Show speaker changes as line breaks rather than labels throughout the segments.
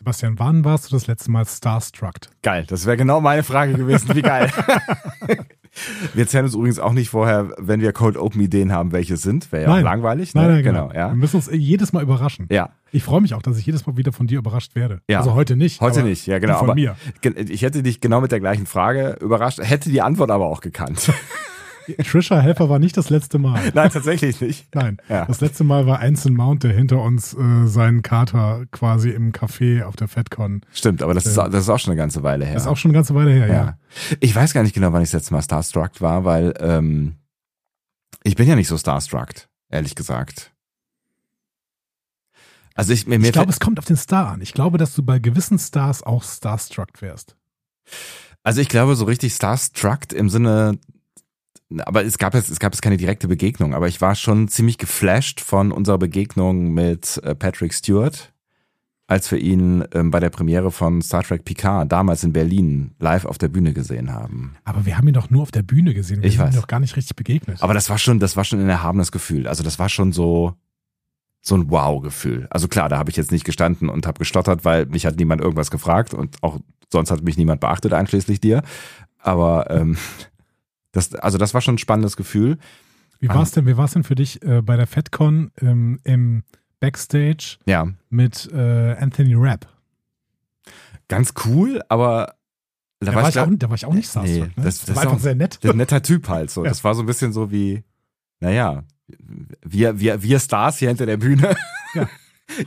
Sebastian, wann warst du das letzte Mal starstruck?
Geil, das wäre genau meine Frage gewesen. Wie geil. wir zählen uns übrigens auch nicht vorher, wenn wir Cold Open Ideen haben, welche es sind. Wäre ja auch
Nein.
langweilig.
Nein,
ne?
nein, genau.
Ja.
Wir müssen uns jedes Mal überraschen.
ja.
Ich freue mich auch, dass ich jedes Mal wieder von dir überrascht werde.
Ja.
Also heute nicht.
Heute
aber
nicht, ja genau.
Von
aber
mir.
ge- Ich hätte dich genau mit der gleichen Frage überrascht, hätte die Antwort aber auch gekannt.
Trisha Helfer war nicht das letzte Mal.
Nein, tatsächlich nicht.
Nein,
Ja.
das letzte Mal war Anson Mount, der hinter uns äh, seinen Kater quasi im Café auf der FedCon.
Stimmt, aber das ist, auch- das ist auch schon eine ganze Weile her.
Das ist auch schon eine ganze Weile her, ja.
ja. Ich weiß gar nicht genau, wann ich das letzte Mal Starstruck war, weil ähm, ich bin ja nicht so Starstruck, ehrlich gesagt. Also ich mir, mir
Ich glaube,
fällt-
es kommt auf den Star an. Ich glaube, dass du bei gewissen Stars auch starstruck wärst.
Also ich glaube so richtig Starstruck im Sinne, aber es gab jetzt, es gab jetzt keine direkte Begegnung, aber ich war schon ziemlich geflasht von unserer Begegnung mit äh, Patrick Stewart, als wir ihn ähm, bei der Premiere von Star Trek Picard damals in Berlin live auf der Bühne gesehen haben.
Aber wir haben ihn doch nur auf der Bühne gesehen. Wir
Ich
sind
weiß.
ihm doch gar nicht richtig begegnet.
Aber das war schon, das war schon ein erhabenes Gefühl. Also das war schon so so ein Wow-Gefühl. Also klar, da habe ich jetzt nicht gestanden und habe gestottert, weil mich hat niemand irgendwas gefragt und auch sonst hat mich niemand beachtet, einschließlich dir. Aber ähm, das, also das war schon ein spannendes Gefühl.
wie war es denn, wie war's denn für dich äh, bei der FedCon ähm, im Backstage
Ja,
mit äh, Anthony Rapp?
ganz cool, aber da
Da,
war,
war
ich
ich auch,
auch
da war ich auch nicht
Nee,
starstruck. ne?
das- das
war
ist
einfach
auch-
sehr nett.
ein netter Typ halt so.
Ja.
Das war so ein bisschen so wie, naja, wir, wir, wir Stars hier hinter der Bühne.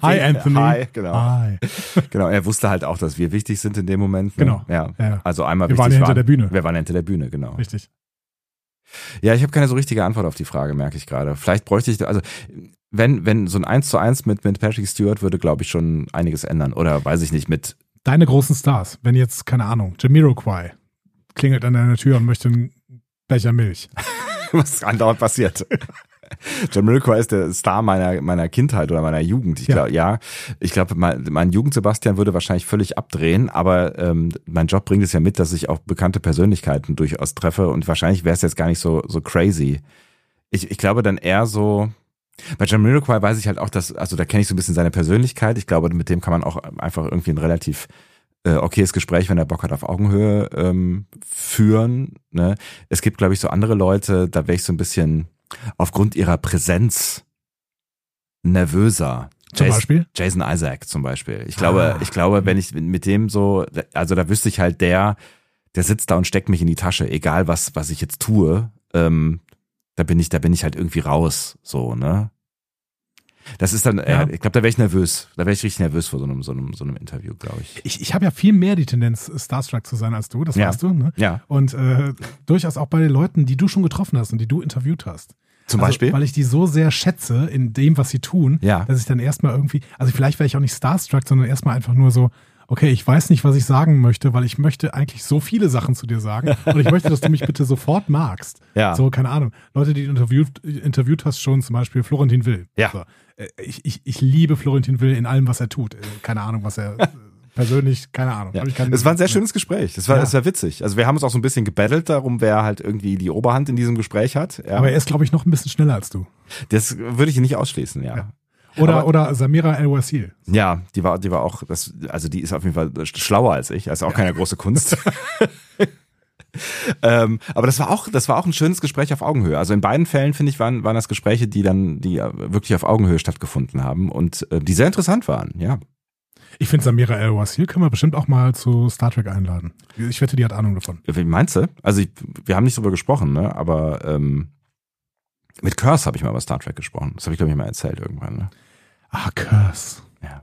Hi, Anthony. Ah.
Hi, genau.
Hi.
Genau, er wusste halt auch, dass wir wichtig sind in dem Moment. Ne?
Genau.
Ja.
Ja, ja.
Also einmal
Wir
wichtig
waren ja hinter der Bühne.
Wir waren hinter der Bühne, genau.
Richtig.
Ja, ich habe keine so richtige Antwort auf die Frage, merke ich gerade. Vielleicht bräuchte ich, also wenn, wenn so ein 1 zu 1 mit, mit Patrick Stewart würde, glaube ich, schon einiges ändern. Oder weiß ich nicht, mit,
Deine großen Stars, wenn jetzt, keine Ahnung, Jamiroquai klingelt an deiner Tür und möchte einen Becher Milch.
was andauernd passiert. John Miracle ist der Star meiner, meiner Kindheit oder meiner Jugend. Ich
Ja.
glaube, ja. Ich glaube, mein, mein Jugend-Sebastian würde wahrscheinlich völlig abdrehen, aber ähm, mein Job bringt es ja mit, dass ich auch bekannte Persönlichkeiten durchaus treffe und wahrscheinlich wäre es jetzt gar nicht so, so crazy. Ich, ich glaube dann eher so. Bei John Miracle weiß ich halt auch, dass, also da kenne ich so ein bisschen seine Persönlichkeit. Ich glaube, mit dem kann man auch einfach irgendwie ein relativ äh, okayes Gespräch, wenn er Bock hat, auf Augenhöhe ähm, führen. Ne? Es gibt, glaube ich, so andere Leute, da wäre ich so ein bisschen aufgrund ihrer Präsenz nervöser.
Zum
Jason,
Beispiel?
Jason Isaac zum Beispiel. Ich glaube,
Ah.
ich glaube, wenn ich mit dem so, also da wüsste ich halt, der, der sitzt da und steckt mich in die Tasche, egal was, was ich jetzt tue, ähm, da bin ich, da bin ich halt irgendwie raus, so, ne? Das ist dann,
Ja.
äh, ich glaube, da wäre ich nervös. Da wäre ich richtig nervös vor so einem, so einem, so einem Interview, glaube ich.
Ich, ich habe ja viel mehr die Tendenz, äh, Starstruck zu sein als du, das
Ja.
weißt du, ne?
Ja,
Und äh, durchaus auch bei den Leuten, die du schon getroffen hast und die du interviewt hast.
zum
also,
Beispiel.
Weil ich die so sehr schätze in dem, was sie tun,
Ja.
dass ich dann erstmal irgendwie, also vielleicht wäre ich auch nicht starstruck, sondern erstmal einfach nur so, okay, ich weiß nicht, was ich sagen möchte, weil ich möchte eigentlich so viele Sachen zu dir sagen und ich möchte, dass du mich bitte sofort magst.
Ja.
So, keine Ahnung. Leute, die du interviewt, interviewt hast, schon zum Beispiel Florentin Will.
Ja.
So, äh, ich, ich, ich liebe Florentin Will in allem, was er tut. Äh, Keine Ahnung, was er äh, persönlich, keine Ahnung.
Ja.
Hab ich keinen-
Es war ein sehr schönes Gespräch. Es war,
Ja.
es war witzig. Also wir haben uns auch so ein bisschen gebettelt darum, wer halt irgendwie die Oberhand in diesem Gespräch hat. Ja.
Aber er ist, glaube ich, noch ein bisschen schneller als du.
das würde ich nicht ausschließen, ja. ja.
Ja. Oder,
Aber-
oder Samira El-Wasil.
die war, die war auch, das, also die ist auf jeden Fall schlauer als ich. Also auch keine große Kunst. ähm, aber das war auch, das war auch ein schönes Gespräch auf Augenhöhe. Also in beiden Fällen finde ich waren, waren das Gespräche, die dann, die äh, wirklich auf Augenhöhe stattgefunden haben und äh, die sehr interessant waren. Ja,
Ich finde Samira El-Wasil können wir bestimmt auch mal zu Star Trek einladen. Ich wette, die hat Ahnung davon.
wie meinst du? Also ich, wir haben nicht drüber gesprochen, ne? Aber ähm, mit Curse habe ich mal über Star Trek gesprochen. Das habe ich glaube ich mal erzählt irgendwann. Ne?
Ah, Curse.
Ja.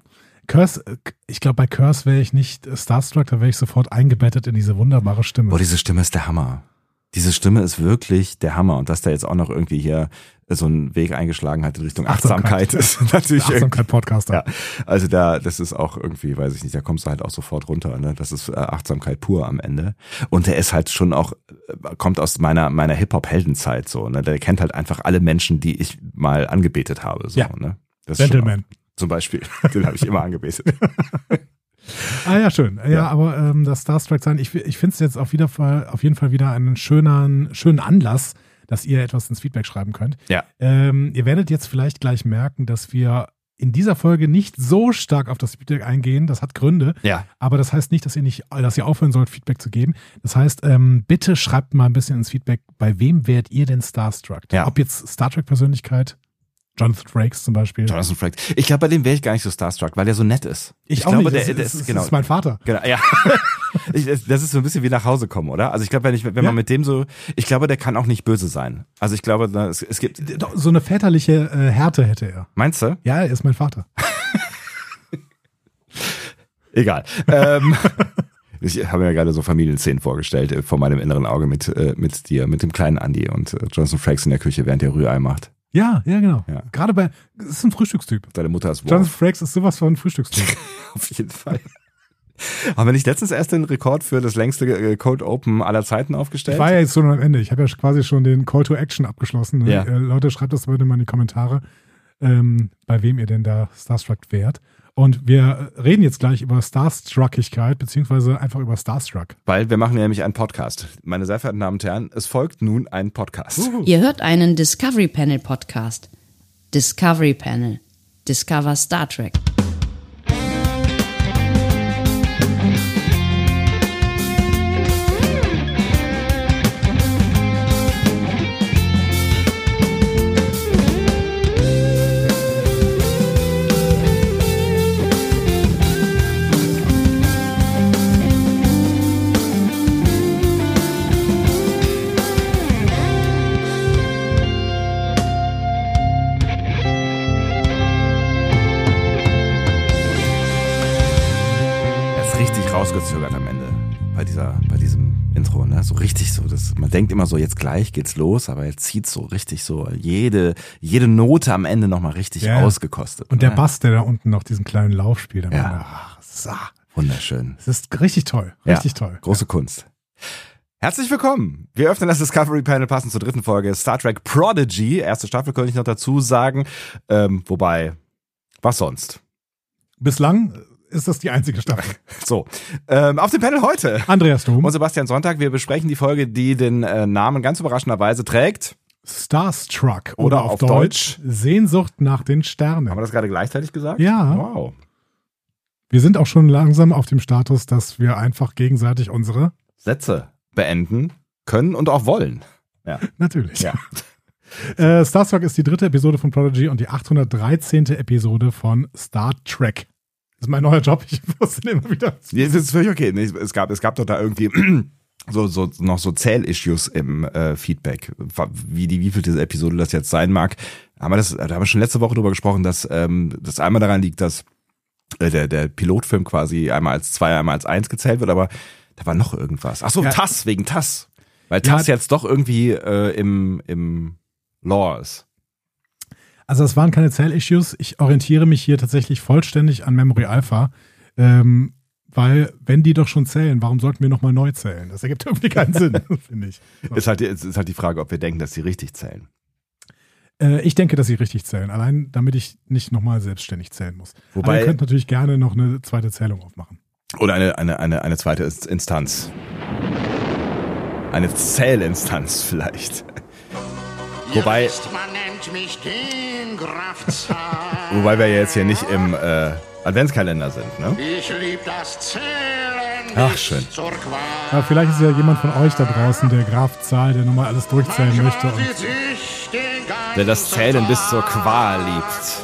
Curse, äh, ich glaube, bei Curse wäre ich nicht äh, Starstruck, da wäre ich sofort eingebettet in diese wunderbare Stimme.
Boah, diese Stimme ist der Hammer. Diese Stimme ist wirklich der Hammer. Und dass der jetzt auch noch irgendwie hier so einen Weg eingeschlagen hat in Richtung Achtsamkeit,
Achtsamkeit.
ist natürlich irgendwie.
Achtsamkeit-Podcaster.
Ja, also da, das ist auch irgendwie, weiß ich nicht, da kommst du halt auch sofort runter. Ne? Das ist äh, Achtsamkeit pur am Ende. Und der ist halt schon auch, äh, kommt aus meiner meiner Hip Hop Heldenzeit so. Ne? Der kennt halt einfach alle Menschen, die ich mal angebetet habe. So,
Ja.
Ne? Das ist schon
Gentleman.
Auch, zum Beispiel, den habe ich immer angebetet.
Ah ja, schön. Ja,
Ja.
aber ähm, das Starstruck sein, ich, ich finde es jetzt auf jeden, Fall, auf jeden Fall wieder einen schönen, schönen Anlass, dass ihr etwas ins Feedback schreiben könnt.
Ja.
Ähm, ihr werdet jetzt vielleicht gleich merken, dass wir in dieser Folge nicht so stark auf das Feedback eingehen. Das hat Gründe.
Ja.
Aber das heißt nicht, dass ihr nicht, dass ihr aufhören sollt, Feedback zu geben. Das heißt, ähm, bitte schreibt mal ein bisschen ins Feedback, bei wem wärt ihr denn Starstruck?
Ja.
Ob jetzt Star Trek-Persönlichkeit, Jonathan Frakes zum Beispiel.
Jonathan Frakes. Ich glaube, bei dem wäre ich gar nicht so starstruck, weil der so nett ist. glaube,
Das
der,
ist-
der
das
ist,
ist,
genau.
das ist mein Vater.
Genau, ja. Ich, das das ist so ein bisschen wie nach Hause kommen, oder? Also ich glaube, wenn, ich, wenn
Ja.
man mit dem so, ich glaube, der kann auch nicht böse sein. Also ich glaube, da- es, es gibt,
Doch, So eine väterliche äh, Härte hätte er.
meinst du?
Ja, er ist mein Vater.
Egal. ähm, ich habe mir gerade so Familienszenen vorgestellt äh, vor meinem inneren Auge mit, äh, mit dir, mit dem kleinen Andy und äh, Jonathan Frakes in der Küche, während er Rührei macht.
Ja, ja, genau.
Ja.
Gerade bei, es ist ein Frühstückstyp.
Deine Mutter ist
Jonathan
wow,
Frakes ist sowas von ein Frühstückstyp.
auf jeden Fall. Haben wir nicht letztens erst den Rekord für das längste äh, Cold Open aller Zeiten aufgestellt?
Ich war ja jetzt schon am Ende. Ich habe ja quasi schon den Call to Action abgeschlossen. Ne?
Ja.
Äh, Leute, schreibt das bitte mal in die Kommentare, ähm, bei wem ihr denn da Starstruck wärt. Und wir äh, reden jetzt gleich über Starstruckigkeit, beziehungsweise einfach über Starstruck.
Weil wir machen nämlich einen Podcast. Meine sehr verehrten Damen und Herren, es folgt nun ein Podcast.
Ihr hört einen Discovery Panel Podcast. Discovery Panel. Discover Star Trek.
Er ist richtig rausgezögert am Ende bei dieser, bei diesem Intro, ne? So richtig so, das, man denkt immer so, jetzt gleich geht's los, aber er zieht so richtig so jede, jede Note am Ende nochmal richtig
Ja.
ausgekostet.
Und der
ne?
Bass, der da unten noch diesen kleinen Lauf spielt. am
Ja.
Ende. Ach, so.
Wunderschön.
Das ist richtig toll. Richtig
ja,
toll.
Große Kunst. Herzlich willkommen. Wir öffnen das Discovery Panel passend zur dritten Folge Star Trek Prodigy. Erste Staffel könnte ich noch dazu sagen. Ähm, wobei, was sonst?
Bislang ist das die einzige Staffel.
So, ähm, auf dem Panel heute.
Andreas
Und
Dom,
Sebastian Sonntag, wir besprechen die Folge, die den äh, Namen ganz überraschenderweise trägt.
Starstruck
Oder
oder,
auf
auf Deutsch, Sehnsucht nach den Sternen.
Haben wir das gerade gleichzeitig gesagt?
Ja.
Wow.
Wir sind auch schon langsam auf dem Status, dass wir einfach gegenseitig unsere,
Sätze beenden können und auch wollen. Ja.
natürlich.
Ja.
Äh, Star Trek ist die dritte Episode von Prodigy und die 813. Episode von Star Trek. Das ist mein neuer Job, ich wusste den immer wieder.
Nee, Das ist völlig okay. Nee, Es gab, es gab doch da irgendwie so, so, noch so Zähl-Issues im äh, Feedback, wie die, wie viel diese Episode das jetzt sein mag. Haben wir das, da haben wir schon letzte Woche drüber gesprochen, dass ähm, das einmal daran liegt, dass äh, der, der Pilotfilm quasi einmal als zwei, einmal als eins gezählt wird, aber da war noch irgendwas. Ach so,
Ja.
Tass, wegen Tass. Weil
Ja.
Tass jetzt doch irgendwie äh, im, im Lore ist.
Also das waren keine Zell-Issues. Ich orientiere mich hier tatsächlich vollständig an Memory Alpha. Ähm, weil, wenn die doch schon zählen, warum sollten wir nochmal neu zählen? Das ergibt irgendwie keinen Sinn, finde ich. So.
Ist halt, die- ist halt die Frage, ob wir denken, dass sie richtig zählen.
Äh, ich denke, dass sie richtig zählen. Allein, damit ich nicht nochmal selbstständig zählen muss.
Wobei-
Aber ihr könnt natürlich gerne noch eine zweite Zählung aufmachen.
Oder eine, eine, eine, eine zweite Inst- Instanz. Eine Zählinstanz vielleicht. Wobei,
Jurist, man nennt mich den Graf Zahn.
wobei wir jetzt hier nicht im äh, Adventskalender sind, ne?
Ich lieb das Zählen
Ach,
bis
schön.
zur Qual.
Aber vielleicht ist ja jemand von euch da draußen, der Graf Zahl, der nochmal alles durchzählen möchte.
Manchmal
Und
sitz ich den ganzen
Der das Zählen bis zur
Tag
Qual liebt.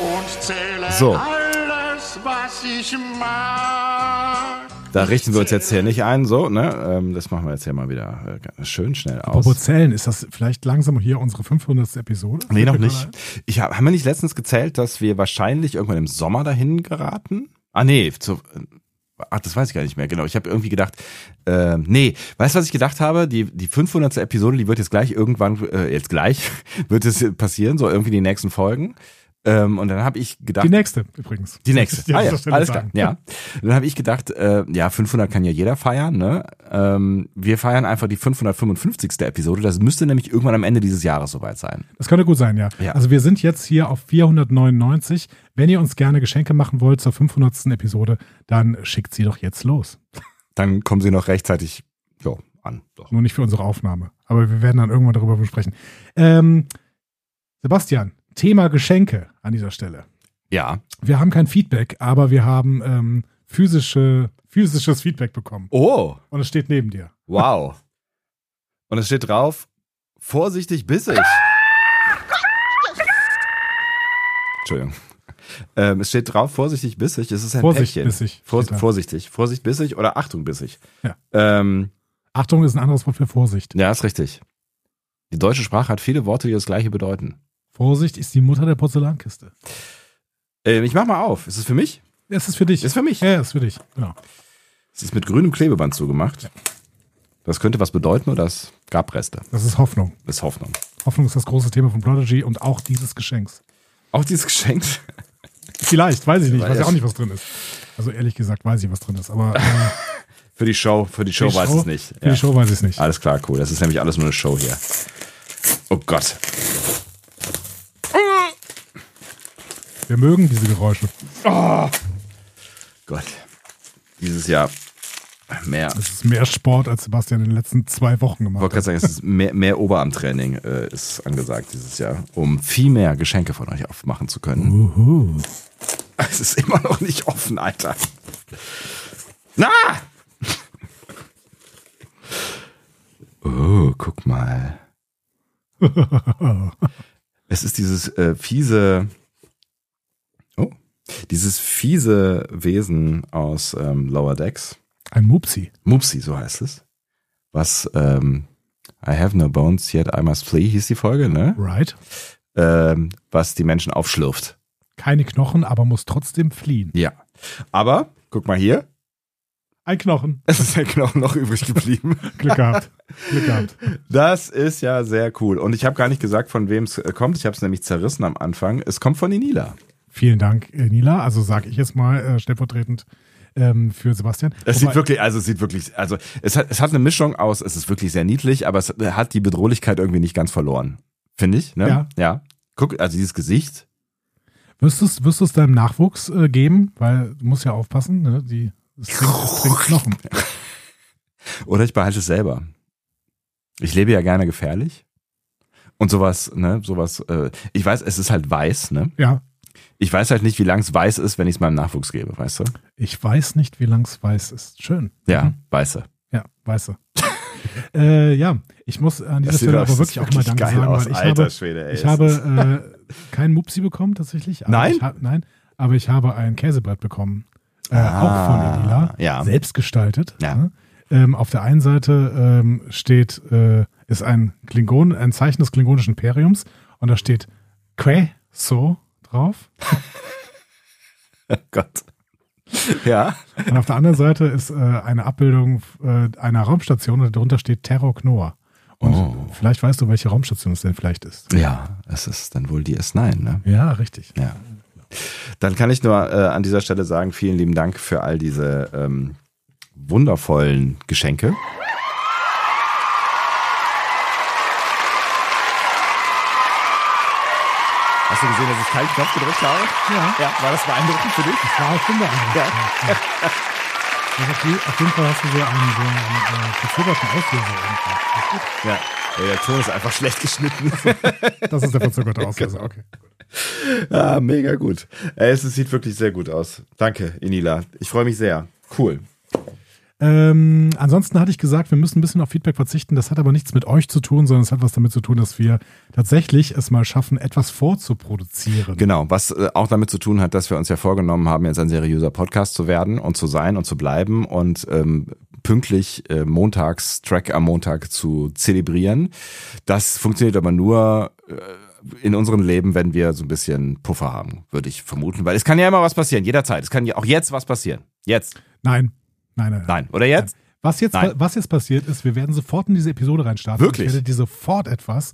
Und zähle
So.
alles, was ich mag.
Da richten wir uns jetzt hier nicht ein, so, ne? Ähm, das machen wir jetzt hier mal wieder äh, ganz schön schnell
apropos
aus.
Zählen, ist das vielleicht langsam hier unsere 500. Episode?
Nee, noch nicht. Ich hab, haben wir nicht letztens gezählt, dass wir wahrscheinlich irgendwann im Sommer dahin geraten? Ah, nee, zu, ach, das weiß ich gar nicht mehr, genau. Ich habe irgendwie gedacht, ähm, nee, weißt du, was ich gedacht habe? Die, die 500. Episode, die wird jetzt gleich irgendwann, äh, jetzt gleich, wird es passieren, so irgendwie die nächsten Folgen. Ähm, und dann habe ich gedacht,
Die nächste übrigens.
die
Sollte
nächste.
ich dir an
ah, ja,
dieser
alles
Stelle
klar.
sagen.
Ja. Dann habe ich gedacht, äh, ja, 500 kann ja jeder feiern. Ne? Ähm, wir feiern einfach die 555. Episode. Das müsste nämlich irgendwann am Ende dieses Jahres soweit sein.
Das könnte gut sein, ja.
Ja.
Also wir sind jetzt hier auf 499. Wenn ihr uns gerne Geschenke machen wollt zur 500. Episode, dann schickt sie doch jetzt los.
dann kommen sie noch rechtzeitig jo, an. Doch.
Nur nicht für unsere Aufnahme. Aber wir werden dann irgendwann darüber besprechen. Ähm, Sebastian, Thema Geschenke an dieser Stelle.
Ja.
Wir haben kein Feedback, aber wir haben ähm, physische, physisches Feedback bekommen.
Oh,
Und es steht neben dir.
wow. Und es steht drauf, vorsichtig bissig. Entschuldigung. Ähm, es steht drauf, vorsichtig bissig. Es ist ein
Vorsicht,
Päckchen.
bissig.
Vors
Steht da.
vorsichtig. Vorsicht bissig oder Achtung bissig.
Ja.
Ähm,
Achtung ist ein anderes Wort für Vorsicht.
ja, ist richtig. Die deutsche Sprache hat viele Worte, die das gleiche bedeuten.
Vorsicht ist die Mutter der Porzellankiste.
Ähm, ich mach mal auf. Ist es für mich?
Es ist für dich.
Ist für mich.
Ja, ist für dich. Genau.
Es ist mit grünem Klebeband zugemacht. Das könnte was bedeuten oder es gab Reste.
Das ist Hoffnung.
Das ist Hoffnung.
Hoffnung ist das große Thema von Prodigy und auch dieses Geschenks.
Auch dieses Geschenk.
Vielleicht, weiß ich nicht.
Weil
Weiß ja
es-
auch nicht, was drin ist. Also ehrlich gesagt, weiß ich, was drin ist. Aber äh,
Für die Show, für die Show
für die
weiß
Show-
es nicht. Ah.
Für die Show weiß ich es nicht.
Alles klar, cool. Das ist nämlich alles nur eine Show hier. Oh Gott.
Wir mögen diese Geräusche.
Gott. Dieses Jahr mehr.
Es ist mehr Sport, als Sebastian in den letzten zwei Wochen
Ich
gemacht
wollte
hat.
gerade sagen, es ist mehr, mehr Oberarmtraining äh, ist angesagt dieses Jahr, um viel mehr Geschenke von euch aufmachen zu können. Es ist immer noch nicht offen, Alter. Na! Oh, guck mal. es ist dieses äh, fiese. Oh. Dieses fiese Wesen aus ähm, Lower Decks.
Ein Mupsi.
Mupsi, so heißt es. Was, ähm, I have no bones yet, I must flee, hieß die Folge, ne?
Right?
Ähm, was die Menschen aufschlürft.
Keine Knochen, aber muss trotzdem fliehen.
Ja. Aber, guck mal hier,
Ein Knochen.
es ist ein Knochen noch übrig geblieben.
Glück gehabt. Glück gehabt.
Das ist ja sehr cool. Und ich habe gar nicht gesagt, von wem es äh, kommt. Ich habe es nämlich zerrissen am Anfang. Es kommt von Inila.
Vielen Dank, äh, Nila. Also sage ich jetzt mal äh, stellvertretend ähm, für Sebastian.
Es
Wobei-
sieht wirklich, also es sieht wirklich, also es hat, es hat eine Mischung aus, es ist wirklich sehr niedlich, aber es hat die Bedrohlichkeit irgendwie nicht ganz verloren. Finde ich, ne?
Ja.
Ja. Guck, also dieses Gesicht,
Wirst du es wirst du's deinem Nachwuchs äh, geben? Weil du musst ja aufpassen, ne? Die es trinkt, es trinkt Knochen.
Oder ich behalte es selber. Ich lebe ja gerne gefährlich. Und sowas, ne, sowas, äh, ich weiß, es ist halt weiß, ne?
Ja.
Ich weiß halt nicht, wie lang es weiß ist, wenn ich es meinem Nachwuchs gebe, weißt du?
Ich weiß nicht, wie lang es weiß ist. Schön.
Ja, weiße.
Ja, weiße. äh, ja, ich muss an dieser
Das sieht
Stelle
aus-
aber
das
wirklich
sieht
auch mal
wirklich
Danke
geil
sagen,
aus.
weil ich
Alter
habe,
Schwede, ey,
ich
es
habe äh, keinen Mupsi bekommen tatsächlich. aber
Nein?
Ich hab, nein, aber ich habe ein Käsebrett bekommen. Äh,
Ah,
auch von Elila.
ja.
Selbst gestaltet.
Ja.
ne? Ähm, auf der einen Seite ähm, steht, äh, ist ein Klingon, ein Zeichen des klingonischen Imperiums und da steht Que So drauf.
Oh Gott. Ja.
Und auf der anderen Seite ist äh, eine Abbildung äh, einer Raumstation und darunter steht Terror Knoa. Und
Oh.
vielleicht weißt du, welche Raumstation es denn vielleicht ist.
Ja, es ist dann wohl die S9, ne?
Ja, richtig.
Ja. Dann kann ich nur äh, an dieser Stelle sagen, vielen lieben Dank für all diese ähm, wundervollen Geschenke. Hast du gesehen, dass ich keinen Knopf gedrückt habe?
Ja.
Ja, war das beeindruckend für dich?
Ja, ich finde auch. Ja. Also auf, je- auf jeden Fall hast du so einen, so einen äh, verzögerten Auslöser. irgendwie.
Ja. Ey, Der Ton ist einfach schlecht geschnitten.
Das ist der verzögerte Auslöser, okay.
ah, mega gut. Ey, Es sieht wirklich sehr gut aus. Danke, Inila. Ich freue mich sehr. Cool.
Ähm, ansonsten hatte ich gesagt, wir müssen ein bisschen auf Feedback verzichten. Das hat aber nichts mit euch zu tun, sondern es hat was damit zu tun, dass wir tatsächlich es mal schaffen, etwas vorzuproduzieren.
Genau, was äh, auch damit zu tun hat, dass wir uns ja vorgenommen haben, jetzt ein seriöser Podcast zu werden und zu sein und zu bleiben und ähm, pünktlich äh, montags Track am Montag zu zelebrieren. Das funktioniert aber nur äh, in unserem Leben, wenn wir so ein bisschen Puffer haben, würde ich vermuten, weil es kann ja immer was passieren, jederzeit. Es kann ja auch jetzt was passieren. Jetzt,
Nein. Nein, nein,
nein, oder jetzt?
Was jetzt,
Nein.
was jetzt passiert ist, wir werden sofort in diese Episode reinstarten.
Wirklich?
Ich werde dir sofort etwas.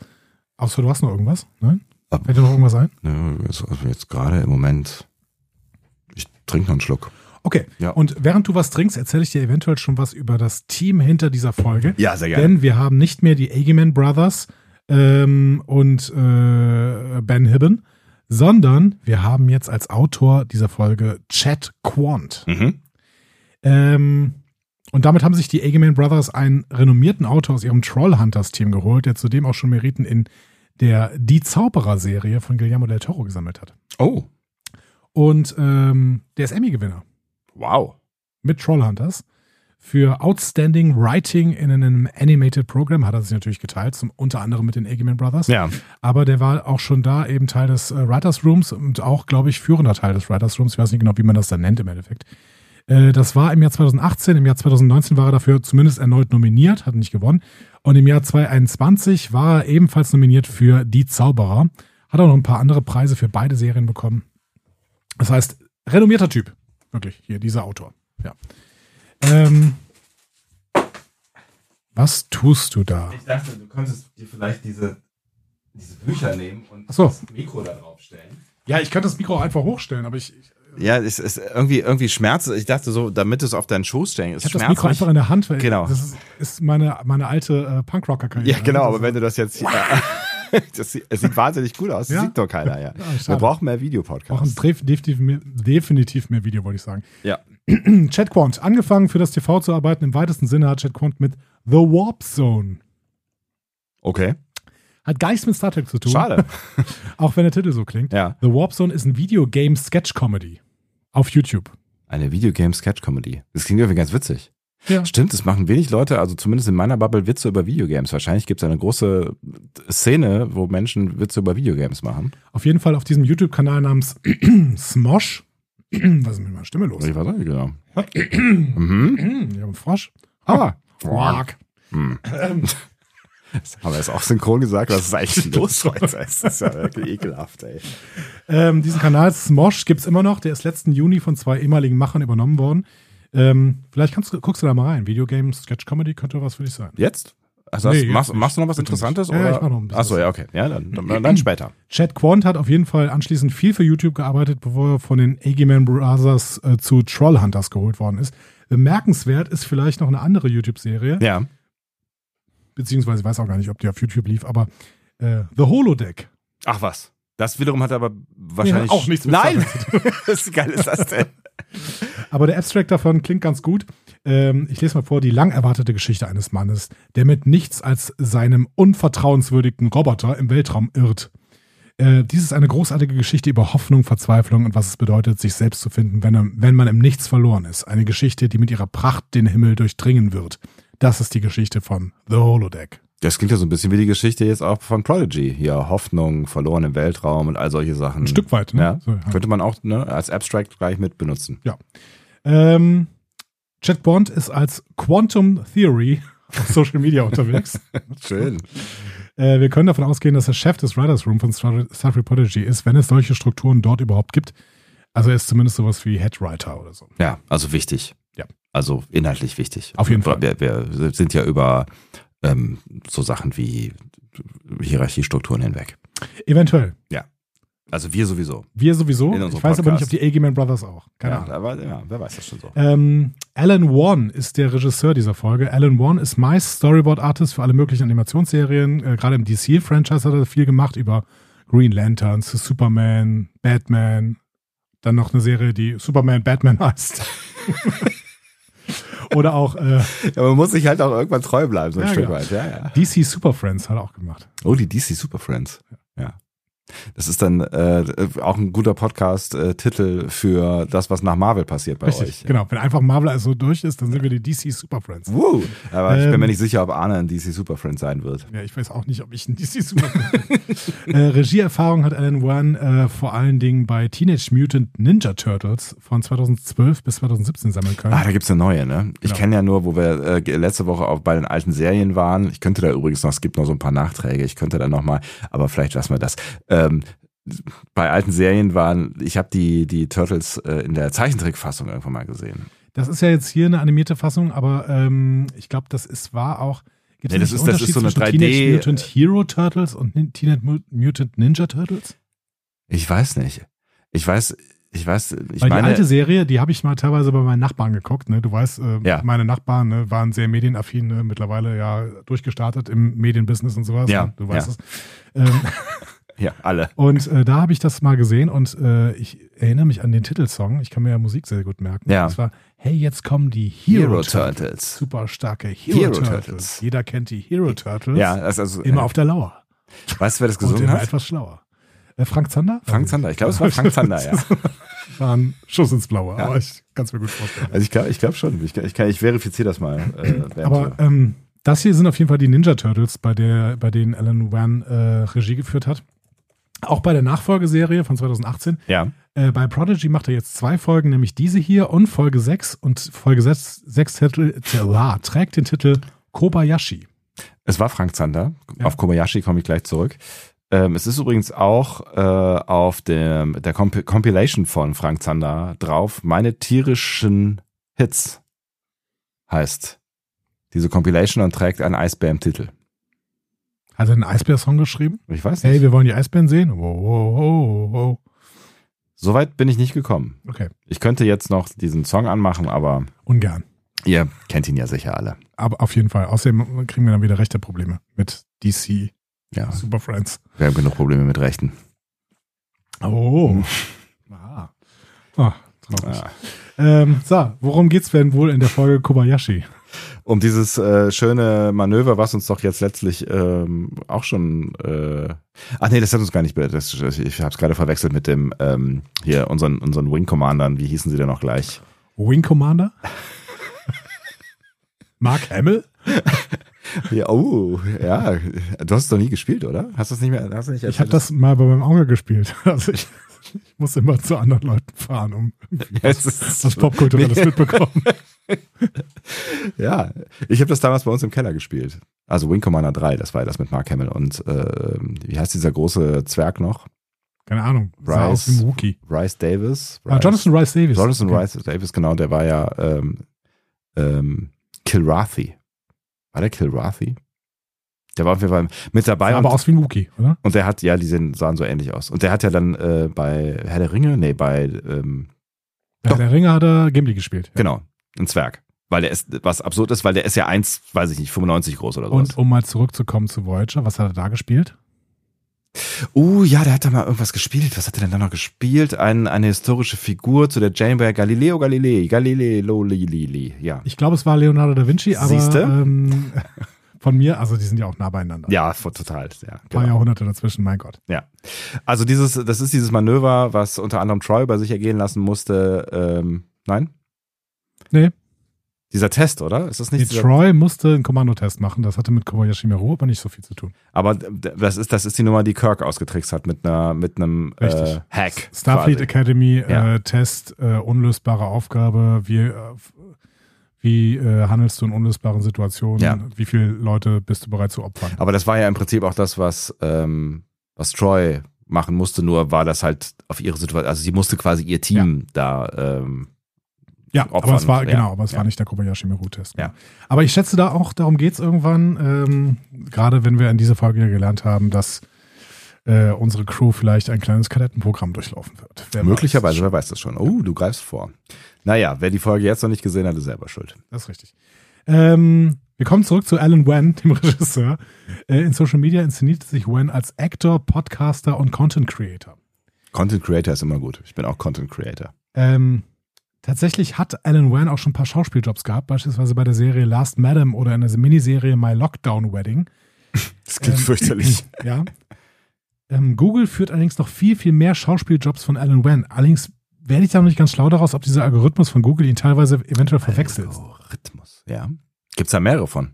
Außer du hast noch irgendwas? Nein?
Ab-
Fällt dir noch irgendwas ein?
Nö, jetzt, also jetzt gerade im Moment. Ich trinke noch einen Schluck.
Okay.
Ja.
Und während du was trinkst, erzähle ich dir eventuell schon was über das Team hinter dieser Folge.
Ja, sehr gerne.
Denn wir haben nicht mehr die Ageman Brothers ähm, und äh, Ben Hibben, sondern wir haben jetzt als Autor dieser Folge Chad Quant.
Mhm.
Ähm, und damit haben sich die Ageman Brothers einen renommierten Autor aus ihrem Trollhunters-Team geholt, der zudem auch schon Meriten in der Die Zauberer-Serie von Guillermo del Toro gesammelt hat.
Oh,
Und ähm, der ist Emmy-Gewinner
wow.
mit Trollhunters. Für Outstanding Writing in einem Animated Program hat er sich natürlich geteilt, zum, unter anderem mit den Eggman Brothers.
Ja,
Aber der war auch schon da eben Teil des äh, Writers Rooms und auch, glaube ich, führender Teil des Writers Rooms. Ich weiß nicht genau, wie man das dann nennt im Endeffekt. Äh, das war im Jahr 2018. Im Jahr 2019 war er dafür zumindest erneut nominiert, hat nicht gewonnen. Und im Jahr 2021 war er ebenfalls nominiert für Die Zauberer. Hat auch noch ein paar andere Preise für beide Serien bekommen. Das heißt, renommierter Typ. Wirklich, hier, dieser Autor. Ja. Ähm, was tust du da?
Ich dachte, du könntest dir vielleicht diese, diese Bücher nehmen und
Ach so.
das Mikro da drauf stellen.
Ja, ich könnte das Mikro einfach hochstellen, aber ich,
Ja, es ist irgendwie, irgendwie schmerzt. es. Ich dachte so, damit es auf deinen Schoß stellen ist,
Ich habe das Mikro
mich.
einfach in der Hand, weil
Genau.
das ist, ist meine, meine alte äh, Punkrocker-Karriere.
Ja, genau, aber
Das
wenn du das jetzt. äh, das sieht, es sieht wahnsinnig cool aus. Das
Ja?
sieht doch keiner, ja. Wir
schade.
brauchen mehr
ist- brauchen
Videopodcasts.
def- definitiv mehr, definitiv mehr Video, wollte ich sagen.
Ja.
Chad Quant, angefangen für das TV zu arbeiten, im weitesten Sinne hat Chad Quant mit The Warp Zone.
Okay.
Hat gar nichts mit Star Trek zu tun,
Schade.
auch wenn der Titel so klingt.
Ja.
The Warp Zone ist ein Videogame-Sketch-Comedy auf YouTube.
Eine Videogame-Sketch-Comedy. Das klingt irgendwie ganz witzig.
Ja.
Stimmt, das machen wenig Leute, also zumindest in meiner Bubble Witze über Videogames. Wahrscheinlich gibt es eine große Szene, wo Menschen Witze über Videogames machen.
Auf jeden Fall auf diesem YouTube-Kanal namens Smosh. Was ist mit meiner Stimme los?
Ich weiß auch nicht genau.
Ich habe einen Frosch. Ah, Quark.
Haben wir es auch synchron gesagt? Was ist eigentlich los heute? Das ist ja wirklich ekelhaft, ey.
Ähm, diesen Kanal Smosh gibt's immer noch. Der ist letzten Juni von zwei ehemaligen Machern übernommen worden. Ähm, vielleicht kannst, du- guckst du da mal rein. Videogame, Sketch Comedy könnte was für dich sein.
Jetzt? Also
Nee,
hast-
jetzt
machst,
nicht.
machst du noch was
Bitte
Interessantes?
nicht. Ja,
oder?
ich mach noch ein bisschen Äh,
Achso, ja, okay. Ja, dann, dann, dann später.
Chad Quant hat auf jeden Fall anschließend viel für YouTube gearbeitet, bevor er von den Eggman Brothers äh, zu Trollhunters geholt worden ist. Bemerkenswert ist vielleicht noch eine andere YouTube-Serie,
Ja.
beziehungsweise ich weiß auch gar nicht, ob die auf YouTube lief, aber äh, The Holodeck.
Ach was. Das wiederum hat aber wahrscheinlich.
Ja, auch nichts mit
Nein! Wie geil ist das denn?
Aber der Abstract davon klingt ganz gut. Ähm, ich lese mal vor, die lang erwartete Geschichte eines Mannes, der mit nichts als seinem unvertrauenswürdigen Roboter im Weltraum irrt. Äh, dies ist eine großartige Geschichte über Hoffnung, Verzweiflung und was es bedeutet, sich selbst zu finden, wenn, er- wenn man im Nichts verloren ist. Eine Geschichte, die mit ihrer Pracht den Himmel durchdringen wird. Das ist die Geschichte von The Holodeck.
Das klingt ja so ein bisschen wie die Geschichte jetzt auch von Prodigy. Hier Hoffnung, verloren im Weltraum und all solche Sachen. Ein
Stück weit, ne?
Ja.
So, ja.
Könnte man auch ne, als Abstract gleich mit benutzen.
Ähm, Chad Bond ist als Quantum Theory auf Social Media unterwegs.
Schön.
Äh, wir können davon ausgehen, dass er Chef des Writers Room von Star Star Trek Prodigy ist, wenn es solche Strukturen dort überhaupt gibt. Also er ist zumindest sowas wie Head Writer oder so.
Ja, also wichtig.
Ja.
Also inhaltlich wichtig.
Auf jeden Fall.
Wir, wir sind ja über ähm, so Sachen wie Hierarchiestrukturen hinweg.
Eventuell.
Also wir sowieso.
Wir sowieso. Ich
In
weiß
unserem
aber nicht, ob
Podcast.
die Eggman Brothers auch. Keine
ja,
Ahnung.
aber, ja, wer weiß das schon so.
Ähm, Alan Wan ist der Regisseur dieser Folge. Alan Wan ist meist Storyboard-Artist für alle möglichen Animationsserien. Äh, Gerade im DC-Franchise hat er viel gemacht über Green Lantern, Superman, Batman. Dann noch eine Serie, die Superman Batman heißt. Oder auch äh,
Ja, man muss sich halt auch irgendwann treu bleiben, so ein
Ja,
Stück
genau.
weit. Ja, ja.
DC Super Friends hat er auch gemacht.
Oh, die DC Super Friends. Ja. Das ist dann äh, auch ein guter Podcast-Titel für das, was nach Marvel passiert bei euch.
genau. Wenn einfach Marvel also so durch ist, dann sind wir die DC Super Friends.
Woo. Aber ich bin
Ähm.
mir nicht sicher, ob Arne ein DC Super Friend sein wird.
Ja, ich weiß auch nicht, ob ich ein DC Super Friends bin. äh, Regieerfahrung hat Alan Wan äh, vor allen Dingen bei Teenage Mutant Ninja Turtles von 2012 bis 2017 sammeln können.
Ah, da gibt's eine neue, ne? Ich
Genau.
kenne ja nur, wo wir äh, letzte Woche auch bei den alten Serien waren. Ich könnte da übrigens noch, es gibt noch so ein paar Nachträge, ich könnte da nochmal, aber vielleicht lassen wir das. Ähm, bei alten Serien waren, ich habe die, die Turtles äh, in der Zeichentrickfassung irgendwann mal gesehen.
Das ist ja jetzt hier eine animierte Fassung, aber ähm, ich glaube, das ist war auch. Gibt's
Nee, das
nicht
ist- das
einen
ist so eine
Unterschied
3D
Teenage Mutant Hero Turtles und Nin- Teenage Mut- Mutant Ninja Turtles?
Ich weiß nicht. Ich weiß, ich weiß, ich
Weil
meine.
die alte Serie, die habe ich mal teilweise bei meinen Nachbarn geguckt. Ne? Du weißt, äh,
Ja.
meine Nachbarn ne, waren sehr medienaffin, ne? mittlerweile ja durchgestartet im Medienbusiness und sowas.
Ja,
ne? Du weißt
ja.
es. Ähm,
ja, alle.
und äh, da habe ich das mal gesehen und äh, ich erinnere mich an den Titelsong. Ich kann mir ja Musik sehr gut merken.
Ja.
Das war, hey, jetzt kommen die
Hero
Hero, Turtles.
Turtles.
Super starke Hero,
Hero
Turtles.
Turtles.
Jeder kennt die Hero Turtles.
Ja, das ist also.
Immer auf der Lauer.
Weißt du, wer das
Und
gesungen
immer
hat?
etwas schlauer. Äh, Frank Zander?
Frank Zander. Ich glaube, es war Frank Zander, ja.
War ein Schuss ins Blaue,
Ja.
aber ich kann es mir gut vorstellen.
Also ich glaube ich glaub schon. Ich, ich, kann, ich verifiziere das mal. Äh, während
Aber
wir-
ähm, das hier sind auf jeden Fall die Ninja Turtles, bei, der, bei denen Alan Wan äh, Regie geführt hat. Auch bei der Nachfolgeserie von 2018.
ja.
Äh, bei Prodigy macht er jetzt zwei Folgen, nämlich diese hier und Folge 6. Und Folge 6, Titel, tja, trägt den Titel Kobayashi.
Es war Frank Zander.
Ja.
Auf Kobayashi komme ich gleich zurück. Ähm, es ist übrigens auch äh, auf dem, der Comp Compilation von Frank Zander drauf. Meine tierischen Hits heißt diese Compilation und trägt einen Eisbär im Titel.
Hat er einen Eisbär-Song geschrieben?
Ich weiß
Hey,
nicht.
wir wollen die Eisbären sehen. Wow, wow, wow, wow.
Soweit bin ich nicht gekommen.
Okay,
Ich könnte jetzt noch diesen Song anmachen, aber
ungern.
ihr kennt ihn ja sicher alle.
Aber auf jeden Fall. Außerdem kriegen wir dann wieder rechte Probleme mit DC
Ja,
Super Friends.
wir haben genug Probleme mit Rechten.
Oh. Ah. Ah, traurig.
Ja.
Ähm, so, worum geht's denn wohl in der Folge Kobayashi?
um dieses äh, schöne Manöver, was uns doch jetzt letztlich ähm, auch schon. Äh, ach nee, das hat uns gar nicht. be- Das, ich habe es gerade verwechselt mit dem ähm, hier unseren unseren Wing Commandern. Wie hießen sie denn noch gleich?
Wing Commander? Mark Hamill?
Ja, oh, ja. Du hast es doch nie gespielt, oder? Hast du es nicht mehr? Hast du nicht
Ich habe das mal bei meinem Auge gespielt. Also ich, ich muss immer zu anderen Leuten fahren, um
Das ist
das Popkulturelles mitbekommen.
Ja, ich habe das damals bei uns im Keller gespielt. Also Wing Commander 3, das war das mit Mark Hamill und äh, wie heißt dieser große Zwerg noch?
Keine Ahnung. Sah
Rice.
aus wie ein Wookie.
Rice Davis?
Ah,
Rice-
Jonathan Rice Davis.
Jonathan
Okay.
Rice Davis, genau, der war ja ähm, ähm, Kilrathi. War der Kilrathi? Der war auf jeden Fall mit dabei
Sah
und,
aber aus wie ein Wookie, oder?
und der hat, ja, die sehen, sahen so ähnlich aus. Und der hat ja dann äh, bei Herr der Ringe, nee, bei, ähm,
Bei
Doch.
der Ringer hat er Gimli gespielt. Ja.
genau, ein Zwerg. Weil der ist, was absurd ist, weil der ist ja eins, weiß ich nicht, 95 groß oder sowas.
Und um mal zurückzukommen zu Voyager, was hat er da gespielt?
Oh ja, der hat da mal irgendwas gespielt. Was hat er denn da noch gespielt? Ein, eine historische Figur zu der Janeway Galileo Galilei, Galileo Lili, ja.
Ich glaube, es war Leonardo da Vinci, aber
Siehste?
ähm, von mir, also die sind ja auch nah beieinander.
Ja, Genau. total, ja.
Ein paar Jahrhunderte dazwischen, mein Gott.
Ja. Also dieses, das ist dieses Manöver, was unter anderem Troy über sich ergehen lassen musste. Ähm, nein?
Nee.
Dieser Test, oder? Ist das
Nee,
nicht dieser,
Troy musste einen Kommandotest machen. Das hatte mit Kobayashi Maru aber nicht so viel zu tun.
Aber d- das ist, das ist die Nummer, die Kirk ausgetrickst hat mit einer, mit einem äh,
Richtig.
Hack.
Starfleet
quasi.
Academy
Ja.
äh, Test, äh, unlösbare Aufgabe. Wie, äh, f- wie äh, handelst du in unlösbaren Situationen?
Ja.
Wie viele Leute bist du bereit zu opfern?
Aber das war ja im Prinzip auch das, was, ähm, was Troy machen musste, nur war das halt auf ihre Situation, also sie musste quasi ihr Team da, ähm,
Ja,
Opfern,
aber es war,
ja,
genau, aber es
ja.
war nicht der Kobayashi Maru-Test.
Ja.
Aber ich schätze da auch, darum geht's irgendwann, ähm, gerade wenn wir in dieser Folge ja gelernt haben, dass äh, unsere Crew vielleicht ein kleines Kadettenprogramm durchlaufen wird. Wer weiß.
möglicherweise, wer weiß das schon. Oh, du greifst vor. Naja, wer die Folge jetzt noch nicht gesehen hat, ist selber schuld.
Das ist richtig. Ähm, wir kommen zurück zu Alan Wen, dem Regisseur. Äh, in Social Media inszenierte sich Wen als Actor, Podcaster und Content Creator.
Content Creator ist immer gut. Ich bin auch Content Creator.
Ähm, tatsächlich hat Alan Wan auch schon ein paar Schauspieljobs gehabt, beispielsweise bei der Serie Last Madam oder in der Miniserie My Lockdown Wedding.
Das klingt
Ähm,
fürchterlich.
Ja. Ähm, Google führt allerdings noch viel, viel mehr Schauspieljobs von Alan Wan. Allerdings werde ich da noch nicht ganz schlau daraus, ob dieser Algorithmus von Google ihn teilweise eventuell verwechselt.
Oh. Algorithmus, ja. Gibt's da mehrere von?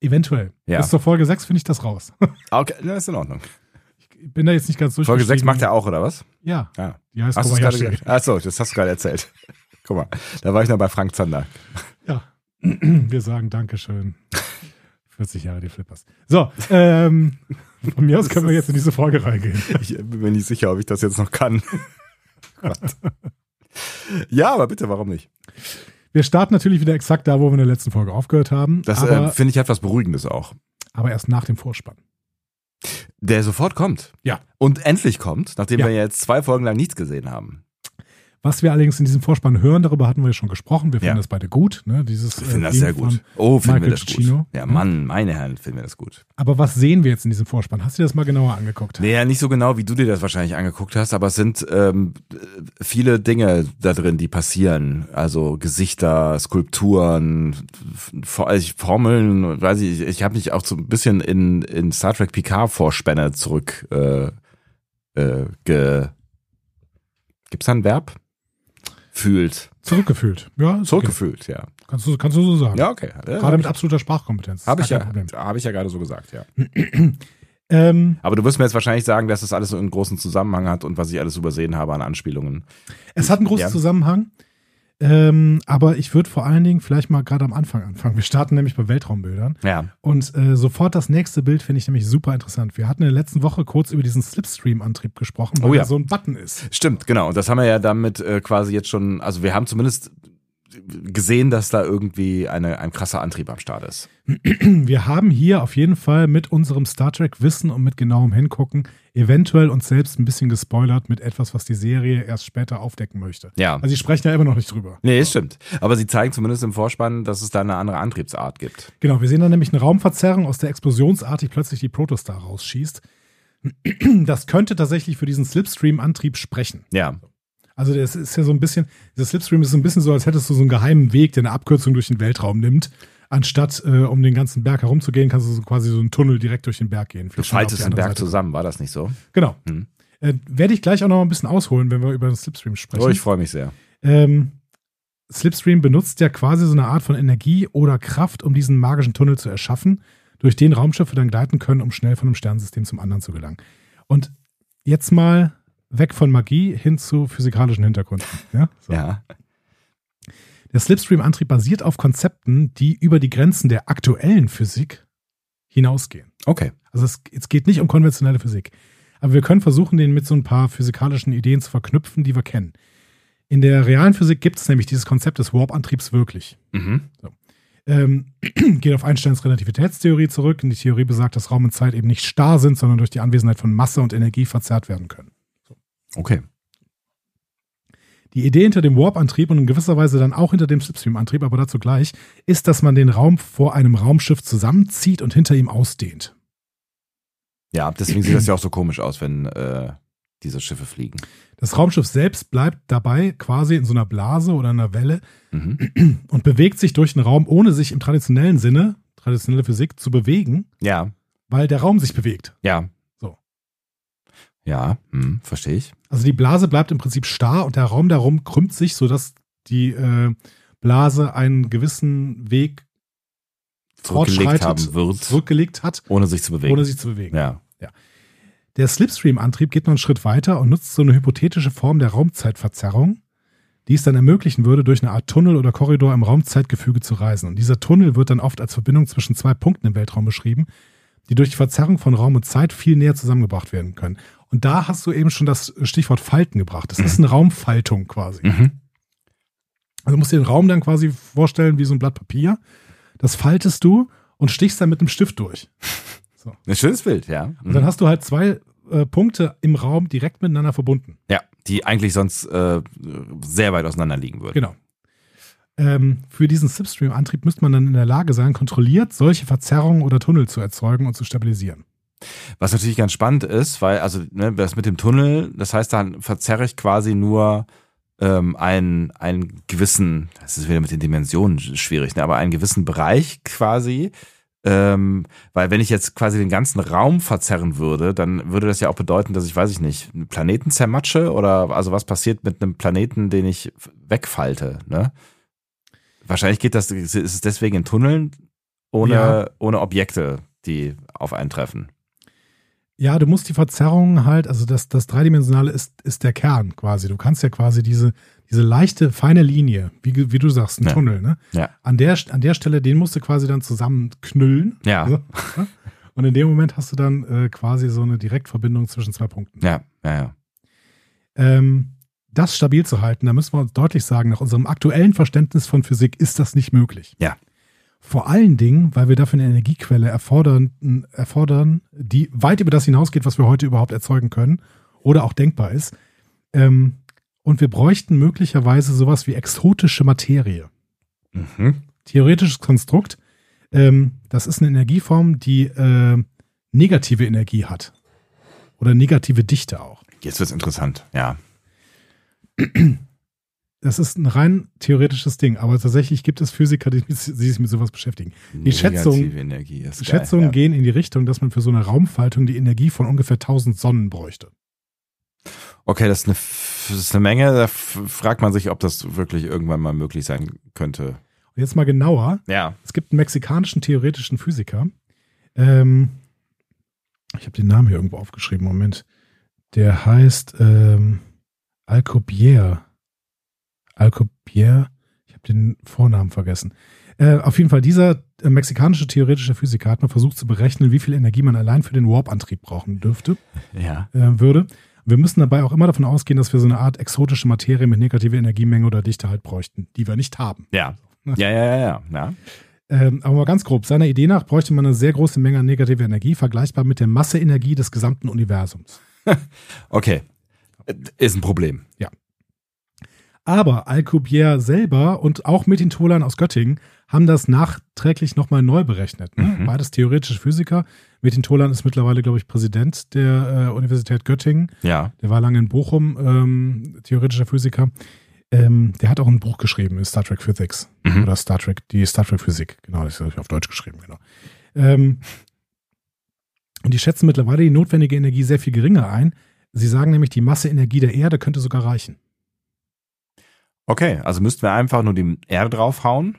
Eventuell.
Ja.
Bis zur Folge 6 finde ich das raus.
Ah, Okay, das ist in Ordnung.
Ich bin da jetzt nicht ganz durch.
Folge 6 macht er auch, oder was?
Ja,
Ja.
die heißt
Hast du gerade
Kobayashi.
gesagt? Achso, das hast du gerade erzählt. Guck mal, da war ich noch bei Frank Zander.
Ja. Wir sagen Dankeschön. 40 Jahre die Flippers. So, ähm, von mir aus können wir jetzt in diese Folge reingehen.
Ich äh, bin mir nicht sicher, ob ich das jetzt noch kann. Gott. ja, aber bitte, warum nicht?
Wir starten natürlich wieder exakt da, wo wir in der letzten Folge aufgehört haben,
Das äh,
aber,
finde ich etwas Beruhigendes auch.
aber erst nach dem Vorspann.
Der sofort kommt.
Ja.
Und endlich kommt, nachdem
Ja.
wir jetzt zwei Folgen lang nichts gesehen haben.
Was wir allerdings in diesem Vorspann hören, darüber hatten wir schon gesprochen. Wir finden
Ja.
das beide gut. Ne? Dieses,
Ich finde
äh,
das
Ding
sehr gut.
von
Oh, finden wir
Michael
das gut.
Giacchino.
Ja, Mann, meine Herren, finden wir das gut.
Aber was sehen wir jetzt in diesem Vorspann? Hast du dir das mal genauer angeguckt?
Naja, nicht so genau, wie du dir das wahrscheinlich angeguckt hast, aber es sind ähm, viele Dinge da drin, die passieren. Also Gesichter, Skulpturen, F- vor- also Formeln, weiß ich, ich habe mich auch so ein bisschen in, in Star Trek Picard-Vorspänne zurück äh, äh, ge. Gibt's da ein Verb? Fühlt.
Zurückgefühlt. Ja, ist okay.
Zurückgefühlt, ja.
kannst, du, kannst du so sagen.
Ja, okay.
Gerade mit absoluter Sprachkompetenz.
Habe ich,
Gar
ja,
kein Problem.
hab ich ja gerade so gesagt, ja.
Ähm,
Aber du wirst mir jetzt wahrscheinlich sagen, dass das alles so einen großen Zusammenhang hat und was ich alles übersehen habe an Anspielungen.
es hat einen großen
Ja.
Zusammenhang. Ähm, aber ich würde vor allen Dingen vielleicht mal gerade am Anfang anfangen. Wir starten nämlich bei Weltraumbildern.
Ja.
Und äh, sofort das nächste Bild finde ich nämlich super interessant. Wir hatten in der letzten Woche kurz über diesen Slipstream-Antrieb gesprochen, weil
Oh ja.
da so ein Button ist.
Stimmt, genau. Und das haben wir ja damit äh, quasi jetzt schon, also wir haben zumindest gesehen, dass da irgendwie eine, ein krasser Antrieb am Start ist.
Wir haben hier auf jeden Fall mit unserem Star Trek-Wissen und mit genauem Hingucken eventuell uns selbst ein bisschen gespoilert mit etwas, was die Serie erst später aufdecken möchte.
Ja.
Also sie sprechen ja immer noch nicht drüber.
Nee, das stimmt. Aber sie zeigen zumindest im Vorspann, dass es da eine andere Antriebsart gibt.
Genau, wir sehen dann nämlich eine Raumverzerrung, aus der explosionsartig plötzlich die Protostar rausschießt. Das könnte tatsächlich für diesen Slipstream-Antrieb sprechen.
Ja.
Also das ist ja so ein bisschen, das Slipstream ist so ein bisschen so, als hättest du so einen geheimen Weg, der eine Abkürzung durch den Weltraum nimmt. Anstatt äh, um den ganzen Berg herumzugehen, kannst du so quasi so einen Tunnel direkt durch den Berg gehen.
Du
Viel schneller auf
faltest
die
den
andere
Berg
Seite.
zusammen, war das nicht so?
Genau.
Hm.
Äh, Werde ich gleich auch noch mal ein bisschen ausholen, wenn wir über den Slipstream sprechen.
Oh, ich freue mich sehr.
ähm, Slipstream benutzt ja quasi so eine Art von Energie oder Kraft, um diesen magischen Tunnel zu erschaffen, durch den Raumschiffe dann gleiten können, um schnell von einem Sternensystem zum anderen zu gelangen. Und jetzt mal weg von Magie hin zu physikalischen Hintergründen. Ja? So.
Ja.
Der Slipstream-Antrieb basiert auf Konzepten, die über die Grenzen der aktuellen Physik hinausgehen.
Okay.
Also es, es geht nicht um konventionelle Physik. Aber wir können versuchen, den mit so ein paar physikalischen Ideen zu verknüpfen, die wir kennen. In der realen Physik gibt es nämlich dieses Konzept des Warp-Antriebs wirklich.
Mhm.
Ähm, geht auf Einsteins Relativitätstheorie zurück. Und die Theorie besagt, dass Raum und Zeit eben nicht starr sind, sondern durch die Anwesenheit von Masse und Energie verzerrt werden können.
Okay.
Die Idee hinter dem Warp-Antrieb und in gewisser Weise dann auch hinter dem Slipstream-Antrieb, aber dazu gleich, ist, dass man den Raum vor einem Raumschiff zusammenzieht und hinter ihm ausdehnt.
Ja, deswegen sieht das ja auch so komisch aus, wenn äh, diese Schiffe fliegen.
Das Raumschiff selbst bleibt dabei quasi in so einer Blase oder einer Welle
Mhm.
und bewegt sich durch den Raum, ohne sich im traditionellen Sinne, traditionelle Physik, zu bewegen,
Ja,
weil der Raum sich bewegt.
ja.
So.
Ja, hm, verstehe ich.
Also die Blase bleibt im Prinzip starr und der Raum darum krümmt sich, sodass die äh, Blase einen gewissen Weg
Zurückgelegt
fortschreitet,
haben wird,
zurückgelegt hat,
ohne sich zu bewegen.
ohne sich zu bewegen.
ja.
Der Slipstream-Antrieb geht noch einen Schritt weiter und nutzt so eine hypothetische Form der Raumzeitverzerrung, die es dann ermöglichen würde, durch eine Art Tunnel oder Korridor im Raumzeitgefüge zu reisen. Und dieser Tunnel wird dann oft als Verbindung zwischen zwei Punkten im Weltraum beschrieben, die durch die Verzerrung von Raum und Zeit viel näher zusammengebracht werden können. Und da hast du eben schon das Stichwort Falten gebracht. Das ist eine Raumfaltung quasi.
Mhm.
Also du musst dir den Raum dann quasi vorstellen wie so ein Blatt Papier. Das faltest du und stichst dann mit einem Stift durch.
Ein schönes Bild, ja. Mhm.
Und dann hast du halt zwei äh, Punkte im Raum direkt miteinander verbunden.
Ja, die eigentlich sonst äh, sehr weit auseinander liegen würden.
Genau. Ähm, für diesen Slipstream-Antrieb müsste man dann in der Lage sein, kontrolliert solche Verzerrungen oder Tunnel zu erzeugen und zu stabilisieren.
Was natürlich ganz spannend ist, weil, also, ne, das mit dem Tunnel, das heißt, dann verzerre ich quasi nur ähm, einen, einen gewissen, das ist wieder mit den Dimensionen sch- schwierig, ne, aber einen gewissen Bereich quasi. Ähm, weil wenn ich jetzt quasi den ganzen Raum verzerren würde, dann würde das ja auch bedeuten, dass ich, weiß ich nicht, einen Planeten zermatsche oder also was passiert mit einem Planeten, den ich f- wegfalte, ne? Wahrscheinlich geht das, ist es deswegen in Tunneln ohne,
Ja.
ohne Objekte, die auf einen treffen.
Ja, du musst die Verzerrungen halt, also das, das Dreidimensionale ist, ist der Kern quasi. Du kannst ja quasi diese, diese leichte, feine Linie, wie, ge- wie du sagst, ein
Ja.
Tunnel, ne?
Ja.
An der, an der Stelle, den musst du quasi dann zusammenknüllen.
Ja.
So, ne? Und in dem Moment hast du dann äh, quasi so eine Direktverbindung zwischen zwei Punkten.
Ja, ja, ja.
ähm, das stabil zu halten, da müssen wir uns deutlich sagen, nach unserem aktuellen Verständnis von Physik ist das nicht möglich.
Ja.
Vor allen Dingen, weil wir dafür eine Energiequelle erfordern, erfordern, die weit über das hinausgeht, was wir heute überhaupt erzeugen können oder auch denkbar ist. Ähm, Und wir bräuchten möglicherweise sowas wie exotische Materie.
Mhm.
Theoretisches Konstrukt. Ähm, das ist eine Energieform, die äh, negative Energie hat. Oder negative Dichte auch.
Jetzt wird's interessant, ja.
Das ist ein rein theoretisches Ding, aber tatsächlich gibt es Physiker, die, die sich mit sowas beschäftigen. Die Schätzung,
Negative Energie ist geil,
Schätzungen
ja.
gehen in die Richtung, dass man für so eine Raumfaltung die Energie von ungefähr 1000 Sonnen bräuchte.
Okay, das ist, eine, F- das ist eine Menge. Da f- fragt man sich, ob das wirklich irgendwann mal möglich sein könnte.
Und jetzt mal genauer.
Ja.
Es gibt einen mexikanischen theoretischen Physiker. Ähm, ich habe den Namen hier irgendwo aufgeschrieben. Moment. Der heißt ähm, Alcubierre. Alcubierre. Ich habe den Vornamen vergessen. Äh, auf jeden Fall, dieser äh, mexikanische theoretische Physiker hat mal versucht zu berechnen, wie viel Energie man allein für den Warp-Antrieb brauchen dürfte,
Ja.
äh, würde. Wir müssen dabei auch immer davon ausgehen, dass wir so eine Art exotische Materie mit negativer Energiemenge oder Dichte halt bräuchten, die wir nicht haben.
Ja. Ja, ja, ja, ja. ja.
Ähm, aber mal ganz grob, seiner Idee nach bräuchte man eine sehr große Menge an negativer Energie, vergleichbar mit der Masseenergie des gesamten Universums.
Okay. Ist ein Problem.
Aber Alcubierre selber und auch mit den Tolern aus Göttingen haben das nachträglich nochmal neu berechnet. Ne?
Mhm.
Beides theoretische Physiker. Metin Tolan ist mittlerweile, glaube ich, Präsident der äh, Universität Göttingen.
Ja.
Der war lange in Bochum, ähm, theoretischer Physiker. Ähm, der hat auch ein Buch geschrieben, Star Trek Physics.
Mhm.
Oder Star Trek, die Star Trek Physik. Genau, das ist auf Deutsch geschrieben, genau. Ähm, und die schätzen mittlerweile die notwendige Energie sehr viel geringer ein. Sie sagen nämlich, die Masseenergie der Erde könnte sogar reichen.
Okay, also müssten wir einfach nur die Erde draufhauen.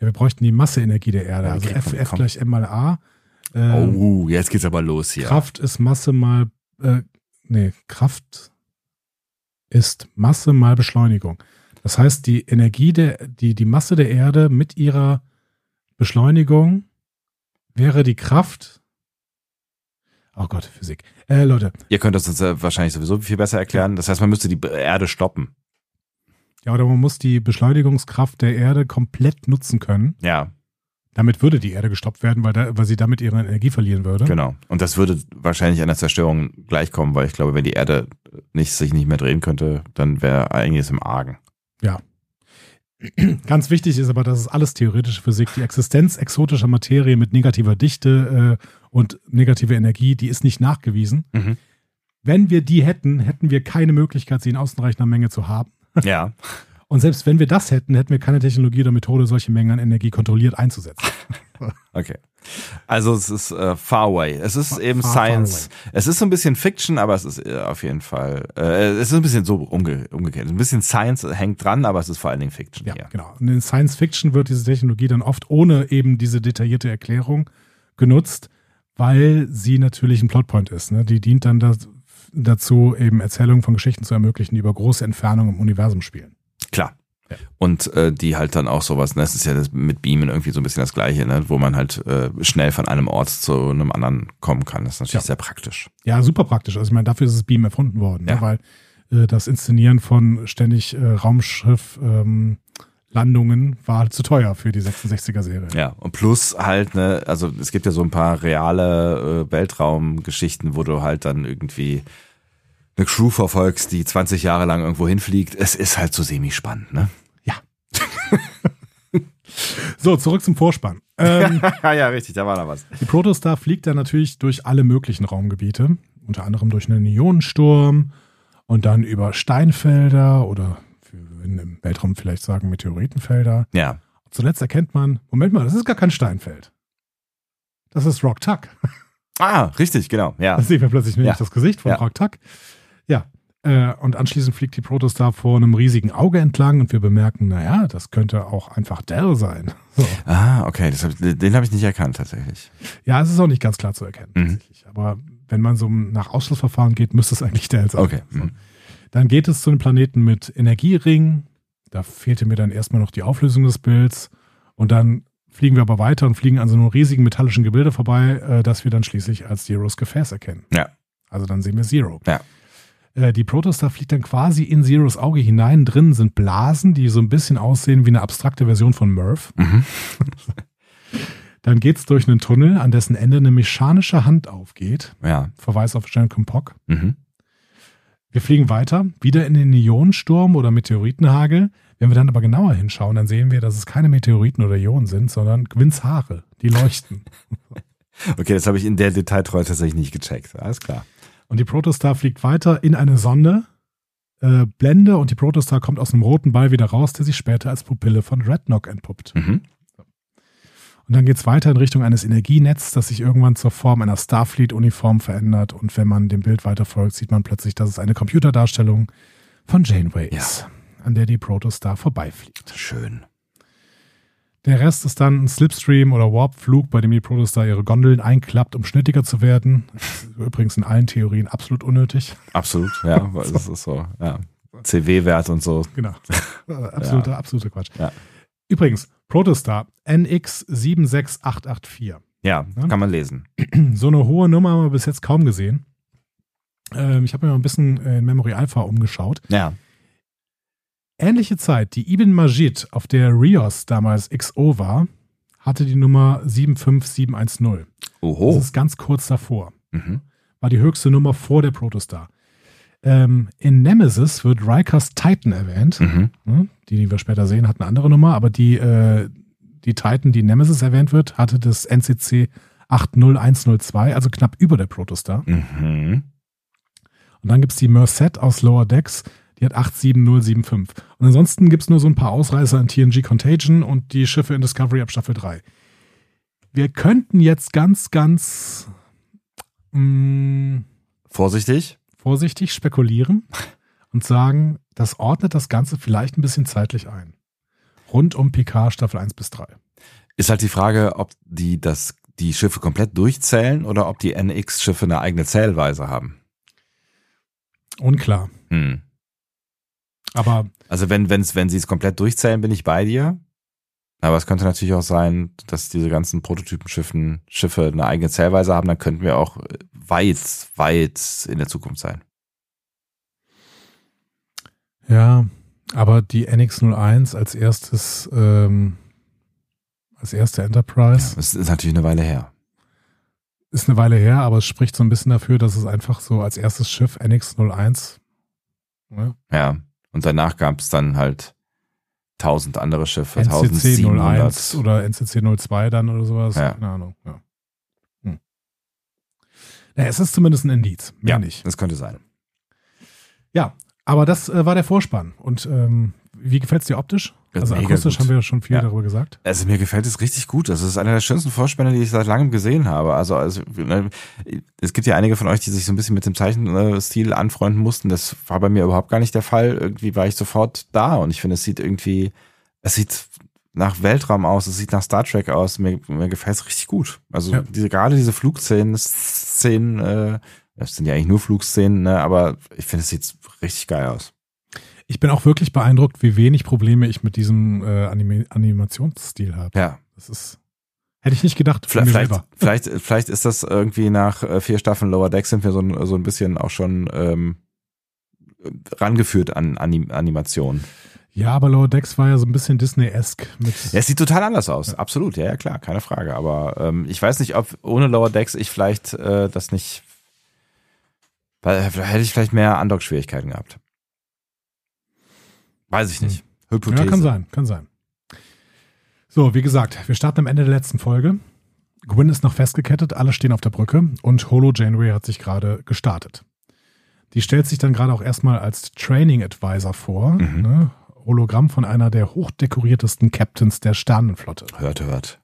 Ja, wir bräuchten die Masseenergie der Erde.
Ja,
Also
okay,
F,
komm,
F
komm.
gleich M mal A. Ähm,
Oh, jetzt geht's aber los hier.
Kraft ist Masse mal, äh, nee, Kraft ist Masse mal Beschleunigung. Das heißt, die Energie der, die, die Masse der Erde mit ihrer Beschleunigung wäre die Kraft. Oh Gott, Physik. Äh, Leute,
Ihr könnt das uns äh, wahrscheinlich sowieso viel besser erklären. Das heißt, man müsste die Be- Erde stoppen.
ja, oder man muss die Beschleunigungskraft der Erde komplett nutzen können.
Ja,
Damit würde die Erde gestoppt werden, weil, da, weil sie damit ihre Energie verlieren würde.
genau. Und das würde wahrscheinlich einer Zerstörung gleichkommen, weil ich glaube, wenn die Erde nicht, sich nicht mehr drehen könnte, dann wäre einiges im Argen.
Ganz wichtig ist aber, dass es alles theoretische Physik. Die Existenz exotischer Materie mit negativer Dichte äh, und negativer Energie, die ist nicht nachgewiesen.
Mhm.
Wenn wir die hätten, hätten wir keine Möglichkeit, sie in ausreichender Menge zu haben.
Ja.
Und selbst wenn wir das hätten, hätten wir keine Technologie oder Methode, solche Mengen an Energie kontrolliert einzusetzen.
Okay. Also es ist äh, Far Away. Es ist
Far-
eben
far-
Science. Es ist so ein bisschen Fiction, aber es ist äh, auf jeden Fall. Äh, es ist ein bisschen so umge umgekehrt. Ein bisschen Science hängt dran, aber es ist vor allen Dingen Fiction
Ja,
hier.
genau. Und in Science Fiction wird diese Technologie dann oft ohne eben diese detaillierte Erklärung genutzt, weil sie natürlich ein Plotpoint ist. Ne? Die dient dann das, dazu, eben Erzählungen von Geschichten zu ermöglichen, die über große Entfernungen im Universum spielen.
Klar.
Ja.
Und äh, die halt dann auch sowas, ne? das ist ja das mit Beamen irgendwie so ein bisschen das Gleiche, ne? wo man halt äh, schnell von einem Ort zu einem anderen kommen kann. Das ist natürlich
Ja.
sehr praktisch.
Ja, super praktisch. Also ich meine, dafür ist das Beam erfunden worden,
Ja.
ne? weil äh, das Inszenieren von ständig äh, Raumschiff ähm, Landungen war halt zu teuer für die 66er Serie.
Ja. Und plus halt, ne, also es gibt ja so ein paar reale äh, Weltraumgeschichten, wo du halt dann irgendwie eine Crew verfolgst, die 20 Jahre lang irgendwo hinfliegt. Es ist halt so semi-spannend, ne?
So, zurück zum Vorspann. Ähm,
ja, ja, richtig, da war da was.
die Protostar fliegt dann natürlich durch alle möglichen Raumgebiete, unter anderem durch einen Ionensturm und dann über Steinfelder oder wir würden im Weltraum vielleicht sagen Meteoritenfelder.
Ja.
Zuletzt erkennt man, Moment mal, das ist gar kein Steinfeld. Das ist Rock Tuck.
Ah, richtig, genau. Ja.
Dann sehen wir plötzlich nämlich
Ja.
das Gesicht von
Ja.
Rock Tuck. Ja. Äh, und anschließend fliegt die Protostar vor einem riesigen Auge entlang und wir bemerken, naja, das könnte auch einfach Dell sein. So.
Ah, okay, das hab, den habe ich nicht erkannt tatsächlich.
Ja, es ist auch nicht ganz klar zu erkennen.
Mhm.
tatsächlich. Aber wenn man so nach Ausschlussverfahren geht, müsste es eigentlich Dell sein.
Okay.
So.
mhm.
Dann geht es zu einem Planeten mit Energiering. Da fehlte mir dann erstmal noch die Auflösung des Bilds. Und dann fliegen wir aber weiter und fliegen an so einem riesigen metallischen Gebilde vorbei, äh, das wir dann schließlich als Zeros Gefäß erkennen.
Ja.
Also dann sehen wir Zero.
Ja.
Äh, Die Protostar fliegt dann quasi in Zeros Auge hinein. Drinnen sind Blasen, die so ein bisschen aussehen wie eine abstrakte Version von Murph.
Mhm.
Dann geht's durch einen Tunnel, an dessen Ende eine mechanische Hand aufgeht.
Ja.
Verweis auf Jean Compok.
Mhm.
Wir Wir fliegen weiter, wieder in den Ionensturm oder Meteoritenhagel. Wenn wir dann aber genauer hinschauen, dann sehen wir, dass es keine Meteoriten oder Ionen sind, sondern Gwynns Haare, die leuchten.
Okay, das habe ich in der Detailtreue tatsächlich nicht gecheckt. Alles klar.
Und die Protostar fliegt weiter in eine Sonde, äh, Blende und die Protostar kommt aus einem roten Ball wieder raus, der sich später als Pupille von Rednock entpuppt.
Mhm.
Und dann geht's weiter in Richtung eines Energienetzes, das sich irgendwann zur Form einer Starfleet-Uniform verändert. Und wenn man dem Bild weiter folgt, sieht man plötzlich, dass es eine Computerdarstellung von Janeway
Ja.
ist, an der die Protostar vorbeifliegt.
Schön.
Der Rest ist dann ein Slipstream oder Warp-Flug, bei dem die Protostar ihre Gondeln einklappt, um schnittiger zu werden. Das ist übrigens in allen Theorien absolut unnötig.
Absolut, ja. weil Es ist so, ja. CW-Wert und so.
Genau. Absoluter, absoluter Quatsch.
Ja.
Übrigens, Protostar NX76884.
Ja, kann man lesen.
Hm, So eine hohe Nummer haben wir bis jetzt kaum gesehen. Ähm, ich habe mir mal ein bisschen äh, in Memory Alpha umgeschaut.
Ja.
Ähnliche Zeit, die Ibn Majid, auf der Rios damals XO war, hatte die Nummer 75710. Das
Oho.
ist ganz kurz davor.
Oh. Mhm.
War die höchste Nummer vor der Protostar. Ähm, in Nemesis wird Rikers Titan erwähnt.
Mhm.
Ne? Die, die wir später sehen, hat eine andere Nummer, aber die, äh, die Titan, die in Nemesis erwähnt wird, hatte das NCC 80102, also knapp über der Protostar.
Mhm.
Und dann gibt's die Merced aus Lower Decks, die hat 87075. Und ansonsten gibt's nur so ein paar Ausreißer in TNG Contagion und die Schiffe in Discovery ab Staffel 3. Wir könnten jetzt ganz, ganz mh,
Vorsichtig.
vorsichtig spekulieren und sagen, das ordnet das Ganze vielleicht ein bisschen zeitlich ein. Rund um PK Staffel 1 bis 3.
Ist halt die Frage, ob die das, die Schiffe komplett durchzählen oder ob die NX-Schiffe eine eigene Zählweise haben.
Unklar.
Hm.
Aber
Also wenn, wenn's, wenn sie es komplett durchzählen, bin ich bei dir. Aber es könnte natürlich auch sein, dass diese ganzen Prototypenschiffen Schiffe eine eigene Zählweise haben, dann könnten wir auch äh, weit, weit in der Zukunft sein.
Ja, aber die NX01 als erstes, ähm, als erste Enterprise
Das ist natürlich eine Weile her.
ist eine Weile her, aber es spricht so ein bisschen dafür, dass es einfach so als erstes Schiff NX01. Ne?
Ja. Und danach gab es dann halt tausend andere Schiffe,
NCC 01
1700.
oder NCC 02 dann oder sowas.
Ja.
Keine Ahnung. Ja. Hm. Na, es ist zumindest ein Indiz, mehr
Ja,
nicht.
das könnte sein.
Ja, aber das äh, war der Vorspann. Und ähm, wie gefällt's dir optisch?
Ja,
Also
mega
akustisch
gut.
haben wir ja schon viel
Ja.
darüber gesagt.
Also mir gefällt es richtig gut. Das ist einer der schönsten Vorspänner, die ich seit langem gesehen habe. Also, also ne, es gibt ja einige von euch, die sich so ein bisschen mit dem Zeichenstil anfreunden mussten. Das war bei mir überhaupt gar nicht der Fall. Irgendwie war ich sofort da und ich finde, es sieht irgendwie, es sieht nach Weltraum aus, es sieht nach Star Trek aus. Mir, mir gefällt es richtig gut. Also
Ja.
diese gerade diese Flugszenen, Szenen, äh, das sind ja eigentlich nur Flugszenen, ne, aber ich finde, es sieht richtig geil aus.
Ich bin auch wirklich beeindruckt, wie wenig Probleme ich mit diesem äh, Anime Animationsstil habe.
Ja,
Das ist. Hätte ich nicht gedacht. von
Vielleicht,
mir
vielleicht,
selber.
vielleicht, vielleicht ist das irgendwie nach äh, vier Staffeln Lower Decks sind wir so, ein- so ein bisschen auch schon ähm, rangeführt an Anim Animationen.
Ja, aber Lower Decks war ja so ein bisschen Disney-esque. Mit
Ja, es sieht total anders aus, absolut, ja, ja klar, keine Frage. Aber ähm, ich weiß nicht, ob ohne Lower Decks ich vielleicht äh, das nicht, weil äh, hätte ich vielleicht mehr Andock-Schwierigkeiten gehabt. Weiß ich nicht. Hypothese.
ja, kann sein, kann sein. So, wie gesagt, wir starten am Ende der letzten Folge. Gwyn ist noch festgekettet, alle stehen auf der Brücke und Holo Janeway hat sich gerade gestartet. Die stellt sich dann gerade auch erstmal als Training Advisor vor. Ne? Hologramm von einer der hochdekoriertesten Captains der Sternenflotte.
Hört, hört.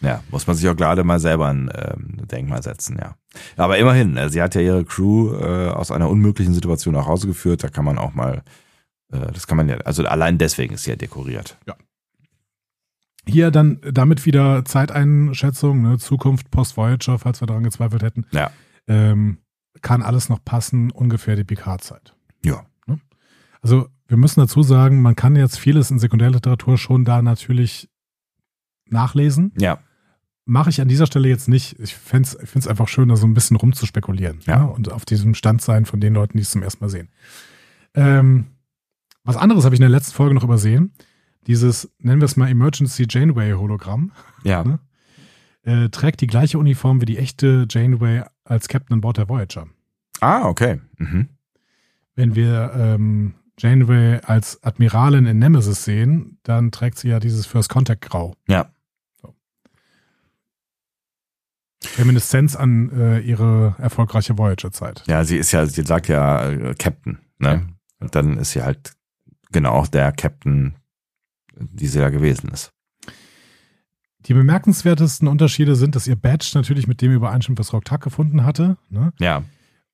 Ja, muss man sich auch gerade mal selber ein ähm, Denkmal setzen, ja. Aber immerhin, äh, sie hat ja ihre Crew äh, aus einer unmöglichen Situation nach Hause geführt, da kann man auch mal, äh, das kann man ja, also allein deswegen ist sie ja dekoriert.
Hier dann damit wieder Zeiteinschätzung, ne? Zukunft Post-Voyager, falls wir daran gezweifelt hätten.
Ja.
Ähm, kann alles noch passen, ungefähr die Picard-Zeit.
Ja.
Also wir müssen dazu sagen, man kann jetzt vieles in Sekundärliteratur schon da natürlich nachlesen.
Ja,
Mache ich an dieser Stelle jetzt nicht. Ich find's, ich find's einfach schön, da so ein bisschen rumzuspekulieren. ne,
Ja.
Und auf diesem Stand sein von den Leuten, die es zum ersten Mal sehen. Ähm, was anderes habe ich in der letzten Folge noch übersehen. Dieses, nennen wir es mal Emergency Janeway-Hologramm,
ja.
Ne? äh, trägt die gleiche Uniform wie die echte Janeway als Captain an Bord der Voyager.
Ah, okay. Mhm.
wenn wir ähm, Janeway als Admiralin in Nemesis sehen, dann trägt sie ja dieses First Contact Grau.
Ja.
So. Reminiszenz an äh, ihre erfolgreiche Voyager-Zeit.
Ja, sie ist ja, sie sagt ja äh, Captain, ne? Und dann ist sie halt genau auch der Captain, die sie da gewesen ist.
Die bemerkenswertesten Unterschiede sind, dass ihr Badge natürlich mit dem übereinstimmt, was Rock Tuck gefunden hatte. Ne?
Ja.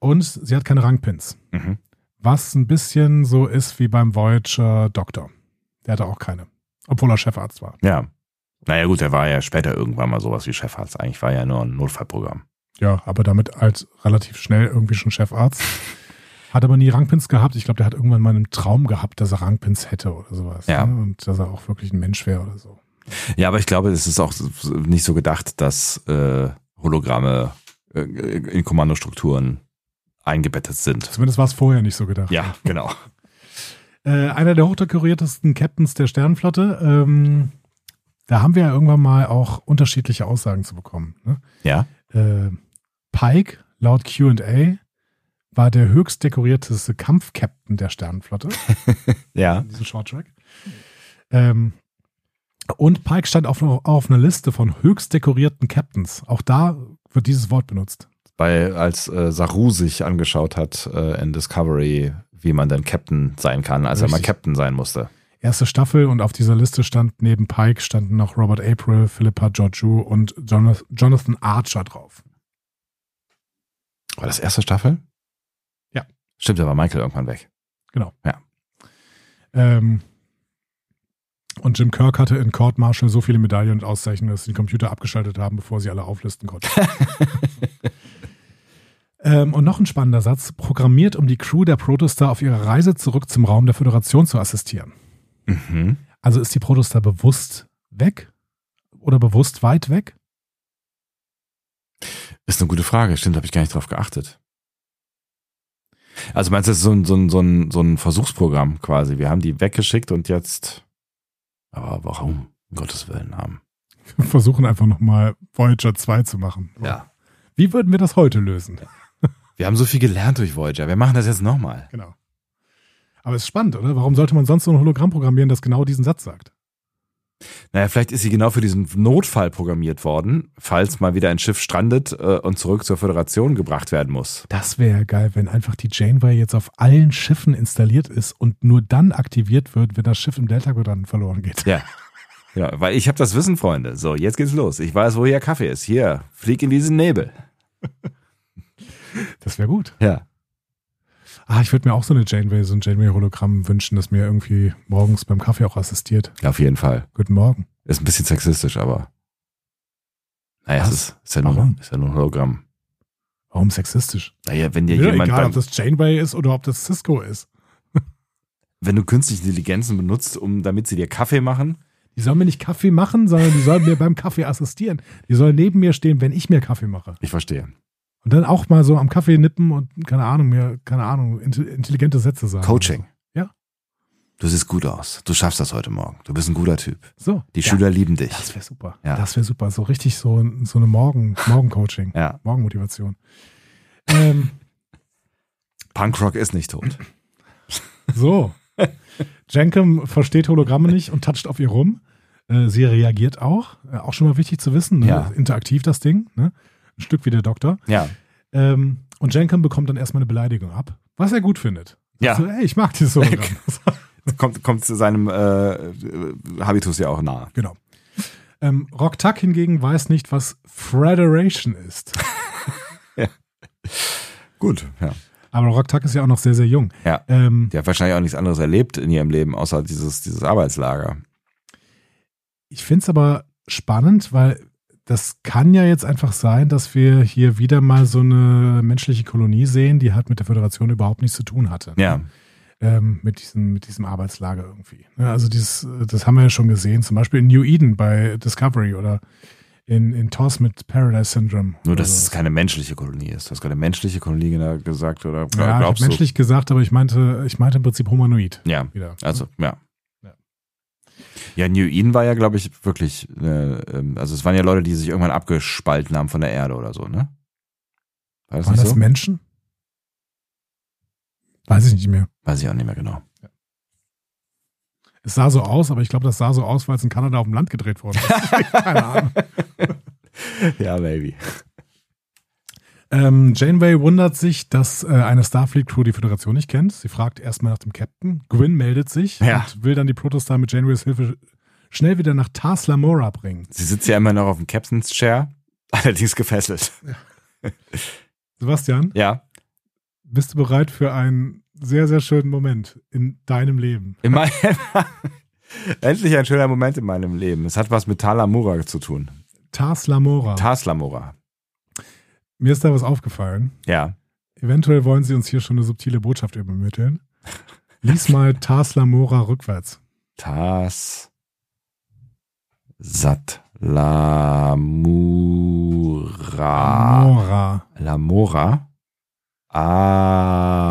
Und sie hat keine Rangpins.
Mhm.
Was ein bisschen so ist wie beim Voyager Doktor. Der hatte auch keine. Obwohl er Chefarzt war.
Ja. Naja, gut, er war ja später irgendwann mal sowas wie Chefarzt. Eigentlich war ja nur ein Notfallprogramm.
Ja, aber damit halt relativ schnell irgendwie schon Chefarzt. Hat aber nie Rangpins gehabt. Ich glaube, der hat irgendwann mal einen Traum gehabt, dass er Rangpins hätte oder sowas.
Ja.
Ne? Und dass er auch wirklich ein Mensch wäre oder so.
Ja, aber ich glaube, es ist auch so- nicht so gedacht, dass äh, Hologramme äh, in Kommandostrukturen eingebettet sind.
Zumindest war es vorher nicht so gedacht.
Ja, genau.
Äh, einer der hochdekoriertesten Captains der Sternenflotte. Ähm, da haben wir ja irgendwann mal auch unterschiedliche Aussagen zu bekommen. Ne?
Ja.
Äh, Pike, laut QA, war der höchst dekorierteste Kampfcaptain der Sternenflotte
Ja.
in diesem Shorttrack. Ähm, und Pike stand auf, auf einer Liste von höchst dekorierten Captains. Auch da wird dieses Wort benutzt.
Weil als äh, Saru sich angeschaut hat äh, in Discovery, wie man denn Captain sein kann, als er mal
Richtig.
Captain sein musste.
Erste Staffel und auf dieser Liste stand neben Pike standen noch Robert April, Philippa Georgiou und Jonas- Jonathan Archer drauf.
War das erste Staffel?
Ja.
Stimmt, da war Michael irgendwann weg.
Ähm, und Jim Kirk hatte in Court Martial so viele Medaillen und Auszeichnungen, dass sie den Computer abgeschaltet haben, bevor sie alle auflisten konnten. ähm, und noch ein spannender Satz: programmiert, um die Crew der Protostar auf ihrer Reise zurück zum Raum der Föderation zu assistieren.
Mhm.
Also ist die Protostar bewusst weg oder bewusst weit weg?
Ist eine gute Frage. Stimmt, habe ich gar nicht drauf geachtet. Also meinst du, das ist so ein, so, ein, so, ein, so ein Versuchsprogramm quasi? Wir haben die weggeschickt und jetzt. Aber warum? Um Gottes Willen haben.
Wir versuchen einfach nochmal Voyager 2 zu machen. Wie würden wir das heute lösen?
Wir haben so viel gelernt durch Voyager. Wir machen das jetzt nochmal.
Genau. Aber es ist spannend, oder? Warum sollte man sonst so ein Hologramm programmieren, das genau diesen Satz sagt?
Naja, vielleicht ist sie genau für diesen Notfall programmiert worden, falls mal wieder ein Schiff strandet äh, und zurück zur Föderation gebracht werden muss.
Das wäre ja geil, wenn einfach die Janeway jetzt auf allen Schiffen installiert ist und nur dann aktiviert wird, wenn das Schiff im Delta-Quadranten verloren geht.
Ja. Genau, weil ich habe das Wissen, Freunde. So, jetzt geht's los. Ich weiß, wo hier Kaffee ist. Hier, flieg in diesen Nebel.
Das wäre gut.
Ja.
Ah, ich würde mir auch so eine Janeway, so ein Janeway-Hologramm wünschen, das mir irgendwie morgens beim Kaffee auch assistiert.
Auf jeden Fall.
Guten Morgen.
Ist ein bisschen sexistisch, aber. Naja, es
Was?
ist, ist, ja nur,
Warum?
ist ja nur ein Hologramm.
Warum sexistisch?
Naja, wenn dir
Ja,
jemand.
egal, ob
beim,
das Janeway ist oder ob das Cisco ist.
wenn du künstliche Intelligenzen benutzt, um damit sie dir Kaffee machen.
Die sollen mir nicht Kaffee machen, sondern die sollen mir beim Kaffee assistieren. Die sollen neben mir stehen, wenn ich mir Kaffee mache.
Ich verstehe.
Und dann auch mal so am Kaffee nippen und keine Ahnung, mir, keine Ahnung, inte- intelligente Sätze sagen.
Coaching.
Ah. Ja.
Du siehst gut aus. Du schaffst das heute Morgen. Du bist ein guter Typ.
So.
Die
Ja.
Schüler lieben dich.
Das wäre super.
Ja.
Das wäre super. So richtig so, so eine Morgen, Morgencoaching,
Ja.
Morgenmotivation. Ähm,
Punkrock ist nicht tot.
so. Jenkem versteht Hologramme nicht und toucht auf ihr rum. Äh, sie reagiert auch. Äh, auch schon mal wichtig zu wissen. Ne?
Ja.
Interaktiv das Ding. Ne? Ein Stück wie der Doktor.
Ja.
Ähm, und Jenkem bekommt dann erstmal eine Beleidigung ab, was er gut findet.
Ja. genau.
So, ey, ich mag dieses Hologramm.
Kommt, kommt zu seinem äh, Habitus ja auch nahe.
genau. Ähm, Rock Tuck hingegen weiß nicht, was Federation ist.
Gut. Ja.
Aber Rock Tuck ist ja auch noch sehr, sehr jung.
ja.
Ähm,
Die hat wahrscheinlich auch nichts anderes erlebt in ihrem Leben, außer dieses, dieses Arbeitslager.
Ich finde es aber spannend, weil das kann ja jetzt einfach sein, dass wir hier wieder mal so eine menschliche Kolonie sehen, die halt mit der Föderation überhaupt nichts zu tun hatte.
Ja.
Ähm, mit, diesem, mit diesem Arbeitslager irgendwie. Ja, also dieses, äh, das haben wir ja schon gesehen, zum Beispiel in New Eden bei Discovery oder in, in TOS mit Paradise Syndrome.
Nur,
oder
dass es
sowas.
keine menschliche Kolonie ist. Du hast gerade menschliche Kolonie gena- gesagt oder
ja, ich hab
glaubst du?
menschlich gesagt, aber ich meinte, ich meinte im Prinzip humanoid.
Ja,
Wieder.
also, ja.
Ja.
Ja, New Eden war ja, glaube ich, wirklich, äh, ähm, also es waren ja Leute, die sich irgendwann abgespalten haben von der Erde oder so, ne? War das
Waren
nicht
das
so?
Menschen? Weiß ich nicht mehr.
Weiß ich auch nicht mehr genau.
Es sah so aus, aber ich glaube, das sah so aus, weil es in Kanada auf dem Land gedreht wurde. Keine Ahnung.
Ja, maybe.
Ähm, Janeway wundert sich, dass äh, eine Starfleet-Crew die Föderation nicht kennt. Sie fragt erstmal nach dem Captain. Gwyn meldet sich
Ja.
und will dann die Protostar mit Janeways Hilfe schnell wieder nach Tars Lamora bringen.
Sie sitzt ja immer noch auf dem Captain's Chair, allerdings gefesselt.
Sebastian,
Ja,
bist du bereit für einen sehr, sehr schönen Moment in deinem Leben?
in meinem endlich ein schöner Moment in meinem Leben. Es hat was mit Talamura zu tun.
Tars Lamora.
Taslamura.
Mir ist da was aufgefallen.
Ja.
Eventuell wollen sie uns hier schon eine subtile Botschaft übermitteln. Lies mal Tars Lamora rückwärts.
Tas Satlamura.
Lamora.
Lamora.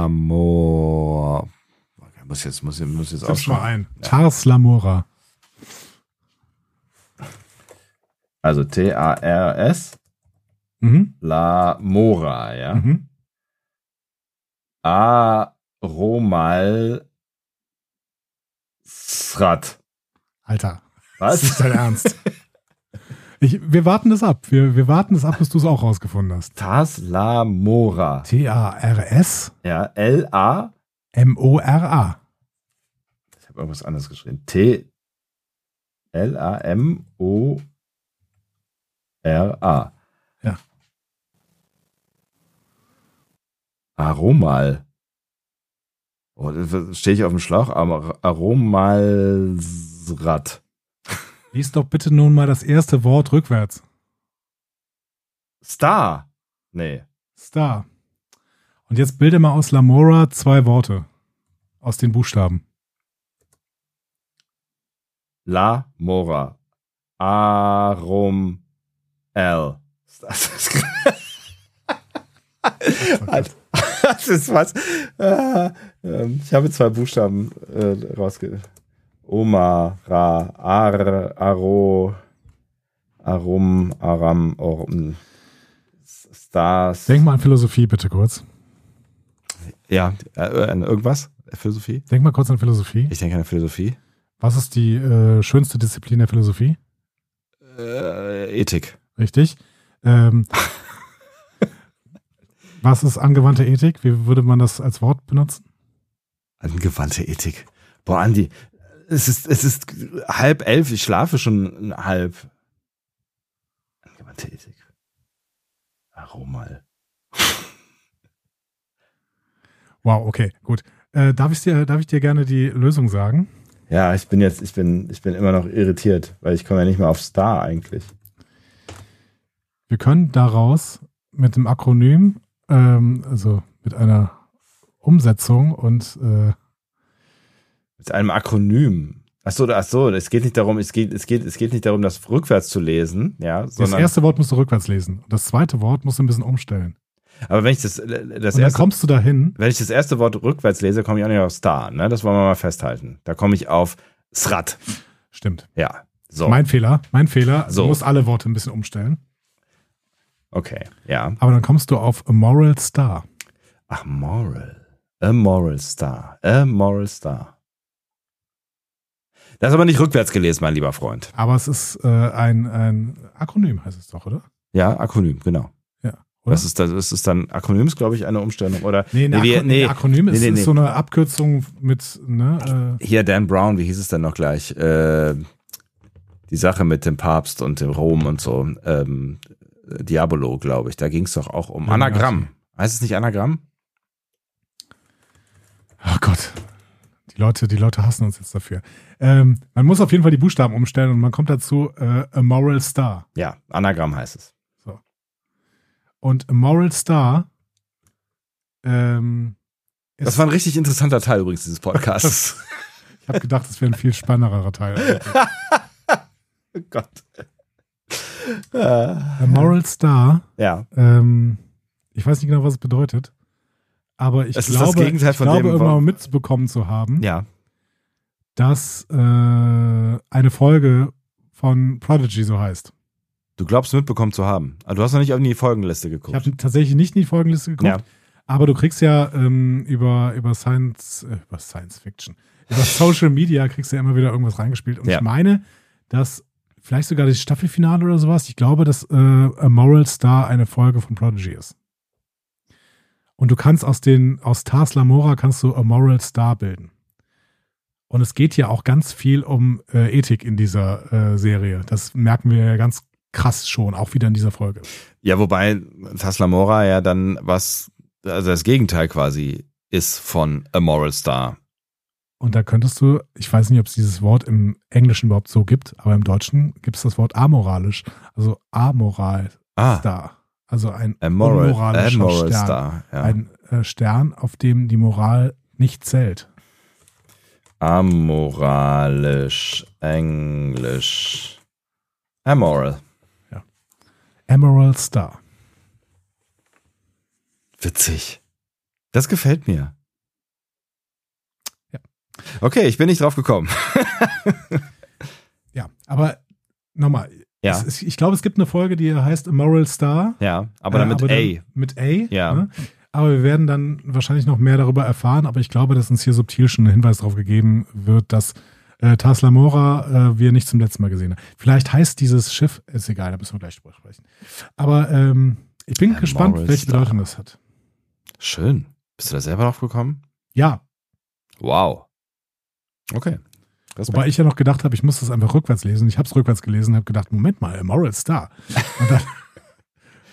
Amor. Okay, Muss jetzt, muss, muss jetzt
Setz mal
auch
ein. Tars Lamora.
Also T-A-R-S.
Mhm.
Lamora, ja.
Mhm.
Aromal Srat.
Alter. Das ist
Was?
dein Ernst. Ich, wir warten das ab. Wir, wir warten das ab, bis du es auch rausgefunden hast.
Taslamora.
T-A-R-S-M-O-R-A.
Ja, L-A. Ich habe irgendwas anderes geschrieben. T. L-A-M-O-R-A.
Ja.
Aromal. Oh, Stehe ich auf dem Schlauch? Ar- Aromalsrat.
Lies doch bitte nun mal das erste Wort rückwärts.
Star. Nee.
Star. Und jetzt bilde mal aus Lamora zwei Worte. Aus den Buchstaben.
La Mora. Arum L. Das ist, das ist was. Äh, ähm, Ich habe zwei Buchstaben äh, rausge. Oma, Ra, Ar, Aro, Arum, Aram, Orum. Stars.
Denk mal an Philosophie bitte kurz.
Ja, äh, an irgendwas? Philosophie?
Denk mal kurz an Philosophie.
Ich denke an Philosophie.
Was ist die äh, schönste Disziplin der Philosophie?
Äh, Ethik.
Richtig. Ähm, was ist angewandte Ethik? Wie würde man das als Wort benutzen?
Angewandte Ethik. Boah, Andi, es ist, es ist halb elf, ich schlafe schon halb. Angewandte Ethik. Aromal.
Wow, okay, gut. Äh, darf, ich dir, darf ich dir gerne die Lösung sagen?
Ja, ich bin jetzt, ich bin, ich bin immer noch irritiert, weil ich komme ja nicht mehr auf Star eigentlich.
Wir können daraus mit dem Akronym, ähm, also mit einer Umsetzung und äh,
Mit einem Akronym. Ach so, ach so, es geht nicht darum, es geht, es geht, es geht nicht darum, das rückwärts zu lesen, ja,
das
sondern,
erste Wort musst du rückwärts lesen. Und das zweite Wort musst du ein bisschen umstellen.
aber wenn ich das, das
und dann
erste,
kommst du dahin.
wenn ich das erste Wort rückwärts lese, komme ich auch nicht auf Star, ne, das wollen wir mal festhalten. Da komme ich auf Srat,
Stimmt.
ja, so.
Mein Fehler, mein Fehler.
Oh. So.
Du musst alle Worte ein bisschen umstellen.
Okay, ja.
Aber dann kommst du auf A Moral Star.
Ach, Moral. A Moral Star. A Moral Star. Das ist aber nicht rückwärts gelesen, mein lieber Freund.
Aber es ist äh, ein, ein Akronym, heißt es doch, oder?
Ja, Akronym, genau.
Ja. Oder?
Das ist, das ist- das ist dann, Akronym ist, glaube ich, eine Umstellung. Oder
nee, ein
Nee, wir-
Akro-
nee.
ein Akronym ist,
Nee, nee, nee.
ist so eine Abkürzung mit, ne? Äh,
hier Dan Brown, wie hieß es denn noch gleich? Äh, die Sache mit dem Papst und dem Rom und so. Ähm, Diabolo, glaube ich. Da ging es doch auch um
Illuminati.
Anagramm. Heißt es nicht Anagramm?
oh Gott. Die Leute, die Leute hassen uns jetzt dafür. Ähm, man muss auf jeden Fall die Buchstaben umstellen und man kommt dazu äh, A Moral Star.
Ja, Anagramm heißt es.
Und A Moral Star ähm, ist,
Das war ein richtig interessanter Teil übrigens dieses Podcasts.
ich habe gedacht, das wäre ein viel spannenderer Teil.
oh Gott. Äh,
A Moral Star,
Ja.
ähm, ich weiß nicht genau, was es bedeutet, aber ich
Es ist das
glaube,
Gegenteil
ich
von
glaube
dem,
irgendwann
wo-
mal mitbekommen zu haben,
Ja.
dass äh, eine Folge von Prodigy so heißt.
Ah, Du glaubst mitbekommen zu haben. Aber du hast noch nicht auf die Folgenliste
Ich
geguckt.
habe tatsächlich nicht in die Folgenliste geguckt,
Ja.
Aber du kriegst ja ähm, über, über Science, äh, über Science Fiction, über Social Media kriegst du ja immer wieder irgendwas reingespielt. Und
Ja.
ich meine, dass vielleicht sogar das Staffelfinale oder sowas, ich glaube, dass äh, A Moral Star eine Folge von Prodigy ist. Und du kannst aus den, aus Tars Lamora kannst du A Moral Star bilden. Und es geht ja auch ganz viel um äh, Ethik in dieser äh, Serie. Das merken wir ja ganz krass schon, auch wieder in dieser Folge.
Ja, wobei Taslamora ja dann was, also das Gegenteil quasi ist von A Moral Star.
Und da könntest du, ich weiß nicht, ob es dieses Wort im Englischen überhaupt so gibt, aber im Deutschen gibt es das Wort amoralisch. Also amoral
Ah,
Star. Also ein
A Moral, a
unmoralischer
moral
Stern.
Star. Ja.
Ein äh, Stern, auf dem die Moral nicht zählt.
Amoralisch, Englisch. Amoral.
Emerald Star.
Witzig. Das gefällt mir.
Ja.
Okay, ich bin nicht drauf gekommen.
Ja, aber nochmal.
Ja.
Es ist- ich glaube, es gibt eine Folge, die heißt Emerald Star.
Ja, aber
Äh,
damit A.
dann Mit A.
Ja.
Ne? Aber wir werden dann wahrscheinlich noch mehr darüber erfahren. Aber ich glaube, dass uns hier subtil schon ein Hinweis darauf gegeben wird, dass äh, Taslamora äh, wir nicht zum letzten Mal gesehen haben. Vielleicht heißt dieses Schiff, ist egal, da müssen wir gleich drüber sprechen. Aber ähm, ich bin
Äh,
gespannt,
Morris
welche
Star.
Bedeutung das hat.
Schön. Bist du da selber drauf gekommen?
Ja,
Wow. Okay. Respekt.
wobei ich ja noch gedacht habe, ich muss das einfach rückwärts lesen. Ich habe es rückwärts gelesen und habe gedacht, Moment mal, Emerald Star. Und dann,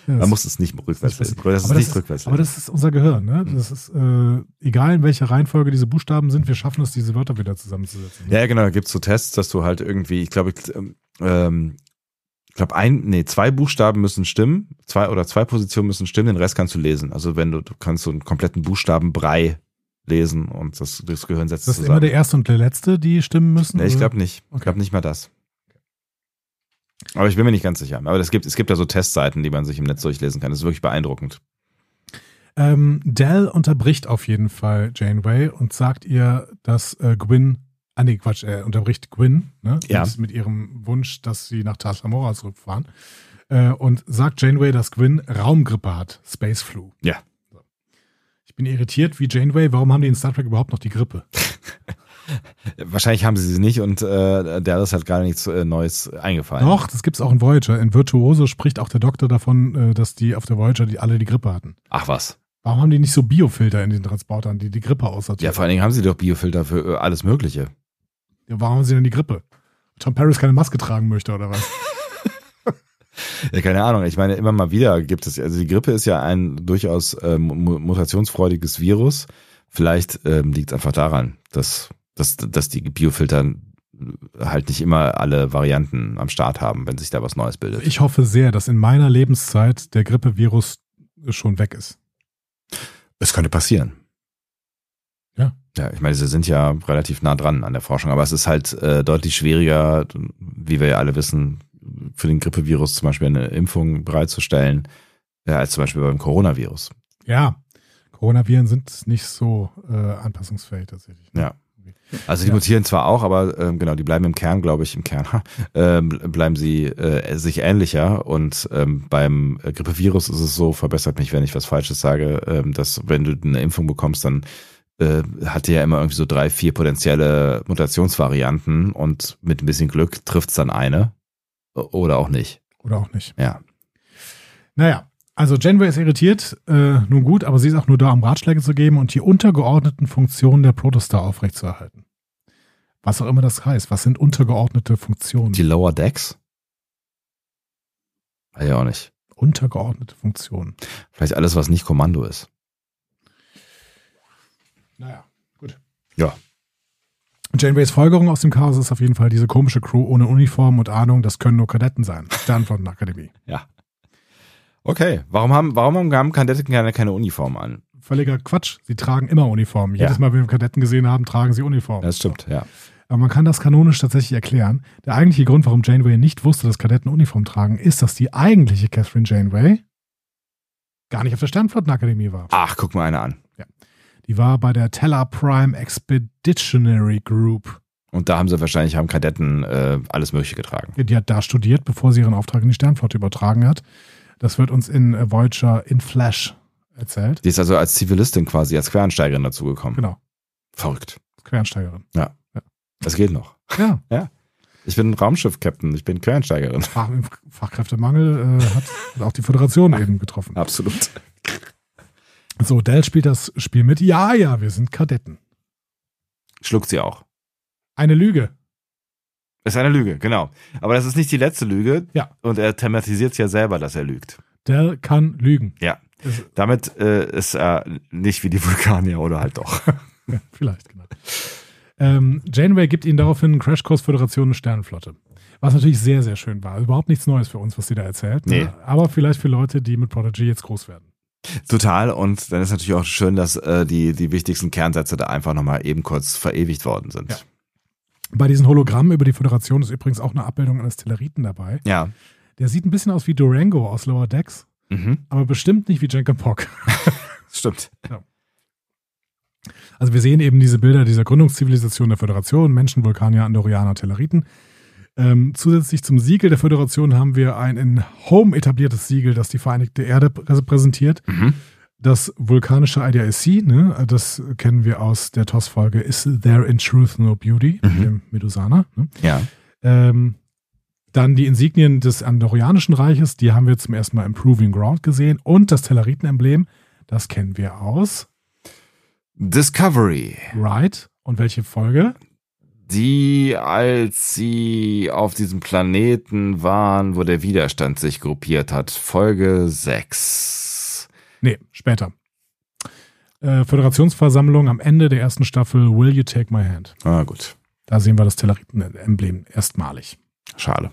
Ja, das-
Man muss es nicht rückwärts lesen. Das ist
Aber das
nicht
ist-
rückwärts
Aber
lesen.
das ist unser Gehirn, ne? Das ist, äh, egal in welcher Reihenfolge diese Buchstaben sind, wir schaffen es, diese Wörter wieder zusammenzusetzen.
Ja, ja, genau. Da gibt's so Tests, dass du halt irgendwie, ich glaube, ich, ähm, ich glaube, ein, nee, zwei Buchstaben müssen stimmen, zwei oder zwei Positionen müssen stimmen, den Rest kannst du lesen. Also wenn du, du kannst so einen kompletten Buchstabenbrei lesen und das, das Gehirn setzt
Ist das immer
zusammen.
der erste und der letzte, die stimmen müssen?
nee, ich
oder?
glaube nicht. Ich
Okay.
glaube nicht mal das. Aber ich bin mir nicht ganz sicher. Aber das gibt, es gibt da so Testseiten, die man sich im Netz durchlesen kann. Das ist wirklich beeindruckend.
Ähm, Dell unterbricht auf jeden Fall Janeway und sagt ihr, dass äh, Gwyn, ah nee, Quatsch, er unterbricht Gwyn, ne?
Ja.
Mit, mit ihrem Wunsch, dass sie nach Taslamora zurückfahren. Äh, und sagt Janeway, dass Gwyn Raumgrippe hat, Space Flu.
Ja.
So. Ich bin irritiert wie Janeway, warum haben die in Star Trek überhaupt noch die Grippe?
Wahrscheinlich haben sie sie nicht und äh, der ist halt gerade nichts äh, Neues eingefallen.
Doch, das gibt's auch in Voyager. In Virtuoso spricht auch der Doktor davon, äh, dass die auf der Voyager die alle die Grippe hatten.
Ach was.
Warum haben die nicht so Biofilter in den Transportern, die die Grippe
Ja,
aussortieren?
vor allen Dingen haben sie doch Biofilter für äh, alles Mögliche.
Ja, Warum haben sie denn die Grippe? Tom Paris keine Maske tragen möchte oder was?
Ja, keine Ahnung. Ich meine, immer mal wieder gibt es, also die Grippe ist ja ein durchaus ähm, mu- mutationsfreudiges Virus. Vielleicht ähm, liegt es einfach daran, dass, dass, dass die Biofilter halt nicht immer alle Varianten am Start haben, wenn sich da was Neues bildet.
Ich hoffe sehr, dass in meiner Lebenszeit der Grippevirus schon weg ist.
Es könnte passieren.
Ja.
Ja, ich meine, sie sind ja relativ nah dran an der Forschung, aber es ist halt äh, deutlich schwieriger, wie wir ja alle wissen, für den Grippevirus zum Beispiel eine Impfung bereitzustellen, äh, als zum Beispiel beim Coronavirus.
Ja, Coronaviren sind nicht so äh, anpassungsfähig tatsächlich. ne?
Ja. Also die
Ja.
mutieren zwar auch, aber ähm, genau, die bleiben im Kern, glaube ich, im Kern ähm, bleiben sie äh, sich ähnlicher. Und ähm, beim äh, Grippevirus ist es so, verbessert mich, wenn ich was Falsches sage, ähm, dass wenn du eine Impfung bekommst, dann äh, hat die ja immer irgendwie so drei, vier potenzielle Mutationsvarianten und mit ein bisschen Glück trifft's dann eine oder auch nicht.
Oder auch nicht.
Ja.
Naja, also Janeway ist irritiert, äh, nun gut, aber sie ist auch nur da, um Ratschläge zu geben und die untergeordneten Funktionen der Protostar aufrechtzuerhalten. Was auch immer das heißt. Was sind untergeordnete Funktionen?
Die Lower Decks? Weiß ja auch nicht.
untergeordnete Funktionen.
Vielleicht alles, was nicht Kommando ist.
Naja, gut.
Ja.
Janeways Folgerung aus dem Chaos ist auf jeden Fall diese komische Crew ohne Uniform und Ahnung, das können nur Kadetten sein. Sternflottenakademie.
Ja. Okay, warum haben, warum haben- haben Kadetten keine, keine Uniform an?
Völliger Quatsch. Sie tragen immer Uniformen.
Ja.
Jedes Mal, wenn wir Kadetten gesehen haben, tragen sie Uniformen.
Das stimmt, ja.
Aber man kann das kanonisch tatsächlich erklären. Der eigentliche Grund, warum Janeway nicht wusste, dass Kadetten Uniform tragen, ist, dass die eigentliche Catherine Janeway gar nicht auf der Sternflottenakademie war.
Ach, guck mal eine an.
Die war bei der Teller Prime Expeditionary Group.
Und da haben sie wahrscheinlich, haben Kadetten äh, alles Mögliche getragen.
Die hat da studiert, bevor sie ihren Auftrag in die Sternflotte übertragen hat. Das wird uns in äh, Voyager in Flash äh, erzählt.
Die ist also als Zivilistin quasi, als Quereinsteigerin dazugekommen.
Genau,
Verrückt.
Quereinsteigerin.
Das geht noch.
Ja,
Ich bin Raumschiff-Captain, ich bin Quereinsteigerin.
Fach, Fachkräftemangel äh, hat hat auch die Föderation eben getroffen.
Absolut.
So, Dell spielt das Spiel mit. Ja, ja, wir sind Kadetten.
Schluckt sie auch.
Eine Lüge.
Ist eine Lüge, genau. Aber das ist nicht die letzte Lüge.
Ja.
Und er thematisiert es ja selber, dass er lügt.
Dell kann lügen.
Ja.
Das-
Damit äh, ist er nicht wie die Vulkanier oder halt doch.
Ja, vielleicht, genau. Ähm, Janeway gibt ihnen daraufhin einen Crashkurs Föderation und Sternenflotte. Was natürlich sehr, sehr schön war. Überhaupt nichts Neues für uns, was sie da erzählt. ne?
Nee.
Aber vielleicht für Leute, die mit Prodigy jetzt groß werden.
Total. Und dann ist natürlich auch schön, dass äh, die, die wichtigsten Kernsätze da einfach nochmal eben kurz verewigt worden
Ja.
sind.
Bei diesen Hologrammen über die Föderation ist übrigens auch eine Abbildung eines Telleriten dabei.
Ja.
Der sieht ein bisschen aus wie Durango aus Lower Decks,
Mhm.
aber bestimmt nicht wie Jenkin Pock.
Stimmt.
Also wir sehen eben diese Bilder dieser Gründungszivilisation der Föderation, Menschen, Vulkanier, Andorianer, Telleriten. Ähm, zusätzlich zum Siegel der Föderation haben wir ein in Home etabliertes Siegel, das die Vereinigte Erde repräsentiert.
Mhm.
Das vulkanische IDIC, ne, das kennen wir aus der TOS-Folge Is There in Truth No Beauty,
Mhm.
mit dem Medusaner. Ne?
Ja.
Ähm, dann die Insignien des Andorianischen Reiches, die haben wir zum ersten Mal im Proving Ground gesehen. Und das Telleriten-Emblem, das kennen wir aus
Discovery.
Right. Und welche Folge?
Die, als sie auf diesem Planeten waren, wo der Widerstand sich gruppiert hat. Folge 6.
Nee, später. Äh, Föderationsversammlung am Ende der ersten Staffel Will You Take My Hand?
Ah, gut.
Da sehen wir das Telleriten-Emblem erstmalig.
Schade.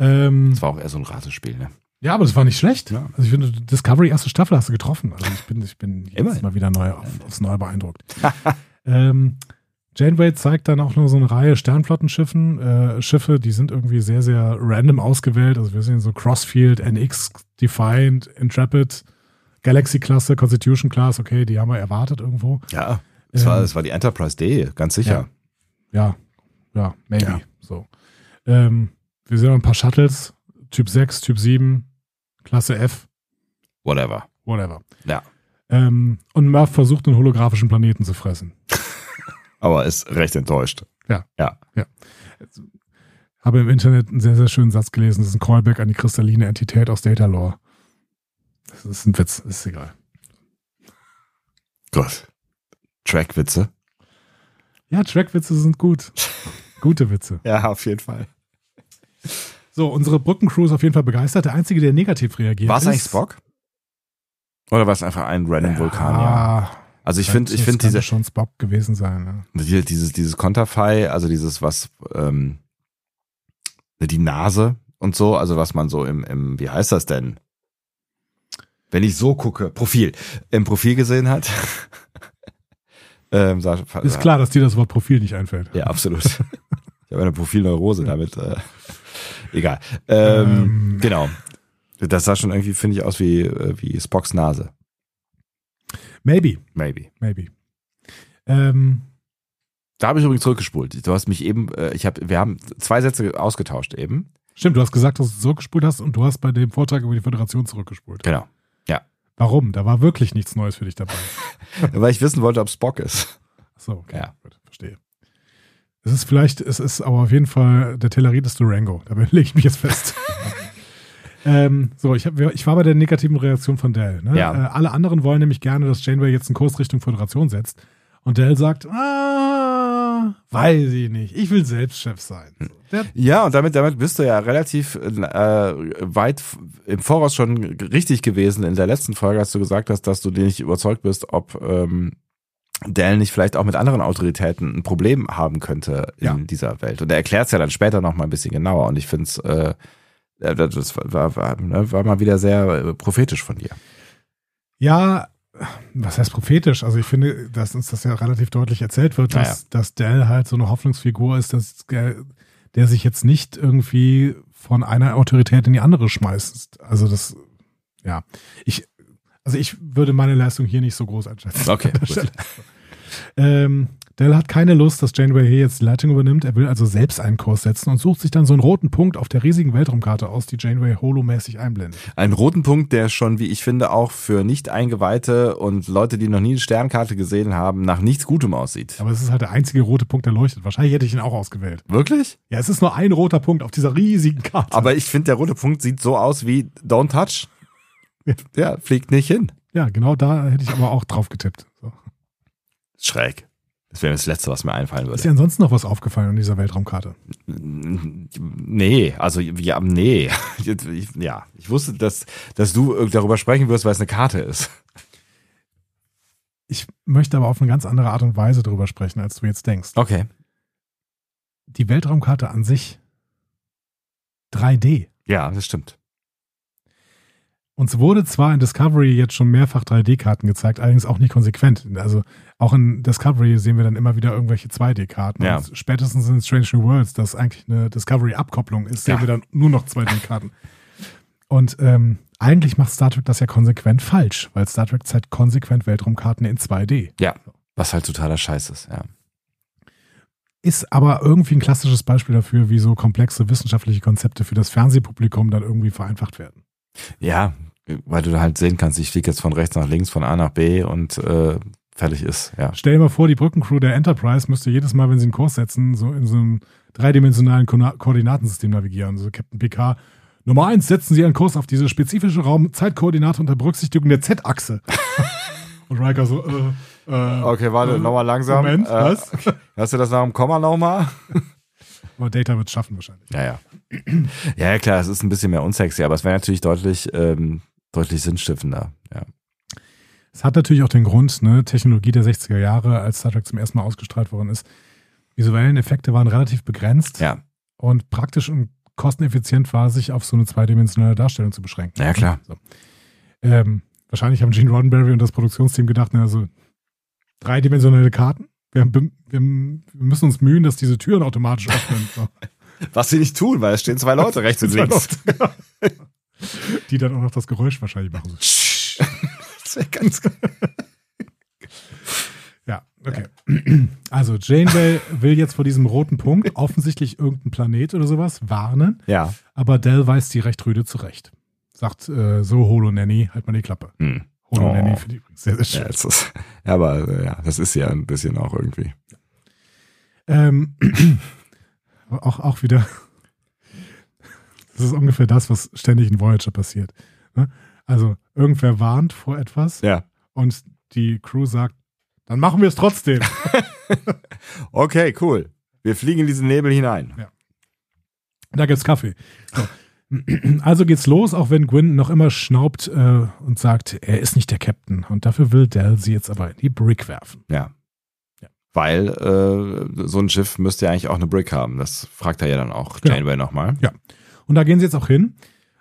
Ähm,
Das war auch eher so ein Ratespiel, ne?
ja, aber das war nicht schlecht.
Ja.
Also ich finde, Discovery erste Staffel hast du getroffen. Also ich bin, ich bin jetzt
Immerhin.
mal wieder neu auf, aufs Neue beeindruckt. ähm, Janeway zeigt dann auch noch so eine Reihe Sternflottenschiffen, äh, Schiffe, die sind irgendwie sehr, sehr random ausgewählt. Also wir sehen so Crossfield, NX, Defiant, Intrepid, Galaxy-Klasse, Constitution-Klasse, okay, die haben wir erwartet irgendwo.
Ja. Es war,
Ähm.
es war die Enterprise D, ganz sicher.
Ja, ja, maybe.
Ja.
So. Ähm, wir sehen noch ein paar Shuttles, Typ 6, Typ 7, Klasse F,
Whatever.
whatever.
Ja.
Ähm, und Murph versucht, einen holographischen Planeten zu fressen.
Aber ist recht enttäuscht.
Habe im Internet einen sehr, sehr schönen Satz gelesen. Das ist ein Callback an die kristalline Entität aus Data Lore. Das ist ein Witz, ist egal.
Gut. Trackwitze.
Ja, Trackwitze sind gut. Gute Witze.
Ja, auf jeden Fall.
So, unsere Brückencrew ist auf jeden Fall begeistert. Der Einzige, der negativ reagiert.
War es
ist-
eigentlich Spock? Oder war es einfach ein random Vulkanier?
Ah,
Also ich finde, ich
das
finde
kann
diese,
schon Spock gewesen sein. Ne?
die- dieses, dieses Konterfei, also dieses, was, ähm, die Nase und so, also was man so im, im, wie heißt das denn? Wenn ich so gucke, Profil, im Profil gesehen hat. ähm, sah,
Ist klar, dass dir das Wort Profil nicht einfällt.
Ja, absolut. ich habe eine Profilneurose damit. Äh, egal. Ähm,
Ähm.
Genau. Das sah schon irgendwie, finde ich, aus wie, äh, wie Spocks Nase.
Maybe,
Maybe.
maybe. Ähm,
Da habe ich übrigens zurückgespult. Du hast mich eben, äh, ich habe, wir haben zwei Sätze ausgetauscht eben.
stimmt, du hast gesagt, dass du zurückgespult hast und du hast bei dem Vortrag über die Föderation zurückgespult.
Genau.
Warum? Da war wirklich nichts Neues für dich dabei.
Weil ich wissen wollte, ob Spock ist.
Achso, okay.
Ja.
Gut, verstehe. Es ist vielleicht, es ist aber auf jeden Fall der Tellerit ist Durango. Dabei lege ich mich jetzt fest. ähm, so, ich, hab, ich war bei der negativen Reaktion von Dell. Ne?
Ja.
Äh, alle anderen wollen nämlich gerne, dass Janeway jetzt einen Kurs Richtung Föderation setzt. Und Dell sagt, ah, weiß ich nicht. Ich will selbst Chef sein.
Hm.
So, Der,
Ja, und damit, damit bist du ja relativ äh, weit f- im Voraus schon g- richtig gewesen in der letzten Folge, als du gesagt hast, dass du dir nicht überzeugt bist, ob ähm, Dell nicht vielleicht auch mit anderen Autoritäten ein Problem haben könnte in
Ja.
dieser Welt. Und er erklärt es ja dann später nochmal ein bisschen genauer. Und ich finde es, äh, äh, das war, war, war, ne, war mal wieder sehr äh, prophetisch von dir.
Ja, was heißt prophetisch? Also ich finde, dass uns das ja relativ deutlich erzählt wird, dass,
Naja.
dass Dell halt so eine Hoffnungsfigur ist, dass der, der sich jetzt nicht irgendwie von einer Autorität in die andere schmeißt. Also das, ja, ich, also ich würde meine Leistung hier nicht so groß einschätzen.
Okay,
An der
gut.
Stelle. Ähm, Dell hat keine Lust, dass Janeway hier jetzt die Leitung übernimmt. Er will also selbst einen Kurs setzen und sucht sich dann so einen roten Punkt auf der riesigen Weltraumkarte aus, die Janeway holomäßig einblendet.
Einen roten Punkt, der schon, wie ich finde, auch für Nicht-Eingeweihte und Leute, die noch nie eine Sternkarte gesehen haben, nach nichts Gutem aussieht.
Aber es ist halt der einzige rote Punkt, der leuchtet. Wahrscheinlich hätte ich ihn auch ausgewählt.
Wirklich?
Ja, es ist nur ein roter Punkt auf dieser riesigen Karte.
Aber ich finde, der rote Punkt sieht so aus wie Don't Touch. Ja, fliegt nicht hin.
ja, genau da hätte ich aber auch drauf getippt. So.
Schräg. Das wäre das Letzte, was mir einfallen
Ist
würde.
dir ansonsten noch was aufgefallen an dieser Weltraumkarte?
Nee, also ja, nee. Jetzt, ich- Ja, ich wusste, dass, dass du äh, darüber sprechen wirst, weil es eine Karte ist.
Ich möchte aber auf eine ganz andere Art und Weise drüber sprechen, als du jetzt denkst.
Okay.
Die Weltraumkarte an sich 3D.
Ja, das stimmt.
Uns wurde zwar in Discovery jetzt schon mehrfach 3D-Karten gezeigt, allerdings auch nicht konsequent. Also auch in Discovery sehen wir dann immer wieder irgendwelche 2D-Karten.
Ja.
Und Spätestens in Strange New Worlds, das eigentlich eine Discovery-Abkopplung ist, sehen
Ja.
wir dann nur noch 2D-Karten. Und ähm, eigentlich macht Star Trek das ja konsequent falsch, weil Star Trek zeigt konsequent Weltraumkarten in 2D.
Ja. Was halt totaler Scheiß ist, ja.
Ist aber irgendwie ein klassisches Beispiel dafür, wie so komplexe wissenschaftliche Konzepte für das Fernsehpublikum dann irgendwie vereinfacht werden.
Ja, weil du da halt sehen kannst, ich fliege jetzt von rechts nach links, von A nach B und äh, fertig ist, ja.
Stell dir mal vor, die Brückencrew der Enterprise müsste jedes Mal, wenn sie einen Kurs setzen, so in so einem dreidimensionalen Ko Koordinatensystem navigieren. So Captain Picard. Nummer eins, setzen Sie einen Kurs auf diese spezifische Raum-Zeitkoordinate unter Berücksichtigung der Z-Achse. Und Riker so, äh, äh,
Okay, warte,
äh,
nochmal Oh, langsam.
Moment,
Äh,
was?
Hast du das nach dem Komma nochmal?
Aber Data wird es schaffen wahrscheinlich.
Ja, ja. Ja, ja, klar, es ist ein bisschen mehr unsexy, aber es wäre natürlich deutlich, ähm, deutlich sinnstiftender. Ja.
Es hat natürlich auch den Grund, ne, Technologie der 60er Jahre, als Star Trek zum ersten Mal ausgestrahlt worden ist. Visuellen Effekte waren relativ begrenzt
ja,
und praktisch und kosteneffizient war, sich auf so eine zweidimensionale Darstellung zu beschränken.
ja, klar.
So. Ähm, wahrscheinlich haben Gene Roddenberry und das Produktionsteam gedacht, na, also dreidimensionale Karten. Wir, haben- wir, wir müssen uns mühen, dass diese Türen automatisch öffnen. So.
Was sie nicht tun, weil es stehen zwei Leute rechts und
Zwei
links.
Leute. Die dann auch noch das Geräusch wahrscheinlich machen.
Das wäre ganz
Ja, okay. Also Janeway will jetzt vor diesem roten Punkt offensichtlich irgendeinen Planet oder sowas warnen,
Ja.
aber Dell weist sie recht rüde zurecht. Sagt äh, so Holo Nanny, halt mal die Klappe.
Hm.
Holo Nanny
Oh.
finde ich übrigens sehr, sehr schön.
ja es ist, ja, aber äh, ja, das ist ja ein bisschen auch irgendwie.
Ähm, auch, auch wieder. Das ist ungefähr das, was ständig in Voyager passiert. ne? Also, irgendwer warnt vor etwas
Ja.
und die Crew sagt, dann machen wir es trotzdem.
Okay, cool. Wir fliegen in diesen Nebel hinein.
Da gibt's Kaffee. So. Also geht's los, auch wenn Gwyn noch immer schnaubt äh, und sagt, er ist nicht der Captain. Und dafür will Dell sie jetzt aber in die Brick werfen.
Ja. Weil äh, so ein Schiff müsste ja eigentlich auch eine Brick haben. Das fragt er ja dann auch
Genau.
Janeway nochmal.
Und da gehen sie jetzt auch hin.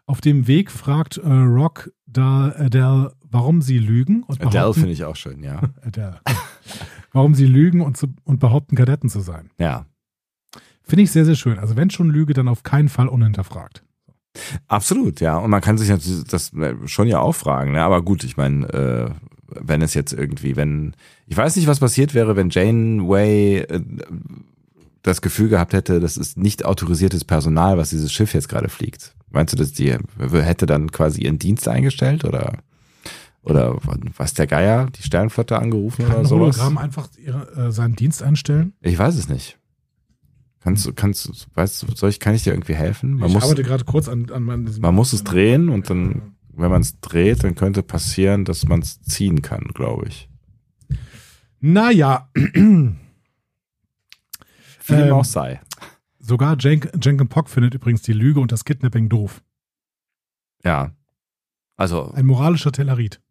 Auf dem Weg fragt äh, Rock da Adele, warum sie lügen. Und
Adele
behaupten-
finde ich auch schön, ja.
Adele. Warum sie lügen und, zu, und behaupten, Kadetten zu sein.
ja.
Finde ich sehr, sehr schön. Also wenn schon Lüge, dann auf keinen Fall unhinterfragt.
Absolut, ja. Und man kann sich natürlich das äh, schon ja auch fragen, ne? aber gut, ich meine, äh, wenn es jetzt irgendwie, wenn, ich weiß nicht, was passiert wäre, wenn Janeway äh, das Gefühl gehabt hätte, das ist nicht autorisiertes Personal, was dieses Schiff jetzt gerade fliegt. Meinst du, dass die hätte dann quasi ihren Dienst eingestellt oder oder was der Geier, die Sternflotte angerufen
Kann
oder
ein
sowas?
Hologramm einfach ihre, äh, seinen Dienst einstellen?
Ich weiß es nicht. Kannst du, kannst du, weißt du, soll ich, kann ich dir irgendwie helfen? Man
ich
muss,
arbeite gerade kurz an, an meinem...
man muss es drehen und dann, wenn man es dreht, dann könnte passieren, dass man es ziehen kann, glaube ich.
Naja,
Wie
Ähm.
dem auch sei.
sogar Jenk, Jenkin Pock findet übrigens die Lüge und das Kidnapping doof.
Ja. Also,
Ein moralischer Tellerit.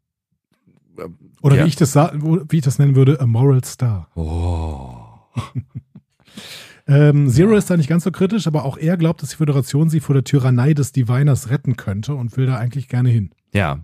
Oder
Ja.
wie, ich das, sa- wo- wie ich das nennen würde, a moral star.
oh.
Ähm, Zero ist da nicht ganz so kritisch, aber auch er glaubt, dass die Föderation sie vor der Tyrannei des Diviners retten könnte und will da eigentlich gerne hin.
Ja.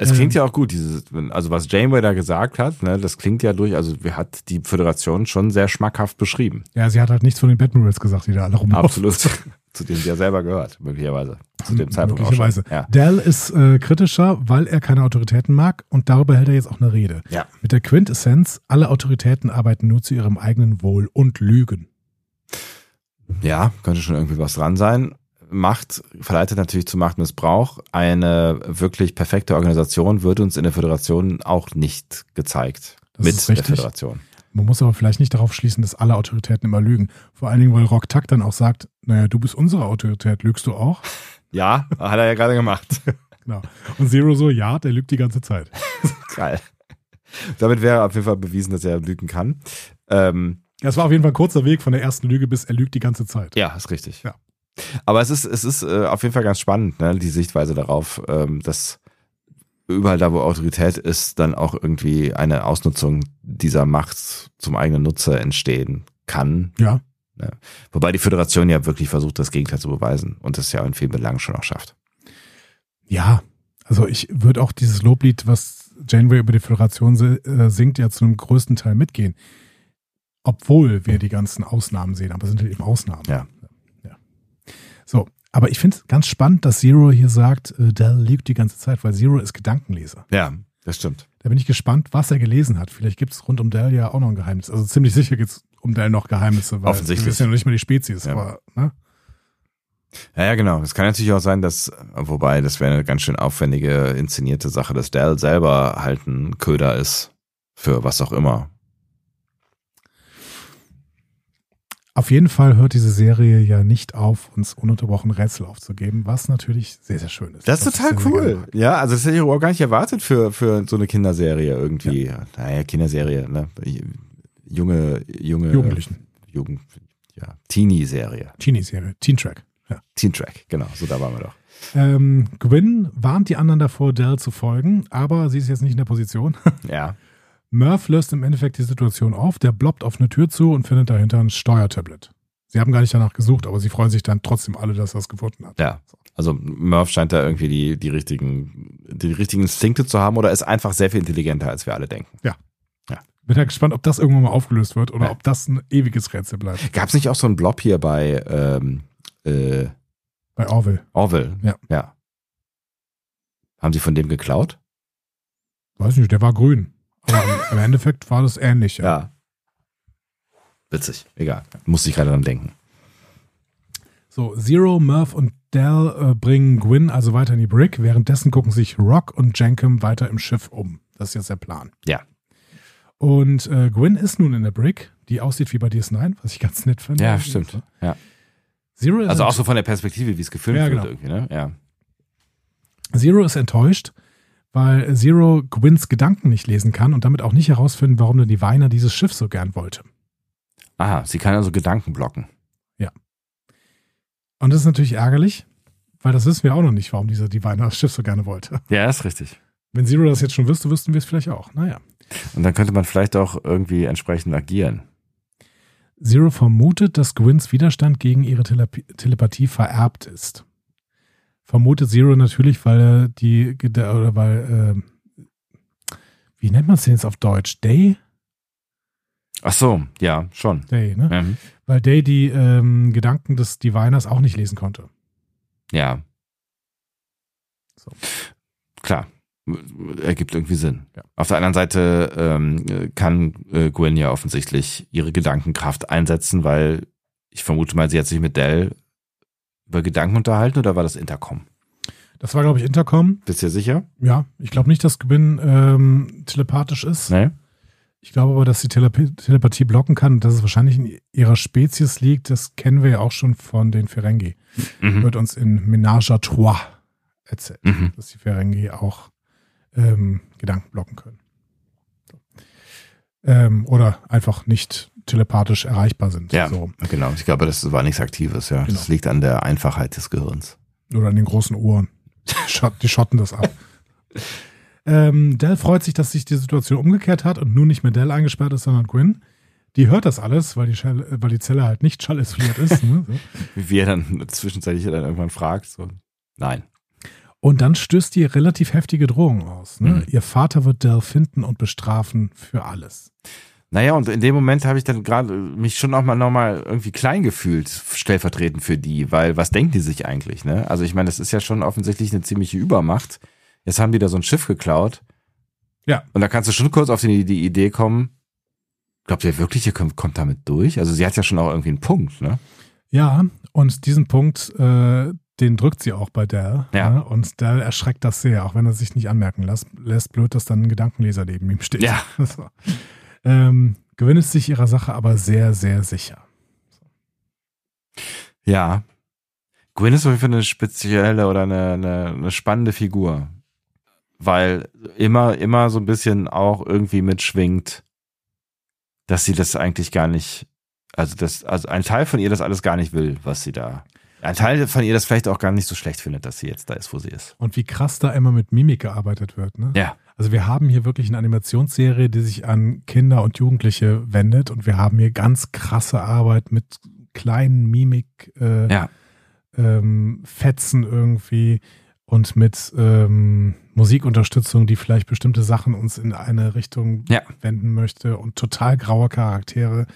Es
Ähm.
klingt ja auch gut, dieses, also was Janeway da gesagt hat, ne, das klingt ja durch, also wir hat die Föderation schon sehr schmackhaft beschrieben.
Ja, sie hat halt nichts von den Batmirals gesagt, die da alle rumlaufen.
Absolut. zu dem sie ja selber gehört, möglicherweise. Zu dem Zeitpunkt auch schon.
möglicherweise.
Ja.
Dell ist äh, kritischer, weil er keine Autoritäten mag und darüber hält er jetzt auch eine Rede.
Ja.
Mit der Quintessenz, alle Autoritäten arbeiten nur zu ihrem eigenen Wohl und lügen.
ja, könnte schon irgendwie was dran sein. Macht verleitet natürlich zu Machtmissbrauch. Eine wirklich perfekte Organisation wird uns in der Föderation auch nicht gezeigt.
Das
mit
ist
der
richtig.
Föderation.
Man muss aber vielleicht nicht darauf schließen, dass alle Autoritäten immer lügen. Vor allen Dingen, weil Rock Tuck dann auch sagt, naja, du bist unsere Autorität, lügst du auch?
Ja, hat er ja gerade gemacht.
Genau. Und Zero so, ja, der lügt die ganze Zeit.
Geil. Damit wäre auf jeden Fall bewiesen, dass er lügen kann. Ähm,
Das war auf jeden Fall ein kurzer Weg von der ersten Lüge bis er lügt die ganze Zeit.
ja, ist richtig.
Ja.
Aber es ist, es ist äh, auf jeden Fall ganz spannend, ne, die Sichtweise darauf, ähm, dass überall da, wo Autorität ist, dann auch irgendwie eine Ausnutzung dieser Macht zum eigenen Nutze entstehen kann.
Ja,
Wobei die Föderation ja wirklich versucht, das Gegenteil zu beweisen und das ja in vielen Belangen schon auch schafft.
ja. Also ich würde auch dieses Loblied, was Janeway über die Föderation si- äh, singt, ja zu einem größten Teil mitgehen. Obwohl wir die ganzen Ausnahmen sehen, aber es sind halt eben Ausnahmen.
Ja.
ja. So, aber ich finde es ganz spannend, dass Zero hier sagt, äh, der lügt die ganze Zeit, weil Zero ist Gedankenleser.
Ja, das stimmt.
Da bin ich gespannt, was er gelesen hat. Vielleicht gibt es rund um Dell ja auch noch ein Geheimnis. Also ziemlich sicher gibt es um Dell noch Geheimnisse, weil
Offensichtlich.
wir wissen ja noch nicht mal die Spezies.
Ja.
Aber, ne?
Ja, ja, genau. Es kann natürlich auch sein, dass, wobei, das wäre eine ganz schön aufwendige, inszenierte Sache, dass Dell selber halt ein Köder ist für was auch immer.
Auf jeden Fall hört diese Serie ja nicht auf, uns ununterbrochen Rätsel aufzugeben, was natürlich sehr, sehr schön ist.
Das
Was
ist total
ich sehr, sehr gerne
cool.
mag.
Ja, also das hätte ich überhaupt gar nicht erwartet für, für so eine Kinderserie irgendwie. Ja. Naja, Kinderserie, ne? Junge, junge.
Jugendlichen.
Jugend, ja. Teenie-Serie.
Teenie-Serie, Teen Track. Ja.
Teen Track, genau. So, da waren wir doch.
Ähm, Gwyn warnt die anderen davor, Dell zu folgen, aber sie ist jetzt nicht in der Position.
Ja.
Murph löst im Endeffekt die Situation auf, der bloppt auf eine Tür zu und findet dahinter ein Steuertablett. Sie haben gar nicht danach gesucht, aber sie freuen sich dann trotzdem alle, dass er es gefunden hat.
Ja. Also Murph scheint da irgendwie die, die richtigen, die richtigen Instinkte zu haben oder ist einfach sehr viel intelligenter, als wir alle denken.
Bin ja gespannt, ob das irgendwann mal aufgelöst wird oder
Ja.
ob das ein ewiges Rätsel bleibt
Gab es nicht auch so einen Blob hier bei ähm, äh,
bei Orwell.
Orwell?
Ja.
ja. Haben sie von dem geklaut?
Weiß nicht, der war grün. Aber im- im Endeffekt war das ähnlich. ja.
Witzig. Egal. Musste ich gerade dran denken.
So, Zero, Murph und Dell äh, bringen Gwyn also weiter in die Brick. Währenddessen gucken sich Rock und Jenkem weiter im Schiff um. Das ist jetzt der Plan.
Ja.
Und äh, Gwyn ist nun in der Brick, die aussieht wie bei DS9, was ich ganz nett finde.
Ja, stimmt. Ja.
Zero ist,
Also auch so von der Perspektive, wie es gefilmt
Ja,
wird
genau.
irgendwie, ne? Ja.
Zero ist enttäuscht, weil Zero Gwyns Gedanken nicht lesen kann und damit auch nicht herausfinden, warum der Diviner dieses Schiff so gern wollte.
Aha, sie kann also Gedanken blocken.
Und das ist natürlich ärgerlich, weil das wissen wir auch noch nicht, warum dieser Diviner das Schiff so gerne wollte.
Ja, ist richtig.
Wenn Zero das jetzt schon wüsste, wüssten wir es vielleicht auch. Naja.
Und dann könnte man vielleicht auch irgendwie entsprechend agieren.
Zero vermutet, dass Gwyns Widerstand gegen ihre Telep Telepathie vererbt ist. Vermutet Zero natürlich, weil er die Geda- oder weil äh, wie nennt man es denn jetzt auf Deutsch? Day?
Ach so, ja, schon.
Day, ne?
Mhm.
Weil Day die ähm, Gedanken des Diviners auch nicht lesen konnte.
Ja.
So.
Klar. Ergibt irgendwie Sinn.
Ja.
Auf der anderen Seite ähm, kann äh, Gwen ja offensichtlich ihre Gedankenkraft einsetzen, weil ich vermute mal, sie hat sich mit Dell über Gedanken unterhalten oder war das Intercom?
Das war, glaube ich, Intercom.
Bist du dir sicher?
Ja, ich glaube nicht, dass Gwyn ähm, telepathisch ist.
Nee?
Ich glaube aber, dass sie Telep Telepathie blocken kann und dass es wahrscheinlich in ihrer Spezies liegt. Das kennen wir ja auch schon von den Ferengi.
Mhm.
Wird uns in Menage à Trois erzählt,
Mhm.
dass die Ferengi auch ähm, Gedanken blocken können. Ähm, oder einfach nicht telepathisch erreichbar sind.
Ja,
So.
genau. Ich glaube, das war nichts Aktives, ja.
Genau.
Das liegt an der Einfachheit des Gehirns.
Oder an den großen Ohren. Die schot- Die schotten das ab. ähm, Dell freut sich, dass sich die Situation umgekehrt hat und nun nicht mehr Dell eingesperrt ist, sondern Quinn. Die hört das alles, weil die, Schall, äh, weil die Zelle halt nicht schallisoliert ist. Ne? So.
Wie er dann zwischenzeitlich dann irgendwann fragt, so, nein.
Und dann stößt die relativ heftige Drohung aus. Ne?
Mhm.
Ihr Vater wird Dell finden und bestrafen für alles.
Naja, und in dem Moment habe ich dann gerade äh, mich schon auch mal nochmal irgendwie klein gefühlt, stellvertretend für die, weil was denken die sich eigentlich, ne? Also ich meine, das ist ja schon offensichtlich eine ziemliche Übermacht. Jetzt haben die da so ein Schiff geklaut.
Ja.
Und da kannst du schon kurz auf die, die Idee kommen, glaubt ihr wirklich, ihr kommt, kommt damit durch? Also sie hat ja schon auch irgendwie einen Punkt, ne?
Ja, und diesen Punkt, äh, den drückt sie auch bei der.
Ja.
ne? Und der erschreckt das sehr, auch wenn er sich nicht anmerken lässt. Lässt blöd, dass dann ein Gedankenleser neben ihm steht.
Ja.
So. Ähm, gewinnt sich ihrer Sache aber sehr, sehr sicher.
Ja. Gwen ist auf jeden Fall eine spezielle oder eine, eine, eine spannende Figur. Weil immer, immer so ein bisschen auch irgendwie mitschwingt, dass sie das eigentlich gar nicht, also das, also ein Teil von ihr das alles gar nicht will, was sie da. Ein Teil von ihr das vielleicht auch gar nicht so schlecht findet, dass sie jetzt da ist, wo sie ist.
Und wie krass da immer mit Mimik gearbeitet wird. Ne?
Ja.
Also wir haben hier wirklich eine Animationsserie, die sich an Kinder und Jugendliche wendet. Und wir haben hier ganz krasse Arbeit mit kleinen Mimik. Äh,
Ja.
ähm, Fetzen irgendwie und mit ähm, Musikunterstützung, die vielleicht bestimmte Sachen uns in eine Richtung
Ja.
wenden möchte und total graue Charaktere.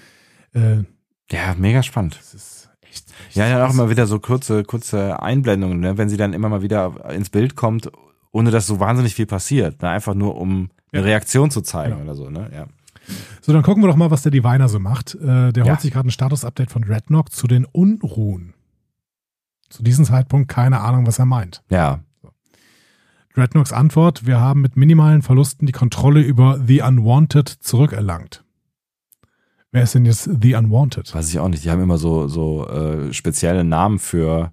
Äh,
Ja, mega spannend.
das ist echt. echt
Ja, dann auch
krass.
immer wieder so kurze, kurze Einblendungen, ne? wenn sie dann immer mal wieder ins Bild kommt, ohne dass so wahnsinnig viel passiert. Ne? Einfach nur, um eine
Ja.
Reaktion zu zeigen
Genau.
oder so. Ne? Ja.
So, dann gucken wir doch mal, was der Diviner so macht. Äh, der
Ja.
holt sich gerade ein Status-Update von Rednock zu den Unruhen. Zu diesem Zeitpunkt keine Ahnung, was er meint.
ja.
Dreadnoks Antwort, wir haben mit minimalen Verlusten die Kontrolle über The Unwanted zurückerlangt. Wer ist denn jetzt The Unwanted?
Weiß ich auch nicht. Die haben immer so, so äh, spezielle Namen für.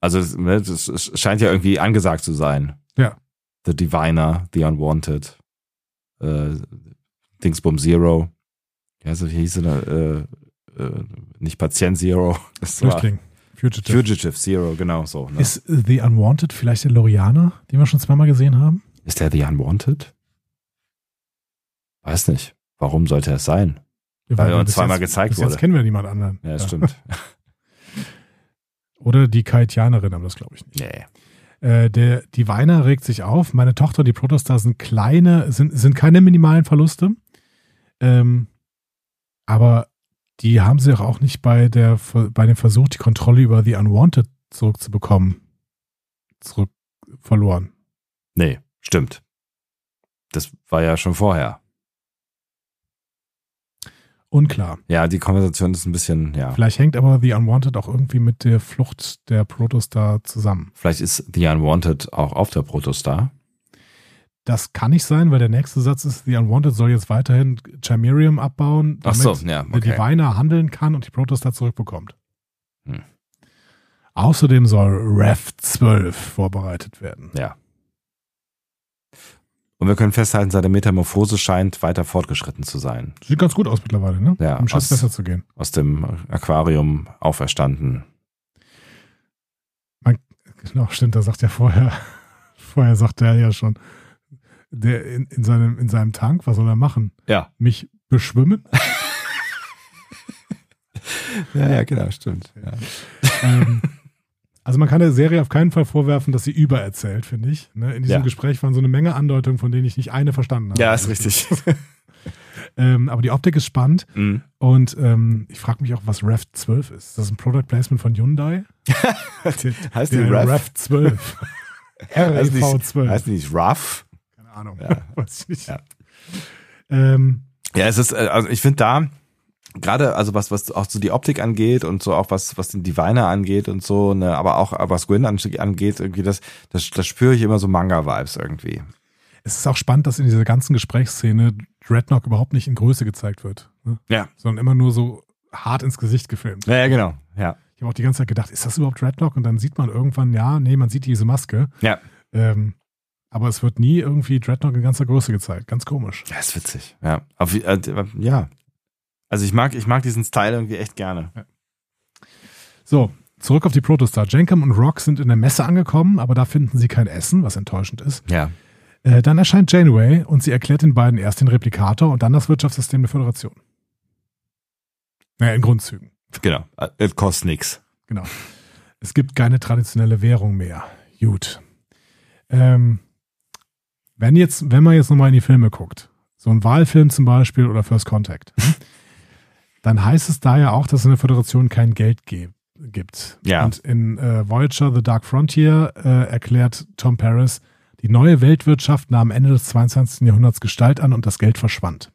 Also, es- ne, das, es scheint ja irgendwie angesagt zu sein.
Ja.
The Diviner, The Unwanted, äh, Dingsbum Zero. Ja, so wie hieß sie da? Äh, äh, nicht Patient Zero. Das war
Flüchtling. Fugitive.
Fugitive Zero, genau so. Ne?
Ist The Unwanted vielleicht der Lorianer, den wir schon zweimal gesehen haben?
Ist der The Unwanted? Weiß nicht. Warum sollte es sein? Weil er uns
bis
zweimal
jetzt,
gezeigt
bis
wurde.
Jetzt kennen wir niemand anderen.
Ja, stimmt.
Oder die Kaitianerin, aber das glaube ich nicht.
Nee.
Äh, der Diviner regt sich auf. Meine Tochter, die Protostar sind kleine, sind, sind keine minimalen Verluste. Ähm, aber die haben sie doch auch nicht bei, der, bei dem Versuch, die Kontrolle über The Unwanted zurückzubekommen, zurück verloren.
Nee, stimmt. Das war ja schon vorher.
Unklar.
Ja, die Konversation ist ein bisschen, ja.
Vielleicht hängt aber The Unwanted auch irgendwie mit der Flucht der Protostar zusammen.
Vielleicht ist The Unwanted auch auf der Protostar.
Das kann nicht sein, weil der nächste Satz ist, The Unwanted soll jetzt weiterhin Chimerium abbauen,
Ach
damit
so, ja,
der
okay.
Diviner handeln kann und die Protostar zurückbekommt.
Hm.
Außerdem soll Rev 12 vorbereitet werden.
Ja. Und wir können festhalten, seine Metamorphose scheint weiter fortgeschritten zu sein.
Sieht ganz gut aus mittlerweile, ne?
Ja,
Im Schiff
aus-
besser zu gehen.
Aus dem Aquarium auferstanden.
Genau, stimmt, da sagt er vorher, vorher sagt er ja schon, der in, in, seinem, in seinem Tank, was soll er machen?
Ja.
Mich beschwimmen?
Ja, ja, genau, stimmt. Ja.
ähm, also man kann der Serie auf keinen Fall vorwerfen, dass sie übererzählt, finde ich. Ne? In diesem
Ja.
Gespräch waren so eine Menge Andeutungen, von denen ich nicht eine verstanden habe.
Ja, ist richtig.
Ähm, aber die Optik ist spannend.
Mhm.
Und ähm, ich frage mich auch, was RAV 12 ist. Ist das ein Product Placement von Hyundai?
heißt die
Der
Rev?
RAV 12.
Heißt die
RAV
nicht-
12.
Heißt die nicht Rough?
Keine Ahnung.
Ja.
Weiß ich nicht.
Ja.
Ähm,
Ja, es ist, äh, also ich finde da, gerade, also was, was auch so die Optik angeht und so auch was, was den Diviner angeht und so, ne, aber auch äh, was Gwen an- angeht, irgendwie, das, das, das spüre ich immer so Manga-Vibes irgendwie.
es ist auch spannend, dass in dieser ganzen Gesprächsszene Dreadnought überhaupt nicht in Größe gezeigt wird. Ne?
Ja.
Sondern immer nur so hart ins Gesicht gefilmt.
Ja, ja, genau. Ja.
Ich habe auch die ganze Zeit gedacht, ist das überhaupt Dreadnought? Und dann sieht man irgendwann, ja, nee, man sieht diese Maske.
Ja.
Ähm, aber es wird nie irgendwie Dreadnought in ganzer Größe gezeigt. Ganz komisch.
Ja, ist witzig. Ja. Auf, wie- äh, d- ja. Also ich mag, ich mag diesen Style irgendwie echt gerne.
So, zurück auf die Protostar. Jenkem und Rock sind in der Messe angekommen, aber da finden sie kein Essen, was enttäuschend ist.
Ja.
Äh, dann erscheint Janeway und sie erklärt den beiden erst den Replikator und dann das Wirtschaftssystem der Föderation. Naja, in Grundzügen.
Genau. Äh, Es kostet nix.
Genau. Es gibt keine traditionelle Währung mehr. Gut. Ähm, wenn jetzt, wenn man jetzt nochmal in die Filme guckt, so ein Wahlfilm zum Beispiel oder First Contact, dann heißt es da ja auch, dass es in der Föderation kein Geld ge- gibt.
Ja.
Und in äh, Voyager The Dark Frontier äh, erklärt Tom Paris, die neue Weltwirtschaft nahm Ende des 22. Jahrhunderts Gestalt an und das Geld verschwand.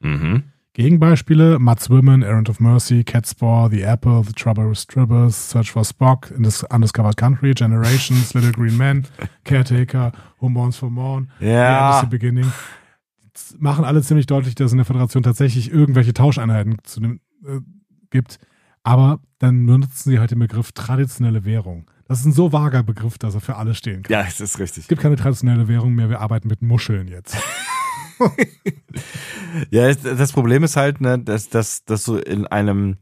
Mhm.
Gegenbeispiele: Mats Women, Errand of Mercy, Catspaw, The Apple, The Trouble with Strippers, Search for Spock, In this Undiscovered Country, Generations, Little Green Man, Caretaker, Who Mourns for Morn, The End is the Beginning. Das machen alle ziemlich deutlich, dass es in der Föderation tatsächlich irgendwelche Tauscheinheiten zu dem, äh, gibt. Aber dann benutzen sie halt den Begriff traditionelle Währung. Das ist ein so vager Begriff, dass er für alle stehen kann.
Ja, es ist richtig.
Es gibt keine traditionelle Währung mehr, wir arbeiten mit Muscheln jetzt.
Ja, es- das Problem ist halt, ne, dass, dass, dass du in einem,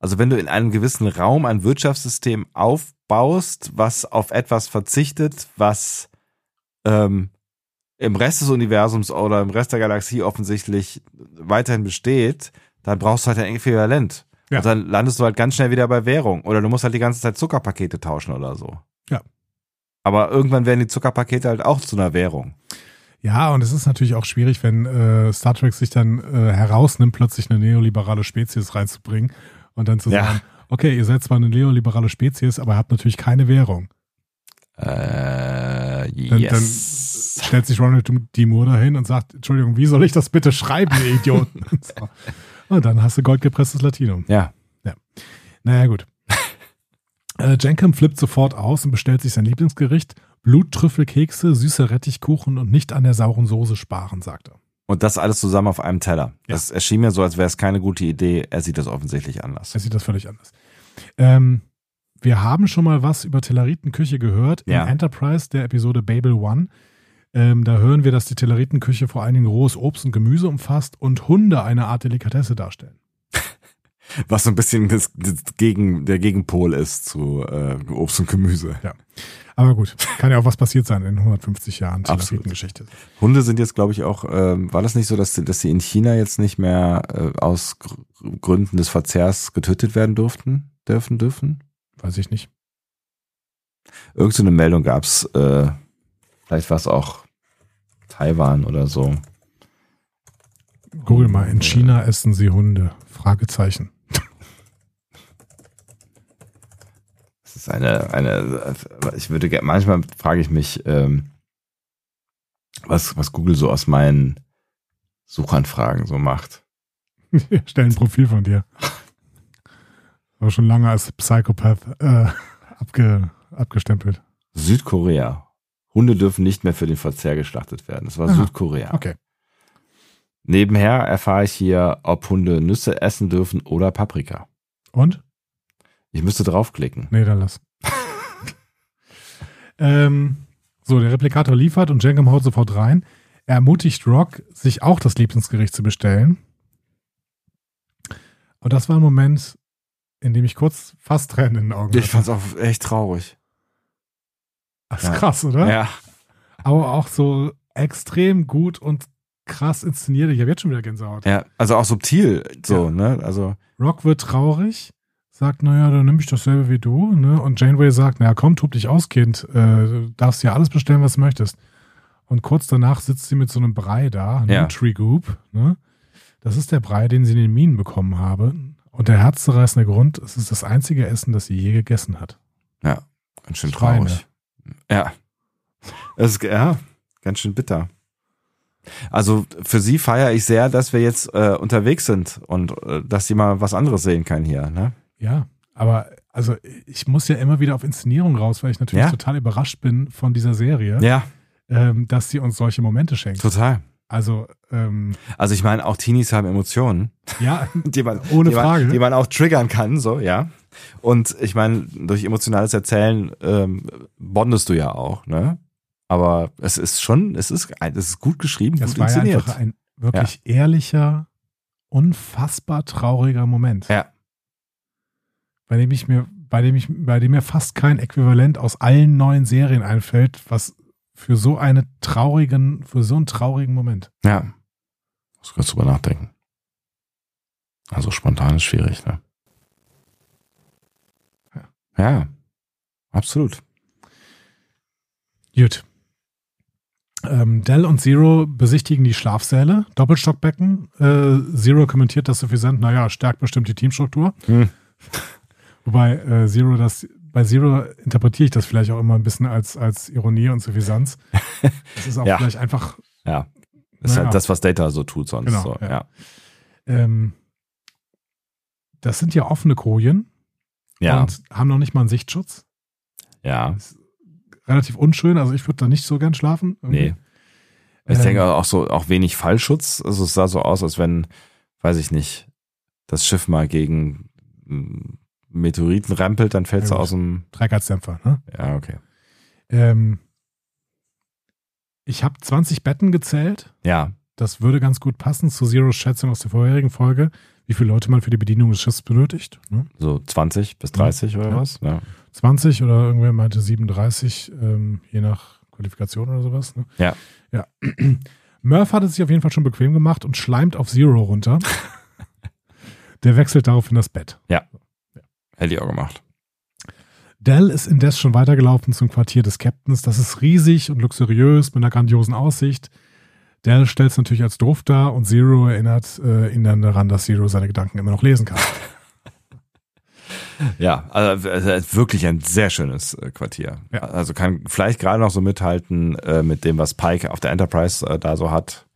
also wenn du in einem gewissen Raum ein Wirtschaftssystem aufbaust, was auf etwas verzichtet, was ähm, im Rest des Universums oder im Rest der Galaxie offensichtlich weiterhin besteht, dann brauchst du halt ein Äquivalent.
Ja.
Und dann landest du halt ganz schnell wieder bei Währung. Oder du musst halt die ganze Zeit Zuckerpakete tauschen oder so.
Ja.
Aber irgendwann werden die Zuckerpakete halt auch zu einer Währung.
Ja, und es ist natürlich auch schwierig, wenn äh, Star Trek sich dann äh, herausnimmt, plötzlich eine neoliberale Spezies reinzubringen und dann zu
Ja.
sagen, okay, ihr seid zwar eine neoliberale Spezies, aber habt natürlich keine Währung.
Äh,
Dann,
yes.
dann stellt sich Ronald D. Moore dahin und sagt, Entschuldigung, wie soll ich das bitte schreiben, ihr Idioten? und, so. und dann hast du goldgepresstes Latinum.
ja.
Naja, gut. äh, Jenkem flippt sofort aus und bestellt sich sein Lieblingsgericht. Bluttrüffelkekse, süßer Rettichkuchen und nicht an der sauren Soße sparen, sagt er.
Und das alles zusammen auf einem Teller.
Ja.
Das erschien mir so, als wäre es keine gute Idee. Er sieht das offensichtlich anders.
Er sieht das völlig anders. Ähm, wir haben schon mal was über Tellaritenküche gehört
Ja.
in Enterprise, der Episode Babel One. Ähm, da hören wir, dass die Tellaritenküche vor allen Dingen rohes Obst und Gemüse umfasst und Hunde eine Art Delikatesse darstellen.
Was so ein bisschen das, das Gegen, der Gegenpol ist zu äh, Obst und Gemüse.
Aber gut, kann ja auch was passiert sein in 150 Jahren
Absolut.
Tellaritengeschichte.
Hunde sind jetzt, glaube ich, auch, ähm, war das nicht so, dass, sie- dass sie in China jetzt nicht mehr äh, aus Gr- Gründen des Verzehrs getötet werden durften? Dürfen, dürfen?
Weiß ich nicht.
Irgend so eine Meldung gab's. äh, vielleicht war es auch Taiwan oder so.
Google mal, in China essen sie Hunde? Fragezeichen.
Es ist eine, eine, ich würde gerne, manchmal frage ich mich, ähm, was, was Google so aus meinen Suchanfragen so macht.
Wir stellen ein Profil von dir. Aber schon lange als Psychopath äh, abge, abgestempelt.
Südkorea. Hunde dürfen nicht mehr für den Verzehr geschlachtet werden. Das war
Aha.
Südkorea.
Okay.
Nebenher erfahre ich hier, ob Hunde Nüsse essen dürfen oder Paprika.
Und?
Ich müsste draufklicken.
Nee, dann lass. ähm, so, der Replikator liefert und Jenkem haut sofort rein. Er ermutigt Rock, sich auch das Lieblingsgericht zu bestellen. Und das war ein Moment, in dem ich kurz fast Tränen in den Augen hatte.
auch echt traurig.
das ist krass, oder?
Ja.
Aber auch so extrem gut und krass inszeniert. Ich habe jetzt schon wieder Gänsehaut.
ja. Also auch subtil, so, ne? Also,
Rock wird traurig, sagt, naja, dann nehme ich dasselbe wie du. Ne? Und Janeway sagt, naja, komm, tob dich aus, Kind. Äh, du darfst ja alles bestellen, was du möchtest. Und kurz danach sitzt sie mit so einem Brei da, ne?
Ja.
Tree Goop. Ne? Das ist der Brei, den sie in den Minen bekommen habe. Und der herzzerreißende Grund, es ist das einzige Essen, das sie je gegessen hat.
ja. Ganz schön
Schweine.
traurig. Ja. Es ist, ja, ganz schön bitter. Also für sie feiere ich sehr, dass wir jetzt äh, unterwegs sind und äh, dass sie mal was anderes sehen kann hier, ne?
Ja, aber also ich muss ja immer wieder auf Inszenierung raus, weil ich natürlich
Ja.
total überrascht bin von dieser Serie,
Ja,
ähm, dass sie uns solche Momente schenkt.
total.
Also ähm,
Also ich meine, auch Teenies haben Emotionen.
ja,
die man,
Ohne
die man,
Frage.
Die man auch triggern kann, so, ja. Und ich meine, durch emotionales Erzählen ähm, bondest du ja auch, ne? Aber es ist schon, es ist, ein- es ist gut geschrieben,
Das
gut
war ja
inszeniert.
einfach ein wirklich ehrlicher, unfassbar trauriger Moment.
Ja.
Bei dem ich mir, bei dem ich, bei dem mir fast kein Äquivalent aus allen neuen Serien einfällt, was für so einen traurigen, für so einen traurigen Moment.
ja. Muss kurz drüber nachdenken. Also spontan ist schwierig, ne? Ja. Absolut.
Gut. Ähm, Dell und Zero besichtigen die Schlafsäle, Doppelstockbecken. Äh, Zero kommentiert das suffisant, naja, stärkt bestimmt die Teamstruktur.
Hm.
Wobei äh, Zero das, bei Zero interpretiere ich das vielleicht auch immer ein bisschen als, als Ironie und Suffisanz. Das ist auch
Ja.
vielleicht einfach
Ja. Das ist
Naja.
halt das, was Data so tut sonst.
Genau,
so,
ja.
ja.
Ähm, das sind ja offene Kojen
Ja.
und haben noch nicht mal einen Sichtschutz.
ja.
Relativ unschön, also ich würde da nicht so gern schlafen.
Nee. Ich
Ähm,
denke auch so, auch wenig Fallschutz. Also es sah so aus, als wenn, weiß ich nicht, das Schiff mal gegen mm, Meteoriten rempelt, dann fällt es
Ja, gut.
aus dem.
Trägheitsdämpfer. Ne?
Ja, okay.
Ähm, ich habe 20 Betten gezählt.
Ja,
Das würde ganz gut passen zu Zeros Schätzung aus der vorherigen Folge, wie viele Leute man für die Bedienung des Schiffs benötigt. Ne?
so 20 bis 30 oder
Ja.
was? ne? Ja.
20 oder irgendwer meinte 37, ähm, je nach Qualifikation oder sowas. Ne?
Ja.
ja. Murph hat es sich auf jeden Fall schon bequem gemacht und schleimt auf Zero runter. Der wechselt daraufhin das Bett.
Hätte ich auch gemacht.
Dell ist indes schon weitergelaufen zum Quartier des Captains. Das ist riesig und luxuriös mit einer grandiosen Aussicht. Dell stellt es natürlich als doof dar und Zero erinnert äh, ihn dann daran, dass Zero seine Gedanken immer noch lesen kann.
Ja, also äh, wirklich ein sehr schönes äh, Quartier.
Ja.
Also kann vielleicht gerade noch so mithalten äh, mit dem, was Pike auf der Enterprise äh, da so hat,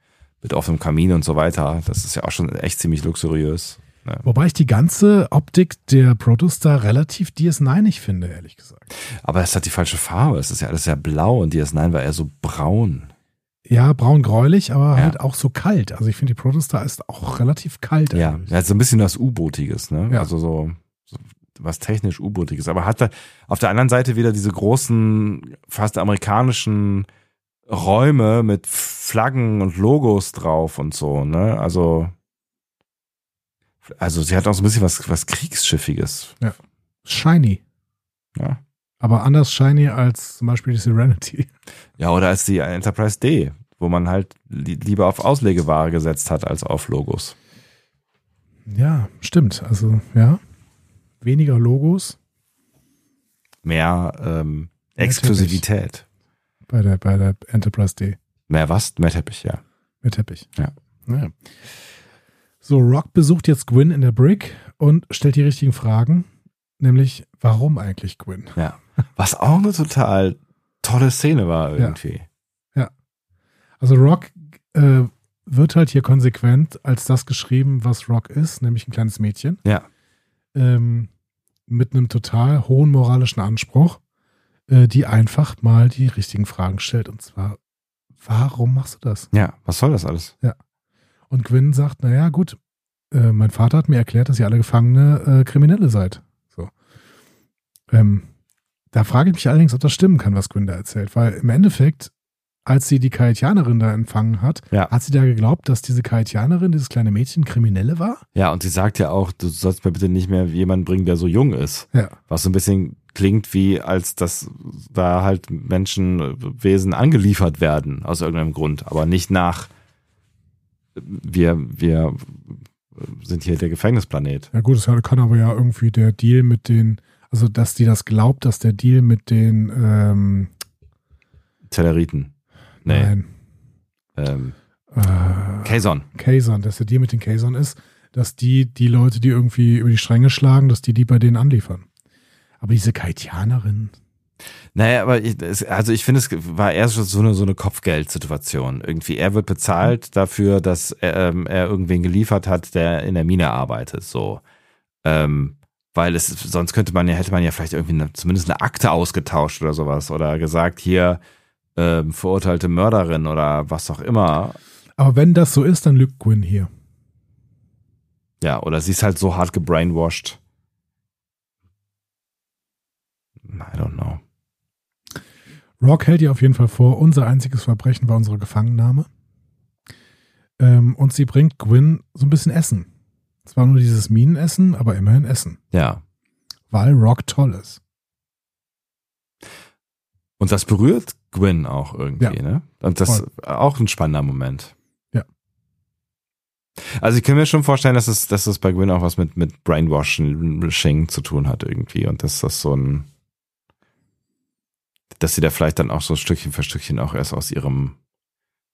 mit offenem Kamin und so weiter. Das ist ja auch schon echt ziemlich luxuriös. Ja.
Wobei ich die ganze Optik der Protostar relativ DS9 ich finde, ehrlich gesagt.
Aber es hat die falsche Farbe. Es ist ja alles sehr blau und DS9 war eher so braun.
Ja, braun-gräulich, aber
Ja.
halt auch so kalt. Also ich finde, die Protostar ist auch relativ kalt.
Ja,
eigentlich.
ja so ein bisschen was U-Bootiges, ne?
Ja.
Also so, so was technisch U-Bootiges. Aber hat da auf der anderen Seite wieder diese großen, fast amerikanischen Räume mit Flaggen und Logos drauf und so, ne? Also, also sie hat auch so ein bisschen was, was Kriegsschiffiges.
Shiny.
Ja.
Aber anders shiny als zum Beispiel die Serenity.
ja, oder als die Enterprise D, wo man halt li lieber auf Auslegeware gesetzt hat als auf Logos.
Ja, stimmt. Also, ja. Weniger Logos.
mehr ähm,
Mehr
Exklusivität.
Bei der, bei der Enterprise D
Mehr was? Mehr Teppich, ja.
mit Teppich.
Ja.
Naja. So, Rock besucht jetzt Gwyn in der Brick und stellt die richtigen Fragen, nämlich warum eigentlich Gwyn?
ja. Was auch eine total tolle Szene war irgendwie.
Also Rock äh, wird halt hier konsequent als das geschrieben, was Rock ist, nämlich ein kleines Mädchen.
Ja.
Ähm, mit einem total hohen moralischen Anspruch, äh, die einfach mal die richtigen Fragen stellt. Und zwar, warum machst du das?
ja. was soll das alles?
Und Gwyn sagt, naja, gut, äh, mein Vater hat mir erklärt, dass ihr alle Gefangene äh, Kriminelle seid. So. Ähm, da frage ich mich allerdings, ob das stimmen kann, was Gwyn da erzählt. Weil im Endeffekt, als sie die Kaitianerin da empfangen hat,
Ja.
hat sie da geglaubt, dass diese Kaitianerin, dieses kleine Mädchen, Kriminelle war?
Ja, und sie sagt ja auch, du sollst mir bitte nicht mehr jemanden bringen, der so jung ist.
Ja.
Was so ein bisschen klingt wie, als dass da halt Menschenwesen angeliefert werden, aus irgendeinem Grund. Aber nicht nach, wir, wir sind hier der Gefängnisplanet.
Ja, gut, das kann aber ja irgendwie der Deal mit den, also dass die das glaubt, dass der Deal mit den, ähm,
Telleriten. Nee.
nein,
Ähm,
äh,
Kazon.
Kasern, dass der Deal mit den Kasern ist, dass die die Leute, die irgendwie über die Stränge schlagen, dass die die bei denen anliefern. Aber diese Kaitianerin,
Naja, aber ich, es, also ich finde, es war eher so- so eine, so eine Kopfgeldsituation. Irgendwie, er wird bezahlt dafür, dass er, ähm, er irgendwen geliefert hat, der in der Mine arbeitet, so. Ähm, weil es, sonst könnte man ja, hätte man ja vielleicht irgendwie eine, zumindest eine Akte ausgetauscht oder sowas oder gesagt, hier, ähm, verurteilte Mörderin oder was auch immer.
aber wenn das so ist, dann lügt Gwyn hier.
Ja, oder sie ist halt so hart gebrainwashed. I don't know.
Rock hält ihr auf jeden Fall vor, unser einziges Verbrechen war unsere Gefangennahme. Ähm, und sie bringt Gwyn so ein bisschen Essen. Zwar nur dieses Minenessen, aber immerhin Essen.
Ja.
Weil Rock toll ist.
Und das berührt Gwyn auch irgendwie,
Ja.
ne? Und das
Voll.
auch ein spannender Moment.
Ja.
Also ich kann mir schon vorstellen, dass es, dass es bei Gwyn auch was mit, mit Brainwashing zu tun hat irgendwie und dass das so ein, dass sie da vielleicht dann auch so Stückchen für Stückchen auch erst aus ihrem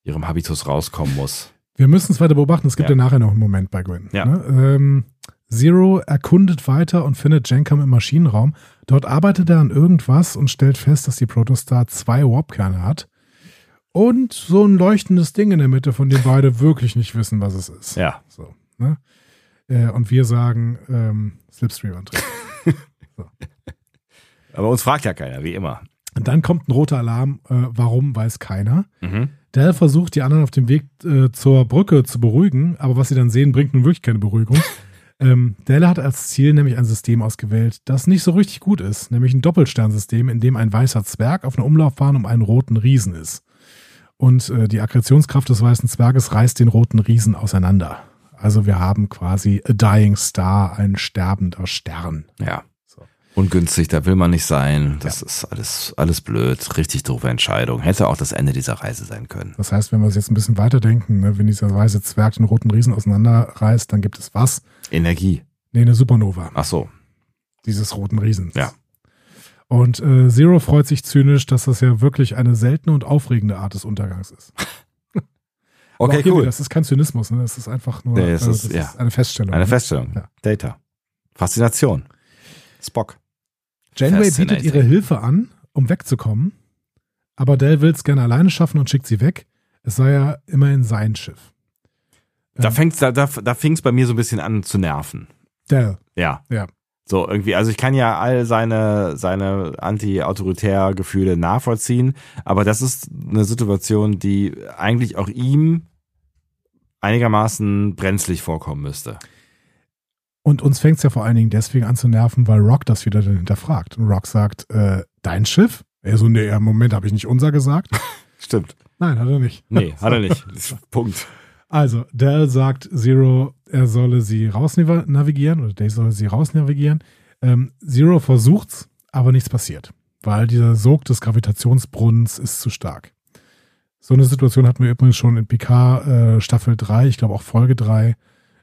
ihrem Habitus rauskommen muss.
Wir müssen es weiter beobachten. Es gibt
Ja.
ja, nachher noch einen Moment bei Gwen.
Ja.
Ne? Ähm, Zero erkundet weiter und findet Jenkem im Maschinenraum. Dort arbeitet er an irgendwas und stellt fest, dass die Protostar zwei Warpkerne hat. Und so ein leuchtendes Ding in der Mitte, von dem beide wirklich nicht wissen, was es ist.
Ja.
So, ne? äh, und wir sagen ähm, Slipstream-Antrieb.
Aber uns fragt ja keiner, wie immer.
Und dann kommt ein roter Alarm. Äh, warum, weiß keiner. Dell versucht, die anderen auf dem Weg äh, zur Brücke zu beruhigen, aber was sie dann sehen, bringt nun wirklich keine Beruhigung. ähm, Dell hat als Ziel nämlich ein System ausgewählt, das nicht so richtig gut ist, nämlich ein Doppelsternsystem, in dem ein weißer Zwerg auf einer Umlaufbahn um einen roten Riesen ist. Und äh, die Akkretionskraft des weißen Zwerges reißt den roten Riesen auseinander. Also wir haben quasi a dying star, ein sterbender Stern.
Ja.
So.
Ungünstig, da will man nicht sein. Das ist alles, alles blöd. Richtig doofe Entscheidung. Hätte auch das Ende dieser Reise sein können.
Das heißt, wenn wir es jetzt ein bisschen weiterdenken, ne, wenn dieser weiße Zwerg den roten Riesen auseinanderreißt, dann gibt es was?
Energie.
Nee, eine Supernova,
Ach so.
dieses roten Riesens.
Ja.
Und äh, Zero freut sich zynisch, dass das ja wirklich eine seltene und aufregende Art des Untergangs ist. Aber auch
Okay,
hier wieder,
cool.
Das ist kein Zynismus, ne? das ist einfach nur
Nee, es
äh,
ist-
das
ja.
eine Feststellung.
Eine
ne?
Feststellung.
Ja.
Data. Faszination. Spock.
Janeway bietet
Fascinating.
ihre Hilfe an, um wegzukommen, aber Dell will es gerne alleine schaffen und schickt sie weg. Es sei ja immerhin sein Schiff.
Da
Ähm,
fängt's, da, da, da fing's bei mir so ein bisschen an zu nerven.
Dell,
Ja.
Ja.
So, irgendwie, also ich kann ja all seine, seine anti-autoritär Gefühle nachvollziehen, aber das ist eine Situation, die eigentlich auch ihm einigermaßen brenzlig vorkommen müsste.
Und uns fängt es ja vor allen Dingen deswegen an zu nerven, weil Rock das wieder dann hinterfragt. Und Rock sagt, äh, dein Schiff? Er so, nee, im Moment habe ich nicht unser gesagt.
Stimmt.
Nein, hat er nicht.
Nee, hat er nicht. Punkt.
Also, Dell sagt Zero, er solle sie rausnavigieren oder Dave solle sie rausnavigieren. Ähm, Zero versucht's, aber nichts passiert, weil dieser Sog des Gravitationsbrunnens ist zu stark. So eine Situation hatten wir übrigens schon in Picard äh, Staffel 3, ich glaube auch Folge 3.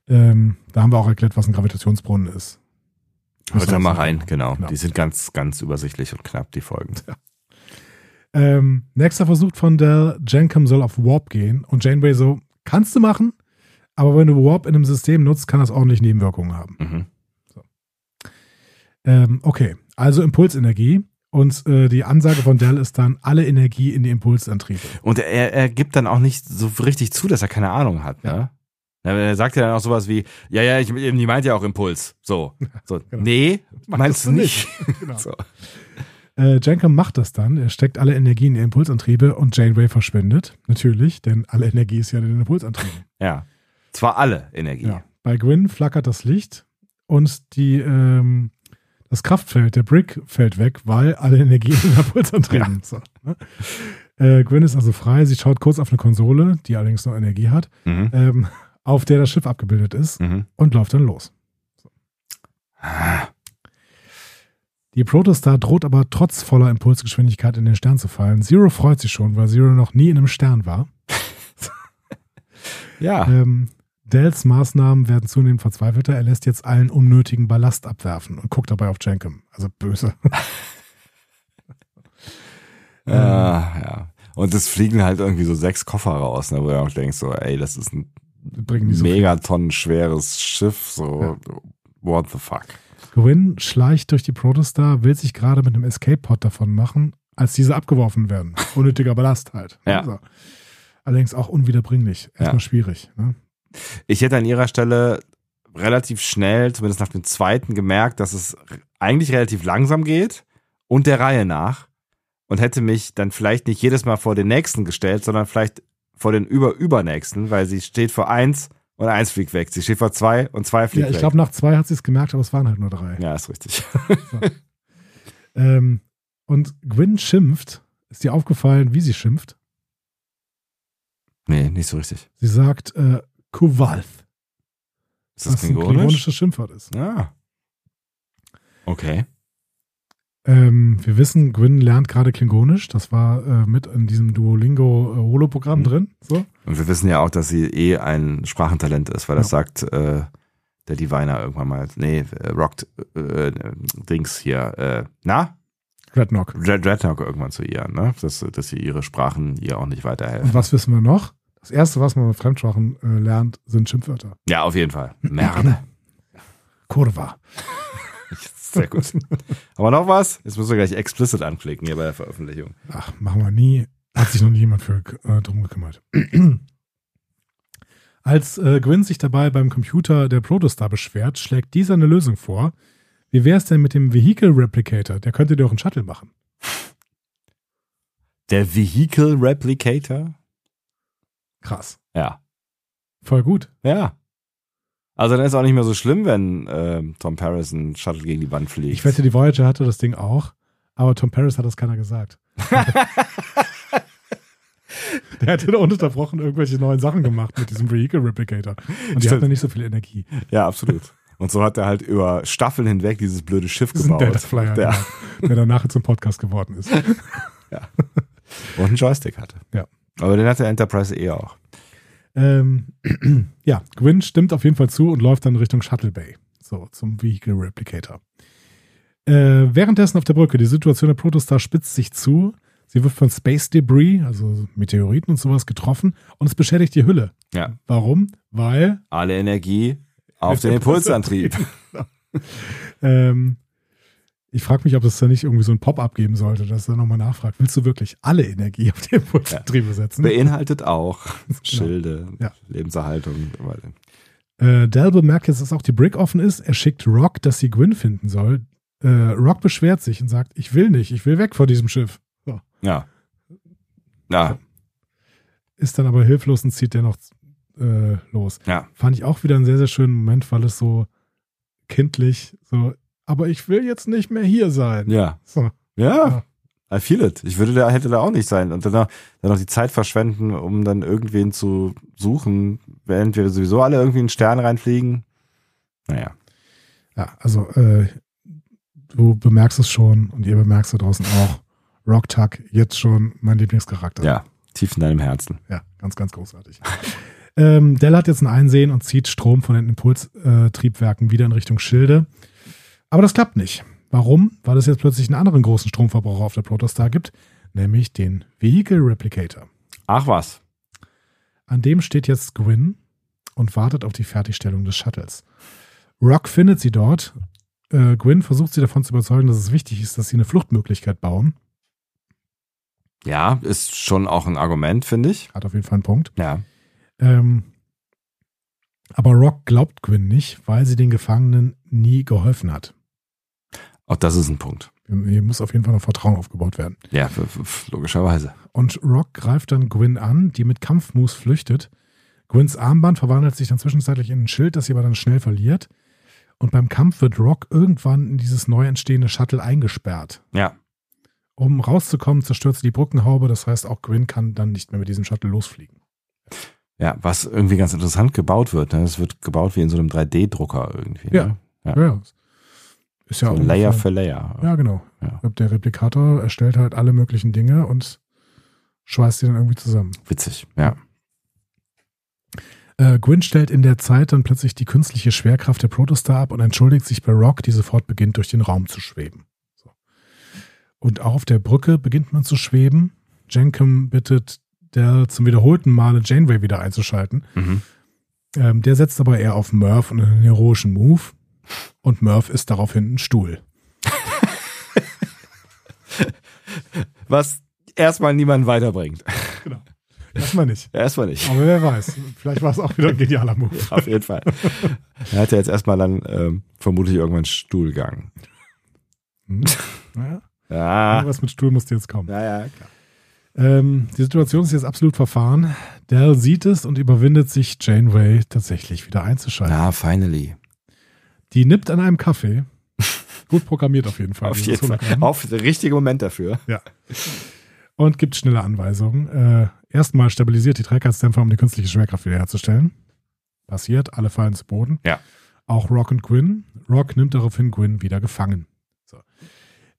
Ähm, da haben wir auch erklärt, was ein Gravitationsbrunnen ist.
Hört da mal rein, genau.
Genau.
Die sind ganz, ganz übersichtlich und knapp, die Folgen.
Ähm, nächster Versuch von Dell, Jenkem soll auf Warp gehen und Janeway so, kannst du machen, aber wenn du Warp in einem System nutzt, kann das ordentlich Nebenwirkungen haben.
Mhm.
Ähm, okay, also Impulsenergie und äh, die Ansage von Dell ist dann, alle Energie in die Impulsantriebe.
Und er, er gibt dann auch nicht so richtig zu, dass er keine Ahnung hat, ne? Na, Er sagt ja dann auch sowas wie, ja, ja, ich, die meint ja auch Impuls. So. so Nee, meinst du nicht?
Genau.
So.
Äh, Jenkem macht das dann, er steckt alle Energie in die Impulsantriebe und Janeway verschwindet, natürlich, denn alle Energie ist ja in den Impulsantrieben.
Ja. Zwar alle Energie.
Ja. Bei Gwyn flackert das Licht und die, ähm, das Kraftfeld, der Brick fällt weg, weil alle Energie in der Pulsantrieben. So, ne? äh, Gwyn ist also frei, sie schaut kurz auf eine Konsole, die allerdings noch Energie hat,
Mhm.
ähm, auf der das Schiff abgebildet ist
Mhm. Ah.
und läuft dann los. Die Protostar droht aber trotz voller Impulsgeschwindigkeit in den Stern zu fallen. Zero freut sich schon, weil Zero noch nie in einem Stern war.
Ja.
Ähm, Dells Maßnahmen werden zunehmend verzweifelter. Er lässt jetzt allen unnötigen Ballast abwerfen und guckt dabei auf Jenkem. Also böse.
Ja. Äh, ja. Und es fliegen halt irgendwie so sechs Koffer raus, ne, wo du auch denkst, so, ey, das ist ein
Bringen die so viel.
megatonnen schweres Schiff, so, what the fuck.
Gwyn schleicht durch die Protostar, will sich gerade mit einem Escape-Pod davon machen, als diese abgeworfen werden. Unnötiger Ballast halt.
Ja.
So. Allerdings auch unwiederbringlich. Erstmal
Ja.
schwierig. Ne?
Ich hätte an ihrer Stelle relativ schnell, zumindest nach dem zweiten, gemerkt, dass es eigentlich relativ langsam geht und der Reihe nach. Und hätte mich dann vielleicht nicht jedes Mal vor den nächsten gestellt, sondern vielleicht vor den über-übernächsten, weil sie steht vor eins und eins fliegt weg. Sie steht vor zwei und zwei fliegt
Ja, ich
weg.
glaube, nach zwei hat sie es gemerkt, aber es waren halt nur drei.
Ja, ist richtig.
Ähm, und Gwyn schimpft. Ist dir aufgefallen, wie sie schimpft?
Nee, nicht so richtig.
Sie sagt äh, Kuwalth,
Ist das
was ein
klingonisch?
klingonisches Schimpfwort ist. ne?
Ja. Ah. Okay.
Ähm, wir wissen, Gwyn lernt gerade Klingonisch. Das war äh, mit in diesem Duolingo-Holo-Programm
Mhm.
drin. So.
Und wir wissen ja auch, dass sie eh ein Sprachentalent ist, weil das
Ja.
sagt äh, der Diviner irgendwann mal. Nee, äh, rockt äh, äh, Dings hier. Äh, na?
Dreadnought.
Dread Dreadnought irgendwann zu ihr, ne? Dass, dass sie ihre Sprachen ihr auch nicht
Und
weiterhelfen.
was wissen wir noch? Das Erste, was man mit Fremdsprachen äh, lernt, sind Schimpfwörter.
Ja, auf jeden Fall. Merde.
Kurva.
Sehr gut. Aber noch was? Jetzt müssen wir gleich explicit anklicken hier bei der Veröffentlichung.
Ach, machen wir nie. Hat sich noch nie jemand für, äh, drum gekümmert. Als äh, Gwyn sich dabei beim Computer der Protostar beschwert, schlägt dieser eine Lösung vor. Wie wäre es denn mit dem Vehicle Replicator? Der könnte dir auch einen Shuttle machen.
Der Vehicle Replicator?
Krass.
Ja.
Voll gut.
Ja. Also dann ist auch nicht mehr so schlimm, wenn ähm, Tom Paris ein Shuttle gegen die Wand fliegt.
Ich wette, die Voyager hatte das Ding auch, aber Tom Paris hat das keiner gesagt. Der hat dann ununterbrochen irgendwelche neuen Sachen gemacht mit diesem Vehicle Replicator. Und die
Stimmt.
hatten nicht so viel Energie.
ja, absolut. Und so hat er halt über Staffeln hinweg dieses blöde Schiff gebaut.
Delta Flyer,
Der-
genau, der danach zum Podcast geworden ist.
Und einen Joystick hatte.
genau. Ja.
Aber den hatte Enterprise eh auch.
Ähm, ja, Gwyn stimmt auf jeden Fall zu und läuft dann Richtung Shuttle Bay. So, zum Vehicle Replicator. Äh, währenddessen auf der Brücke, die Situation der Protostar spitzt sich zu. Sie wird von Space Debris, also Meteoriten und sowas, getroffen und es beschädigt die Hülle.
Ja.
Warum? Weil
Alle Energie auf den Impulsantrieb.
Genau. ähm, ich frage mich, ob es da nicht irgendwie so ein Pop-up geben sollte, dass er nochmal nachfragt, willst du wirklich alle Energie auf den Impulsantriebe setzen?
Beinhaltet auch Schilde,
Genau. Ja.
Lebenserhaltung. und weiter.
Äh, Dell bemerkt jetzt, dass auch die Brick offen ist. Er schickt Rock, dass sie Gwyn finden soll. Äh, Rock beschwert sich und sagt, ich will nicht, ich will weg von diesem Schiff. So.
Ja. Ja,
Ist dann aber hilflos und zieht dennoch äh, los.
ja.
Fand ich auch wieder einen sehr, sehr schönen Moment, weil es so kindlich, so, aber ich will jetzt nicht mehr hier sein.
Ja.
So.
Ja, I feel it. Ich würde da, hätte da auch nicht sein. Und dann noch, dann noch die Zeit verschwenden, um dann irgendwen zu suchen, während wir sowieso alle irgendwie einen Stern reinfliegen. Naja.
Ja, also äh, du bemerkst es schon und ihr bemerkt es da draußen auch. Rock Tuck, jetzt schon mein Lieblingscharakter.
Ja. Tief in deinem Herzen.
Ja, ganz, ganz großartig. ähm, Dell hat jetzt ein Einsehen und zieht Strom von den Impulstriebwerken wieder in Richtung Schilde. Aber das klappt nicht. Warum? Weil es jetzt plötzlich einen anderen großen Stromverbraucher auf der Protostar gibt, nämlich den Vehicle Replicator.
Ach was.
An dem steht jetzt Gwyn und wartet auf die Fertigstellung des Shuttles. Rock findet sie dort. Äh, Gwyn versucht sie davon zu überzeugen, dass es wichtig ist, dass sie eine Fluchtmöglichkeit bauen.
Ja, ist schon auch ein Argument, finde ich.
Hat auf jeden Fall einen Punkt.
Ja.
Ähm, aber Rock glaubt Quinn nicht, weil sie den Gefangenen nie geholfen hat.
Auch das ist ein Punkt.
Hier muss auf jeden Fall noch Vertrauen aufgebaut werden.
Ja, f- f- logischerweise.
Und Rock greift dann Gwyn an, die mit Kampfmus flüchtet. Gwyns Armband verwandelt sich dann zwischenzeitlich in ein Schild, das sie aber dann schnell verliert. Und beim Kampf wird Rock irgendwann in dieses neu entstehende Shuttle eingesperrt.
Ja.
Um rauszukommen, zerstört sie die Brückenhaube. Das heißt, auch Gwyn kann dann nicht mehr mit diesem Shuttle losfliegen.
Ja, was irgendwie ganz interessant gebaut wird. Ne? Es wird gebaut wie in so einem 3D-Drucker irgendwie.
Ja.
Ne? Ja.
ja. Ist ja
So
auch
Layer
ungefähr-
für Layer.
Ja, genau.
Ja.
Ich glaub, Der Replikator erstellt halt alle möglichen Dinge und schweißt die dann irgendwie zusammen.
Witzig. Ja.
Äh, Gwyn stellt in der Zeit dann plötzlich die künstliche Schwerkraft der Protostar ab und entschuldigt sich bei Rock, die sofort beginnt, durch den Raum zu schweben. So. Und auch auf der Brücke beginnt man zu schweben. Jenkum bittet der zum wiederholten Male Janeway wieder einzuschalten.
Mhm.
Ähm, der setzt aber eher auf Murph und einen heroischen Move. Und Murph ist daraufhin ein Stuhl.
Was erstmal niemanden weiterbringt.
Genau. Erstmal nicht.
Erstmal nicht.
Aber wer weiß, vielleicht war es auch wieder ein genialer Move.
Auf jeden Fall. Er hat ja jetzt erstmal dann ähm, vermutlich irgendwann Stuhlgang.
Hm. Naja,
Ja,
Irgendwas mit Stuhl musste jetzt kommen.
naja, klar.
Ähm, die Situation ist jetzt absolut verfahren. Dell sieht es und überwindet sich, Janeway tatsächlich wieder einzuschalten.
Na, finally.
Die nippt an einem Kaffee. Gut programmiert auf jeden Fall.
Auf
dieses
jeden Fall.
Hologramm.
Auf den richtigen Moment dafür.
Und gibt schnelle Anweisungen. Äh, erstmal stabilisiert die Trägheitsdämpfer, um die künstliche Schwerkraft wiederherzustellen. Passiert, alle fallen zu Boden.
Ja.
Auch Rock und Gwyn. Rock nimmt daraufhin Gwyn wieder gefangen. So.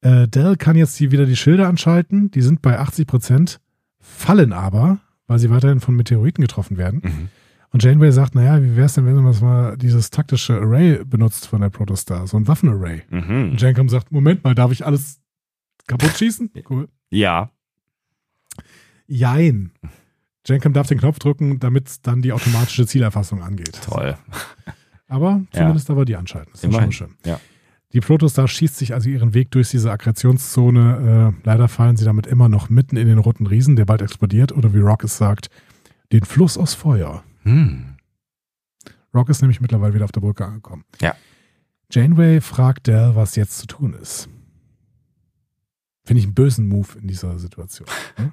Äh, Dell kann jetzt die, wieder die Schilder anschalten. Die sind bei 80 Prozent, fallen aber, weil sie weiterhin von Meteoriten getroffen werden.
Mhm.
Und Janeway sagt, naja, wie wäre es denn, wenn man mal dieses taktische
Mhm.
Array benutzt von der Protostar, so ein Waffenarray. Und Jankum sagt, Moment mal, darf ich alles Kaputt schießen? Cool.
Ja.
Jein. Jenkem darf den Knopf drücken, damit dann die automatische Zielerfassung angeht.
Toll.
Aber
Ja.
zumindest aber die anschalten. Das ist ja schon
Immerhin.
schön.
Ja.
Die Protostar schießt sich also ihren Weg durch diese Aggressionszone. Äh, leider fallen sie damit immer noch mitten in den roten Riesen, der bald explodiert, oder wie Rock es sagt, den Fluss aus Feuer.
Hm.
Rock ist nämlich mittlerweile wieder auf der Brücke angekommen.
Ja.
Janeway fragt Dell, was jetzt zu tun ist. Finde ich einen bösen Move in dieser Situation. ne?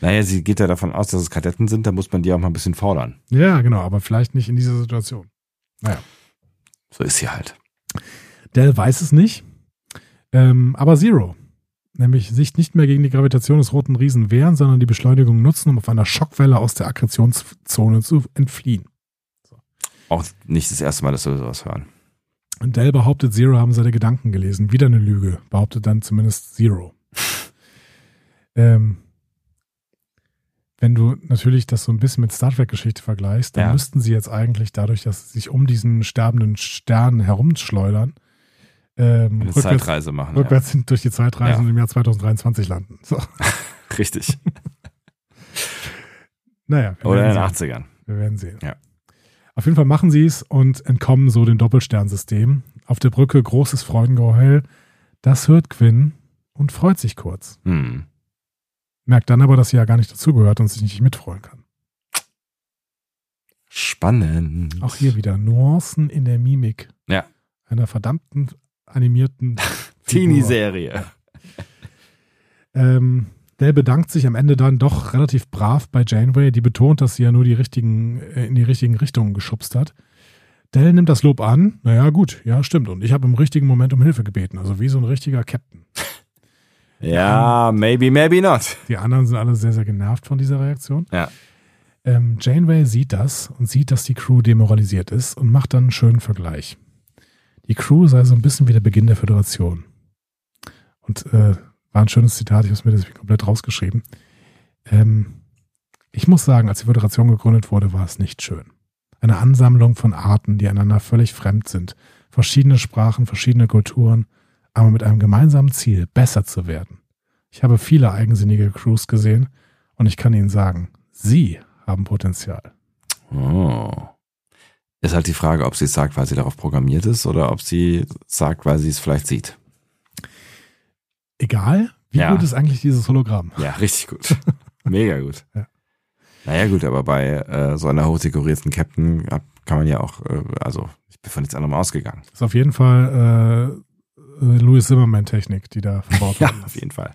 Naja, sie geht ja davon aus, dass es Kadetten sind, da muss man die auch mal ein bisschen fordern.
ja, genau, aber vielleicht nicht in dieser Situation.
So ist sie halt.
Dell weiß es nicht, ähm, aber Zero. Nämlich sich nicht mehr gegen die Gravitation des roten Riesen wehren, sondern die Beschleunigung nutzen, um auf einer Schockwelle aus der Aggressionszone zu entfliehen.
Auch nicht das erste Mal, dass wir sowas hören.
Und Dell behauptet, Zero haben seine Gedanken gelesen. Wieder eine Lüge, behauptet dann zumindest Zero. ähm, wenn du natürlich das so ein bisschen mit Star Trek-Geschichte vergleichst, dann
Ja.
müssten sie jetzt eigentlich dadurch, dass sie sich um diesen sterbenden Stern herumschleudern, ähm,
Eine
rückwärts
Zeitreise machen.
rückwärts hin- durch die Zeitreise
Ja.
und im Jahr 2023 landen. So.
Ja. Richtig.
Naja, wir
Oder in
werden
den
sehen.
80ern.
Wir werden sehen.
Ja.
Auf jeden Fall machen sie es und entkommen so dem Doppelsternsystem. Auf der Brücke großes Freudengeheul. Das hört Quinn und freut sich kurz.
Hm.
Merkt dann aber, dass sie ja gar nicht dazugehört und sich nicht mitfreuen kann.
Spannend.
Auch hier wieder Nuancen in der Mimik.
Ja.
Einer verdammten animierten Figur.
Teenie-Serie.
Ähm, Dell bedankt sich am Ende dann doch relativ brav bei Janeway, die betont, dass sie ja nur die richtigen, äh, in die richtigen Richtungen geschubst hat. Dell nimmt das Lob an. Naja, gut, ja, stimmt. Und ich habe im richtigen Moment um Hilfe gebeten. Also wie so ein richtiger Captain.
Ja, maybe, maybe not.
Die anderen sind alle sehr, sehr genervt von dieser Reaktion.
Ja.
Ähm, Janeway sieht das und sieht, dass die Crew demoralisiert ist und macht dann einen schönen Vergleich. Die Crew sei so ein bisschen wie der Beginn der Föderation. Und äh, war ein schönes Zitat, ich habe es mir deswegen komplett rausgeschrieben. Ähm, ich muss sagen, als die Föderation gegründet wurde, war es nicht schön. Eine Ansammlung von Arten, die einander völlig fremd sind, verschiedene Sprachen, verschiedene Kulturen, aber mit einem gemeinsamen Ziel, besser zu werden. Ich habe viele eigensinnige Crews gesehen und ich kann Ihnen sagen, Sie haben Potenzial.
Oh. Ist halt die Frage, ob sie es sagt, weil sie darauf programmiert ist oder ob sie sagt, weil sie es vielleicht sieht.
Egal, wie
Ja.
gut ist eigentlich dieses Hologramm?
Ja, richtig gut. Mega gut.
Ja.
Naja, gut, aber bei äh, so einer hochdekorierten Captain ab- kann man ja auch, äh, also ich bin von nichts anderem ausgegangen.
Ist auf jeden Fall äh, äh, Louis Zimmerman-Technik, die da verbaut
Ja,
worden ist.
auf jeden Fall.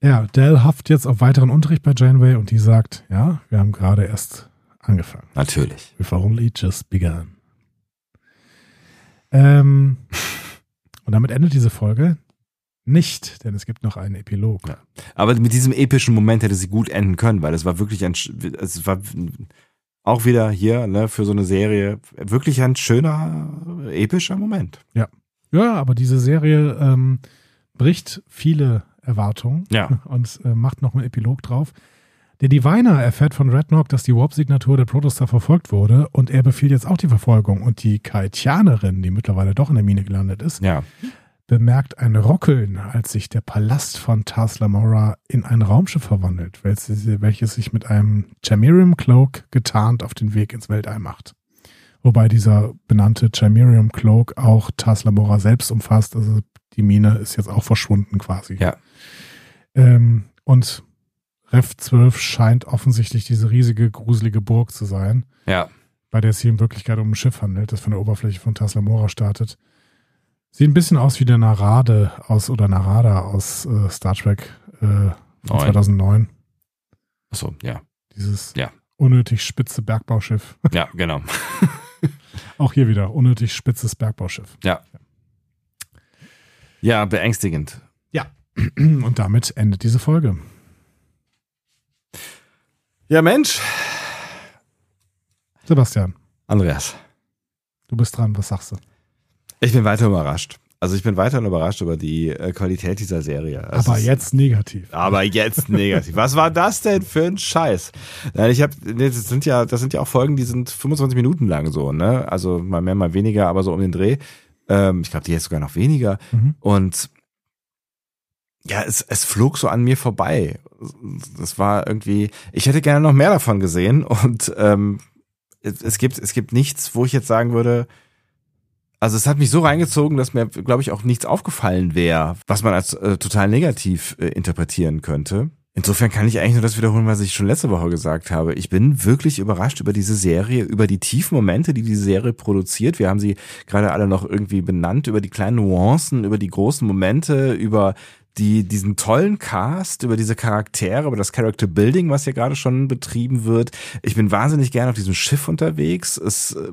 Ja, Dell hofft jetzt auf weiteren Unterricht bei Janeway und die sagt, ja, wir haben gerade erst angefangen.
Natürlich.
We've only just begun. Ähm, und damit endet diese Folge nicht, denn es gibt noch einen Epilog.
Ja. Aber mit diesem epischen Moment hätte sie gut enden können, weil es war wirklich ein, sch- es war auch wieder hier, ne, für so eine Serie, wirklich ein schöner, epischer Moment.
Ja, aber diese Serie ähm, bricht viele Erwartungen
Ja.
und äh, macht noch einen Epilog drauf. Der Diviner erfährt von Rednock, dass die Warp-Signatur der Protostar verfolgt wurde und er befiehlt jetzt auch die Verfolgung. Und die Kaitianerin, die mittlerweile doch in der Mine gelandet ist,
Ja.
bemerkt ein Rockeln, als sich der Palast von Tars Lamora in ein Raumschiff verwandelt, welches, welches sich mit einem Chimerium-Cloak getarnt auf den Weg ins Weltall macht. Wobei dieser benannte Chimerium-Cloak auch Tars Lamora selbst umfasst, also die Mine ist jetzt auch verschwunden quasi.
Ja.
Ähm, und Ref 12 scheint offensichtlich diese riesige, gruselige Burg zu sein
Ja.
bei der es hier in Wirklichkeit um ein Schiff handelt, das von der Oberfläche von Taslamora startet. Sieht ein bisschen aus wie der Narade aus oder Narada aus äh, Star Trek äh, von 2009.
Neun. Achso, ja.
Dieses
Ja.
unnötig spitze Bergbauschiff.
Ja, genau.
Auch hier wieder unnötig spitzes Bergbauschiff.
Ja, beängstigend.
Und damit endet diese Folge.
Ja, Mensch.
Sebastian,
Andreas.
du bist dran. Was sagst du?
Ich bin weiter überrascht. Also ich bin weiterhin überrascht über die äh, Qualität dieser Serie. Es
Aber
ist-
jetzt negativ.
Aber jetzt negativ. Was war das denn für ein Scheiß? Nein, ich habe, nee, das sind ja, das sind ja auch Folgen, die sind 25 Minuten lang so, ne? Also mal mehr, mal weniger, aber so um den Dreh. Ähm, ich glaube, die jetzt sogar noch weniger.
Mhm.
Und ja, es, es flog so an mir vorbei. Das war irgendwie, ich hätte gerne noch mehr davon gesehen und ähm, es, es gibt es gibt nichts, wo ich jetzt sagen würde, also es hat mich so reingezogen, dass mir glaube ich auch nichts aufgefallen wäre, was man als äh, total negativ äh, interpretieren könnte. Insofern kann ich eigentlich nur das wiederholen, was ich schon letzte Woche gesagt habe. Ich bin wirklich überrascht über diese Serie, über die tiefen Momente, die diese Serie produziert. Wir haben sie gerade alle noch irgendwie benannt, über die kleinen Nuancen, über die großen Momente, über die, diesen tollen Cast, über diese Charaktere, über das Character Building, was hier gerade schon betrieben wird. Ich bin wahnsinnig gerne auf diesem Schiff unterwegs. Es, äh,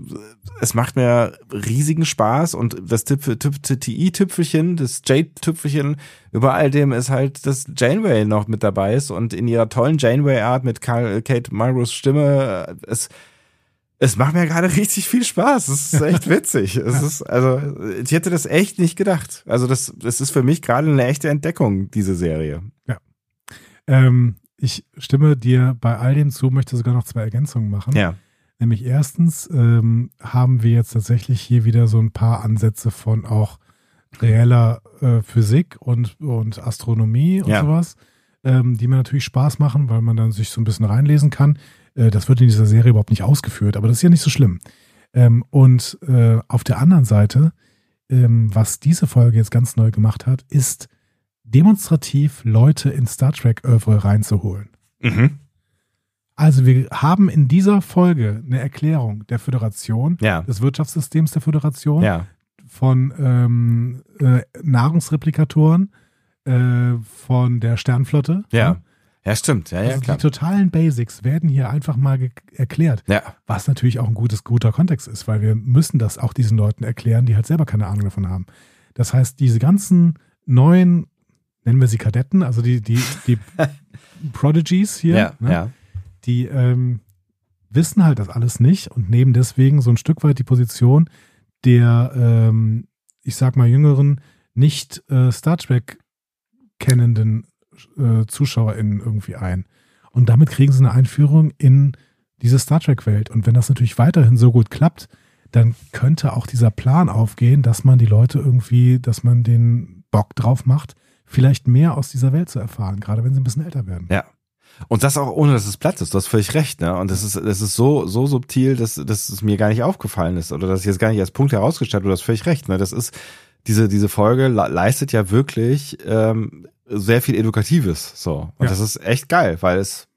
es macht mir riesigen Spaß und das Tipf- Tipp- TI-Tüpfelchen, das Jade-Tüpfelchen, über all dem ist halt, dass Janeway noch mit dabei ist und in ihrer tollen Janeway-Art mit Karl, Kate Mulgrew's Stimme, äh, es, es macht mir gerade richtig viel Spaß. Es ist echt witzig. Es ist, also, ich hätte das echt nicht gedacht. Also, das, das ist für mich gerade eine echte Entdeckung, diese Serie.
Ähm, ich stimme dir bei all dem zu, möchte sogar noch zwei Ergänzungen machen.
Ja.
Nämlich erstens ähm, haben wir jetzt tatsächlich hier wieder so ein paar Ansätze von auch reeller äh, Physik und, und Astronomie und
Ja.
sowas, ähm, die mir natürlich Spaß machen, weil man dann sich so ein bisschen reinlesen kann. Äh, das wird in dieser Serie überhaupt nicht ausgeführt, aber das ist ja nicht so schlimm. Ähm, und äh, auf der anderen Seite, ähm, was diese Folge jetzt ganz neu gemacht hat, ist demonstrativ Leute in Star Trek-Övre reinzuholen.
Mhm.
Also wir haben in dieser Folge eine Erklärung der Föderation,
Ja.
des Wirtschaftssystems der Föderation,
Ja.
von ähm, äh, Nahrungsreplikatoren, äh, von der Sternflotte.
Ja. Ja, stimmt. Ja, ja,
Also
klar.
die totalen Basics werden hier einfach mal ge- erklärt,
Ja.
was natürlich auch ein gutes, guter Kontext ist, weil wir müssen das auch diesen Leuten erklären, die halt selber keine Ahnung davon haben. Das heißt, diese ganzen neuen, nennen wir sie Kadetten, also die, die, die Prodigies hier,
Ja.
ne?
Ja.
die ähm, wissen halt das alles nicht und nehmen deswegen so ein Stück weit die Position der, ähm, ich sag mal, jüngeren, nicht äh, Star Trek kennenden äh, ZuschauerInnen irgendwie ein. Und damit kriegen sie eine Einführung in diese Star Trek-Welt. Und wenn das natürlich weiterhin so gut klappt, dann könnte auch dieser Plan aufgehen, dass man die Leute irgendwie, dass man den Bock drauf macht, vielleicht mehr aus dieser Welt zu erfahren, gerade wenn sie ein bisschen älter werden.
Ja. Und das auch ohne, dass es Platz ist. Du hast völlig recht, ne? Und das ist, das ist so, so subtil, dass, dass es mir gar nicht aufgefallen ist oder dass ich jetzt gar nicht als Punkt herausgestellt habe. Du hast völlig recht, ne? Das ist, diese, diese Folge le- leistet ja wirklich ähm, sehr viel Edukatives. So. Und
Ja.
das ist echt geil, weil es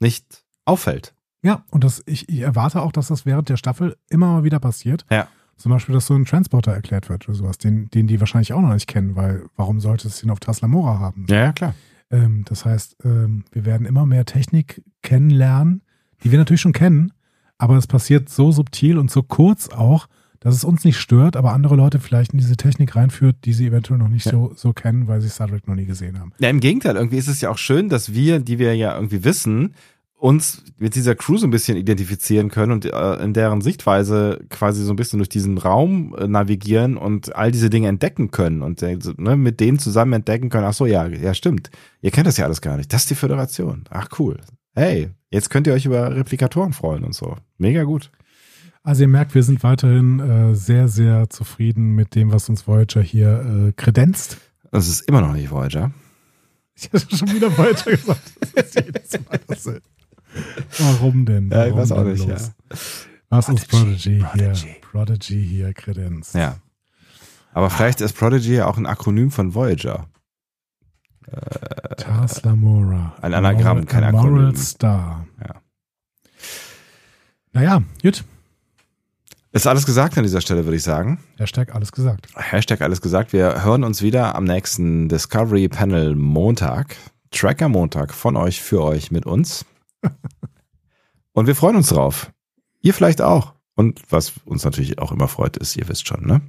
nicht auffällt.
Ja, und das, ich, ich erwarte auch, dass das während der Staffel immer mal wieder passiert.
Ja.
Zum Beispiel, dass so ein Transporter erklärt wird oder sowas, den, den die wahrscheinlich auch noch nicht kennen, weil warum sollte es den auf Tesla Mora haben?
Ja, ja, klar.
Ähm, das heißt, ähm, wir werden immer mehr Technik kennenlernen, die wir natürlich schon kennen, aber es passiert so subtil und so kurz auch, dass es uns nicht stört, aber andere Leute vielleicht in diese Technik reinführt, die sie eventuell noch nicht
Ja.
so, so kennen, weil sie Star Trek noch nie gesehen haben.
Ja, im Gegenteil, irgendwie ist es ja auch schön, dass wir, die wir ja irgendwie wissen, uns mit dieser Crew so ein bisschen identifizieren können und äh, in deren Sichtweise quasi so ein bisschen durch diesen Raum äh, navigieren und all diese Dinge entdecken können und äh, so, ne, mit denen zusammen entdecken können, ach so, ja, ja, stimmt. Ihr kennt das ja alles gar nicht. Das ist die Föderation. Ach cool. Hey, jetzt könnt ihr euch über Replikatoren freuen und so. Mega gut.
Also ihr merkt, wir sind weiterhin äh, sehr, sehr zufrieden mit dem, was uns Voyager hier äh, kredenzt.
Das ist immer noch nicht Voyager.
Ich hatte schon wieder Voyager gesagt. Das ist jedes Mal dasselbe. Warum denn?
Ja, ich
Warum
weiß auch
denn
nicht,
bloß? Was ist Prodigy,
Prodigy,
hier? Prodigy hier, Kredenz.
Ja. Aber vielleicht ist Prodigy ja auch ein Akronym von Voyager.
Tars Lamora.
Ein Anagramm, kein
A Moral
Akronym.
Star.
Ja.
Naja, gut.
Ist alles gesagt an dieser Stelle, würde ich sagen.
Hashtag alles gesagt.
Hashtag alles gesagt. Wir hören uns wieder am nächsten Discovery Panel Montag. Tracker Montag von euch, für euch, mit uns. Und wir freuen uns drauf. Ihr vielleicht auch. Und was uns natürlich auch immer freut, ist, ihr wisst schon, ne?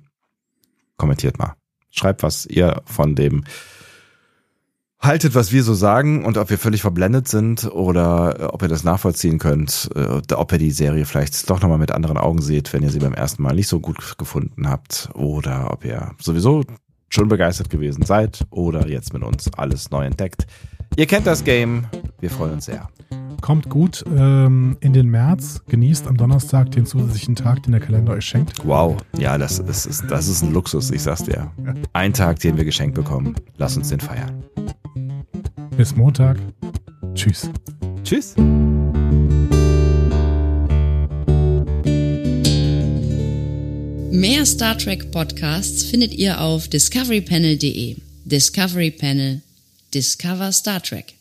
Kommentiert mal. Schreibt, was ihr von dem haltet, was wir so sagen und ob wir völlig verblendet sind oder äh, ob ihr das nachvollziehen könnt, äh, oder ob ihr die Serie vielleicht doch nochmal mit anderen Augen seht, wenn ihr sie beim ersten Mal nicht so gut gefunden habt oder ob ihr sowieso schon begeistert gewesen seid oder jetzt mit uns alles neu entdeckt. Ihr kennt das Game. Wir freuen uns sehr.
Kommt gut ähm, in den März. Genießt am Donnerstag den zusätzlichen Tag, den der Kalender euch schenkt.
Wow. Ja, das ist, das ist ein Luxus, ich sag's dir. Ein Tag, den wir geschenkt bekommen. Lass uns den feiern.
Bis Montag. Tschüss.
Tschüss.
Mehr Star Trek Podcasts findet ihr auf discoverypanel.de. Discovery Panel. Discover Star Trek.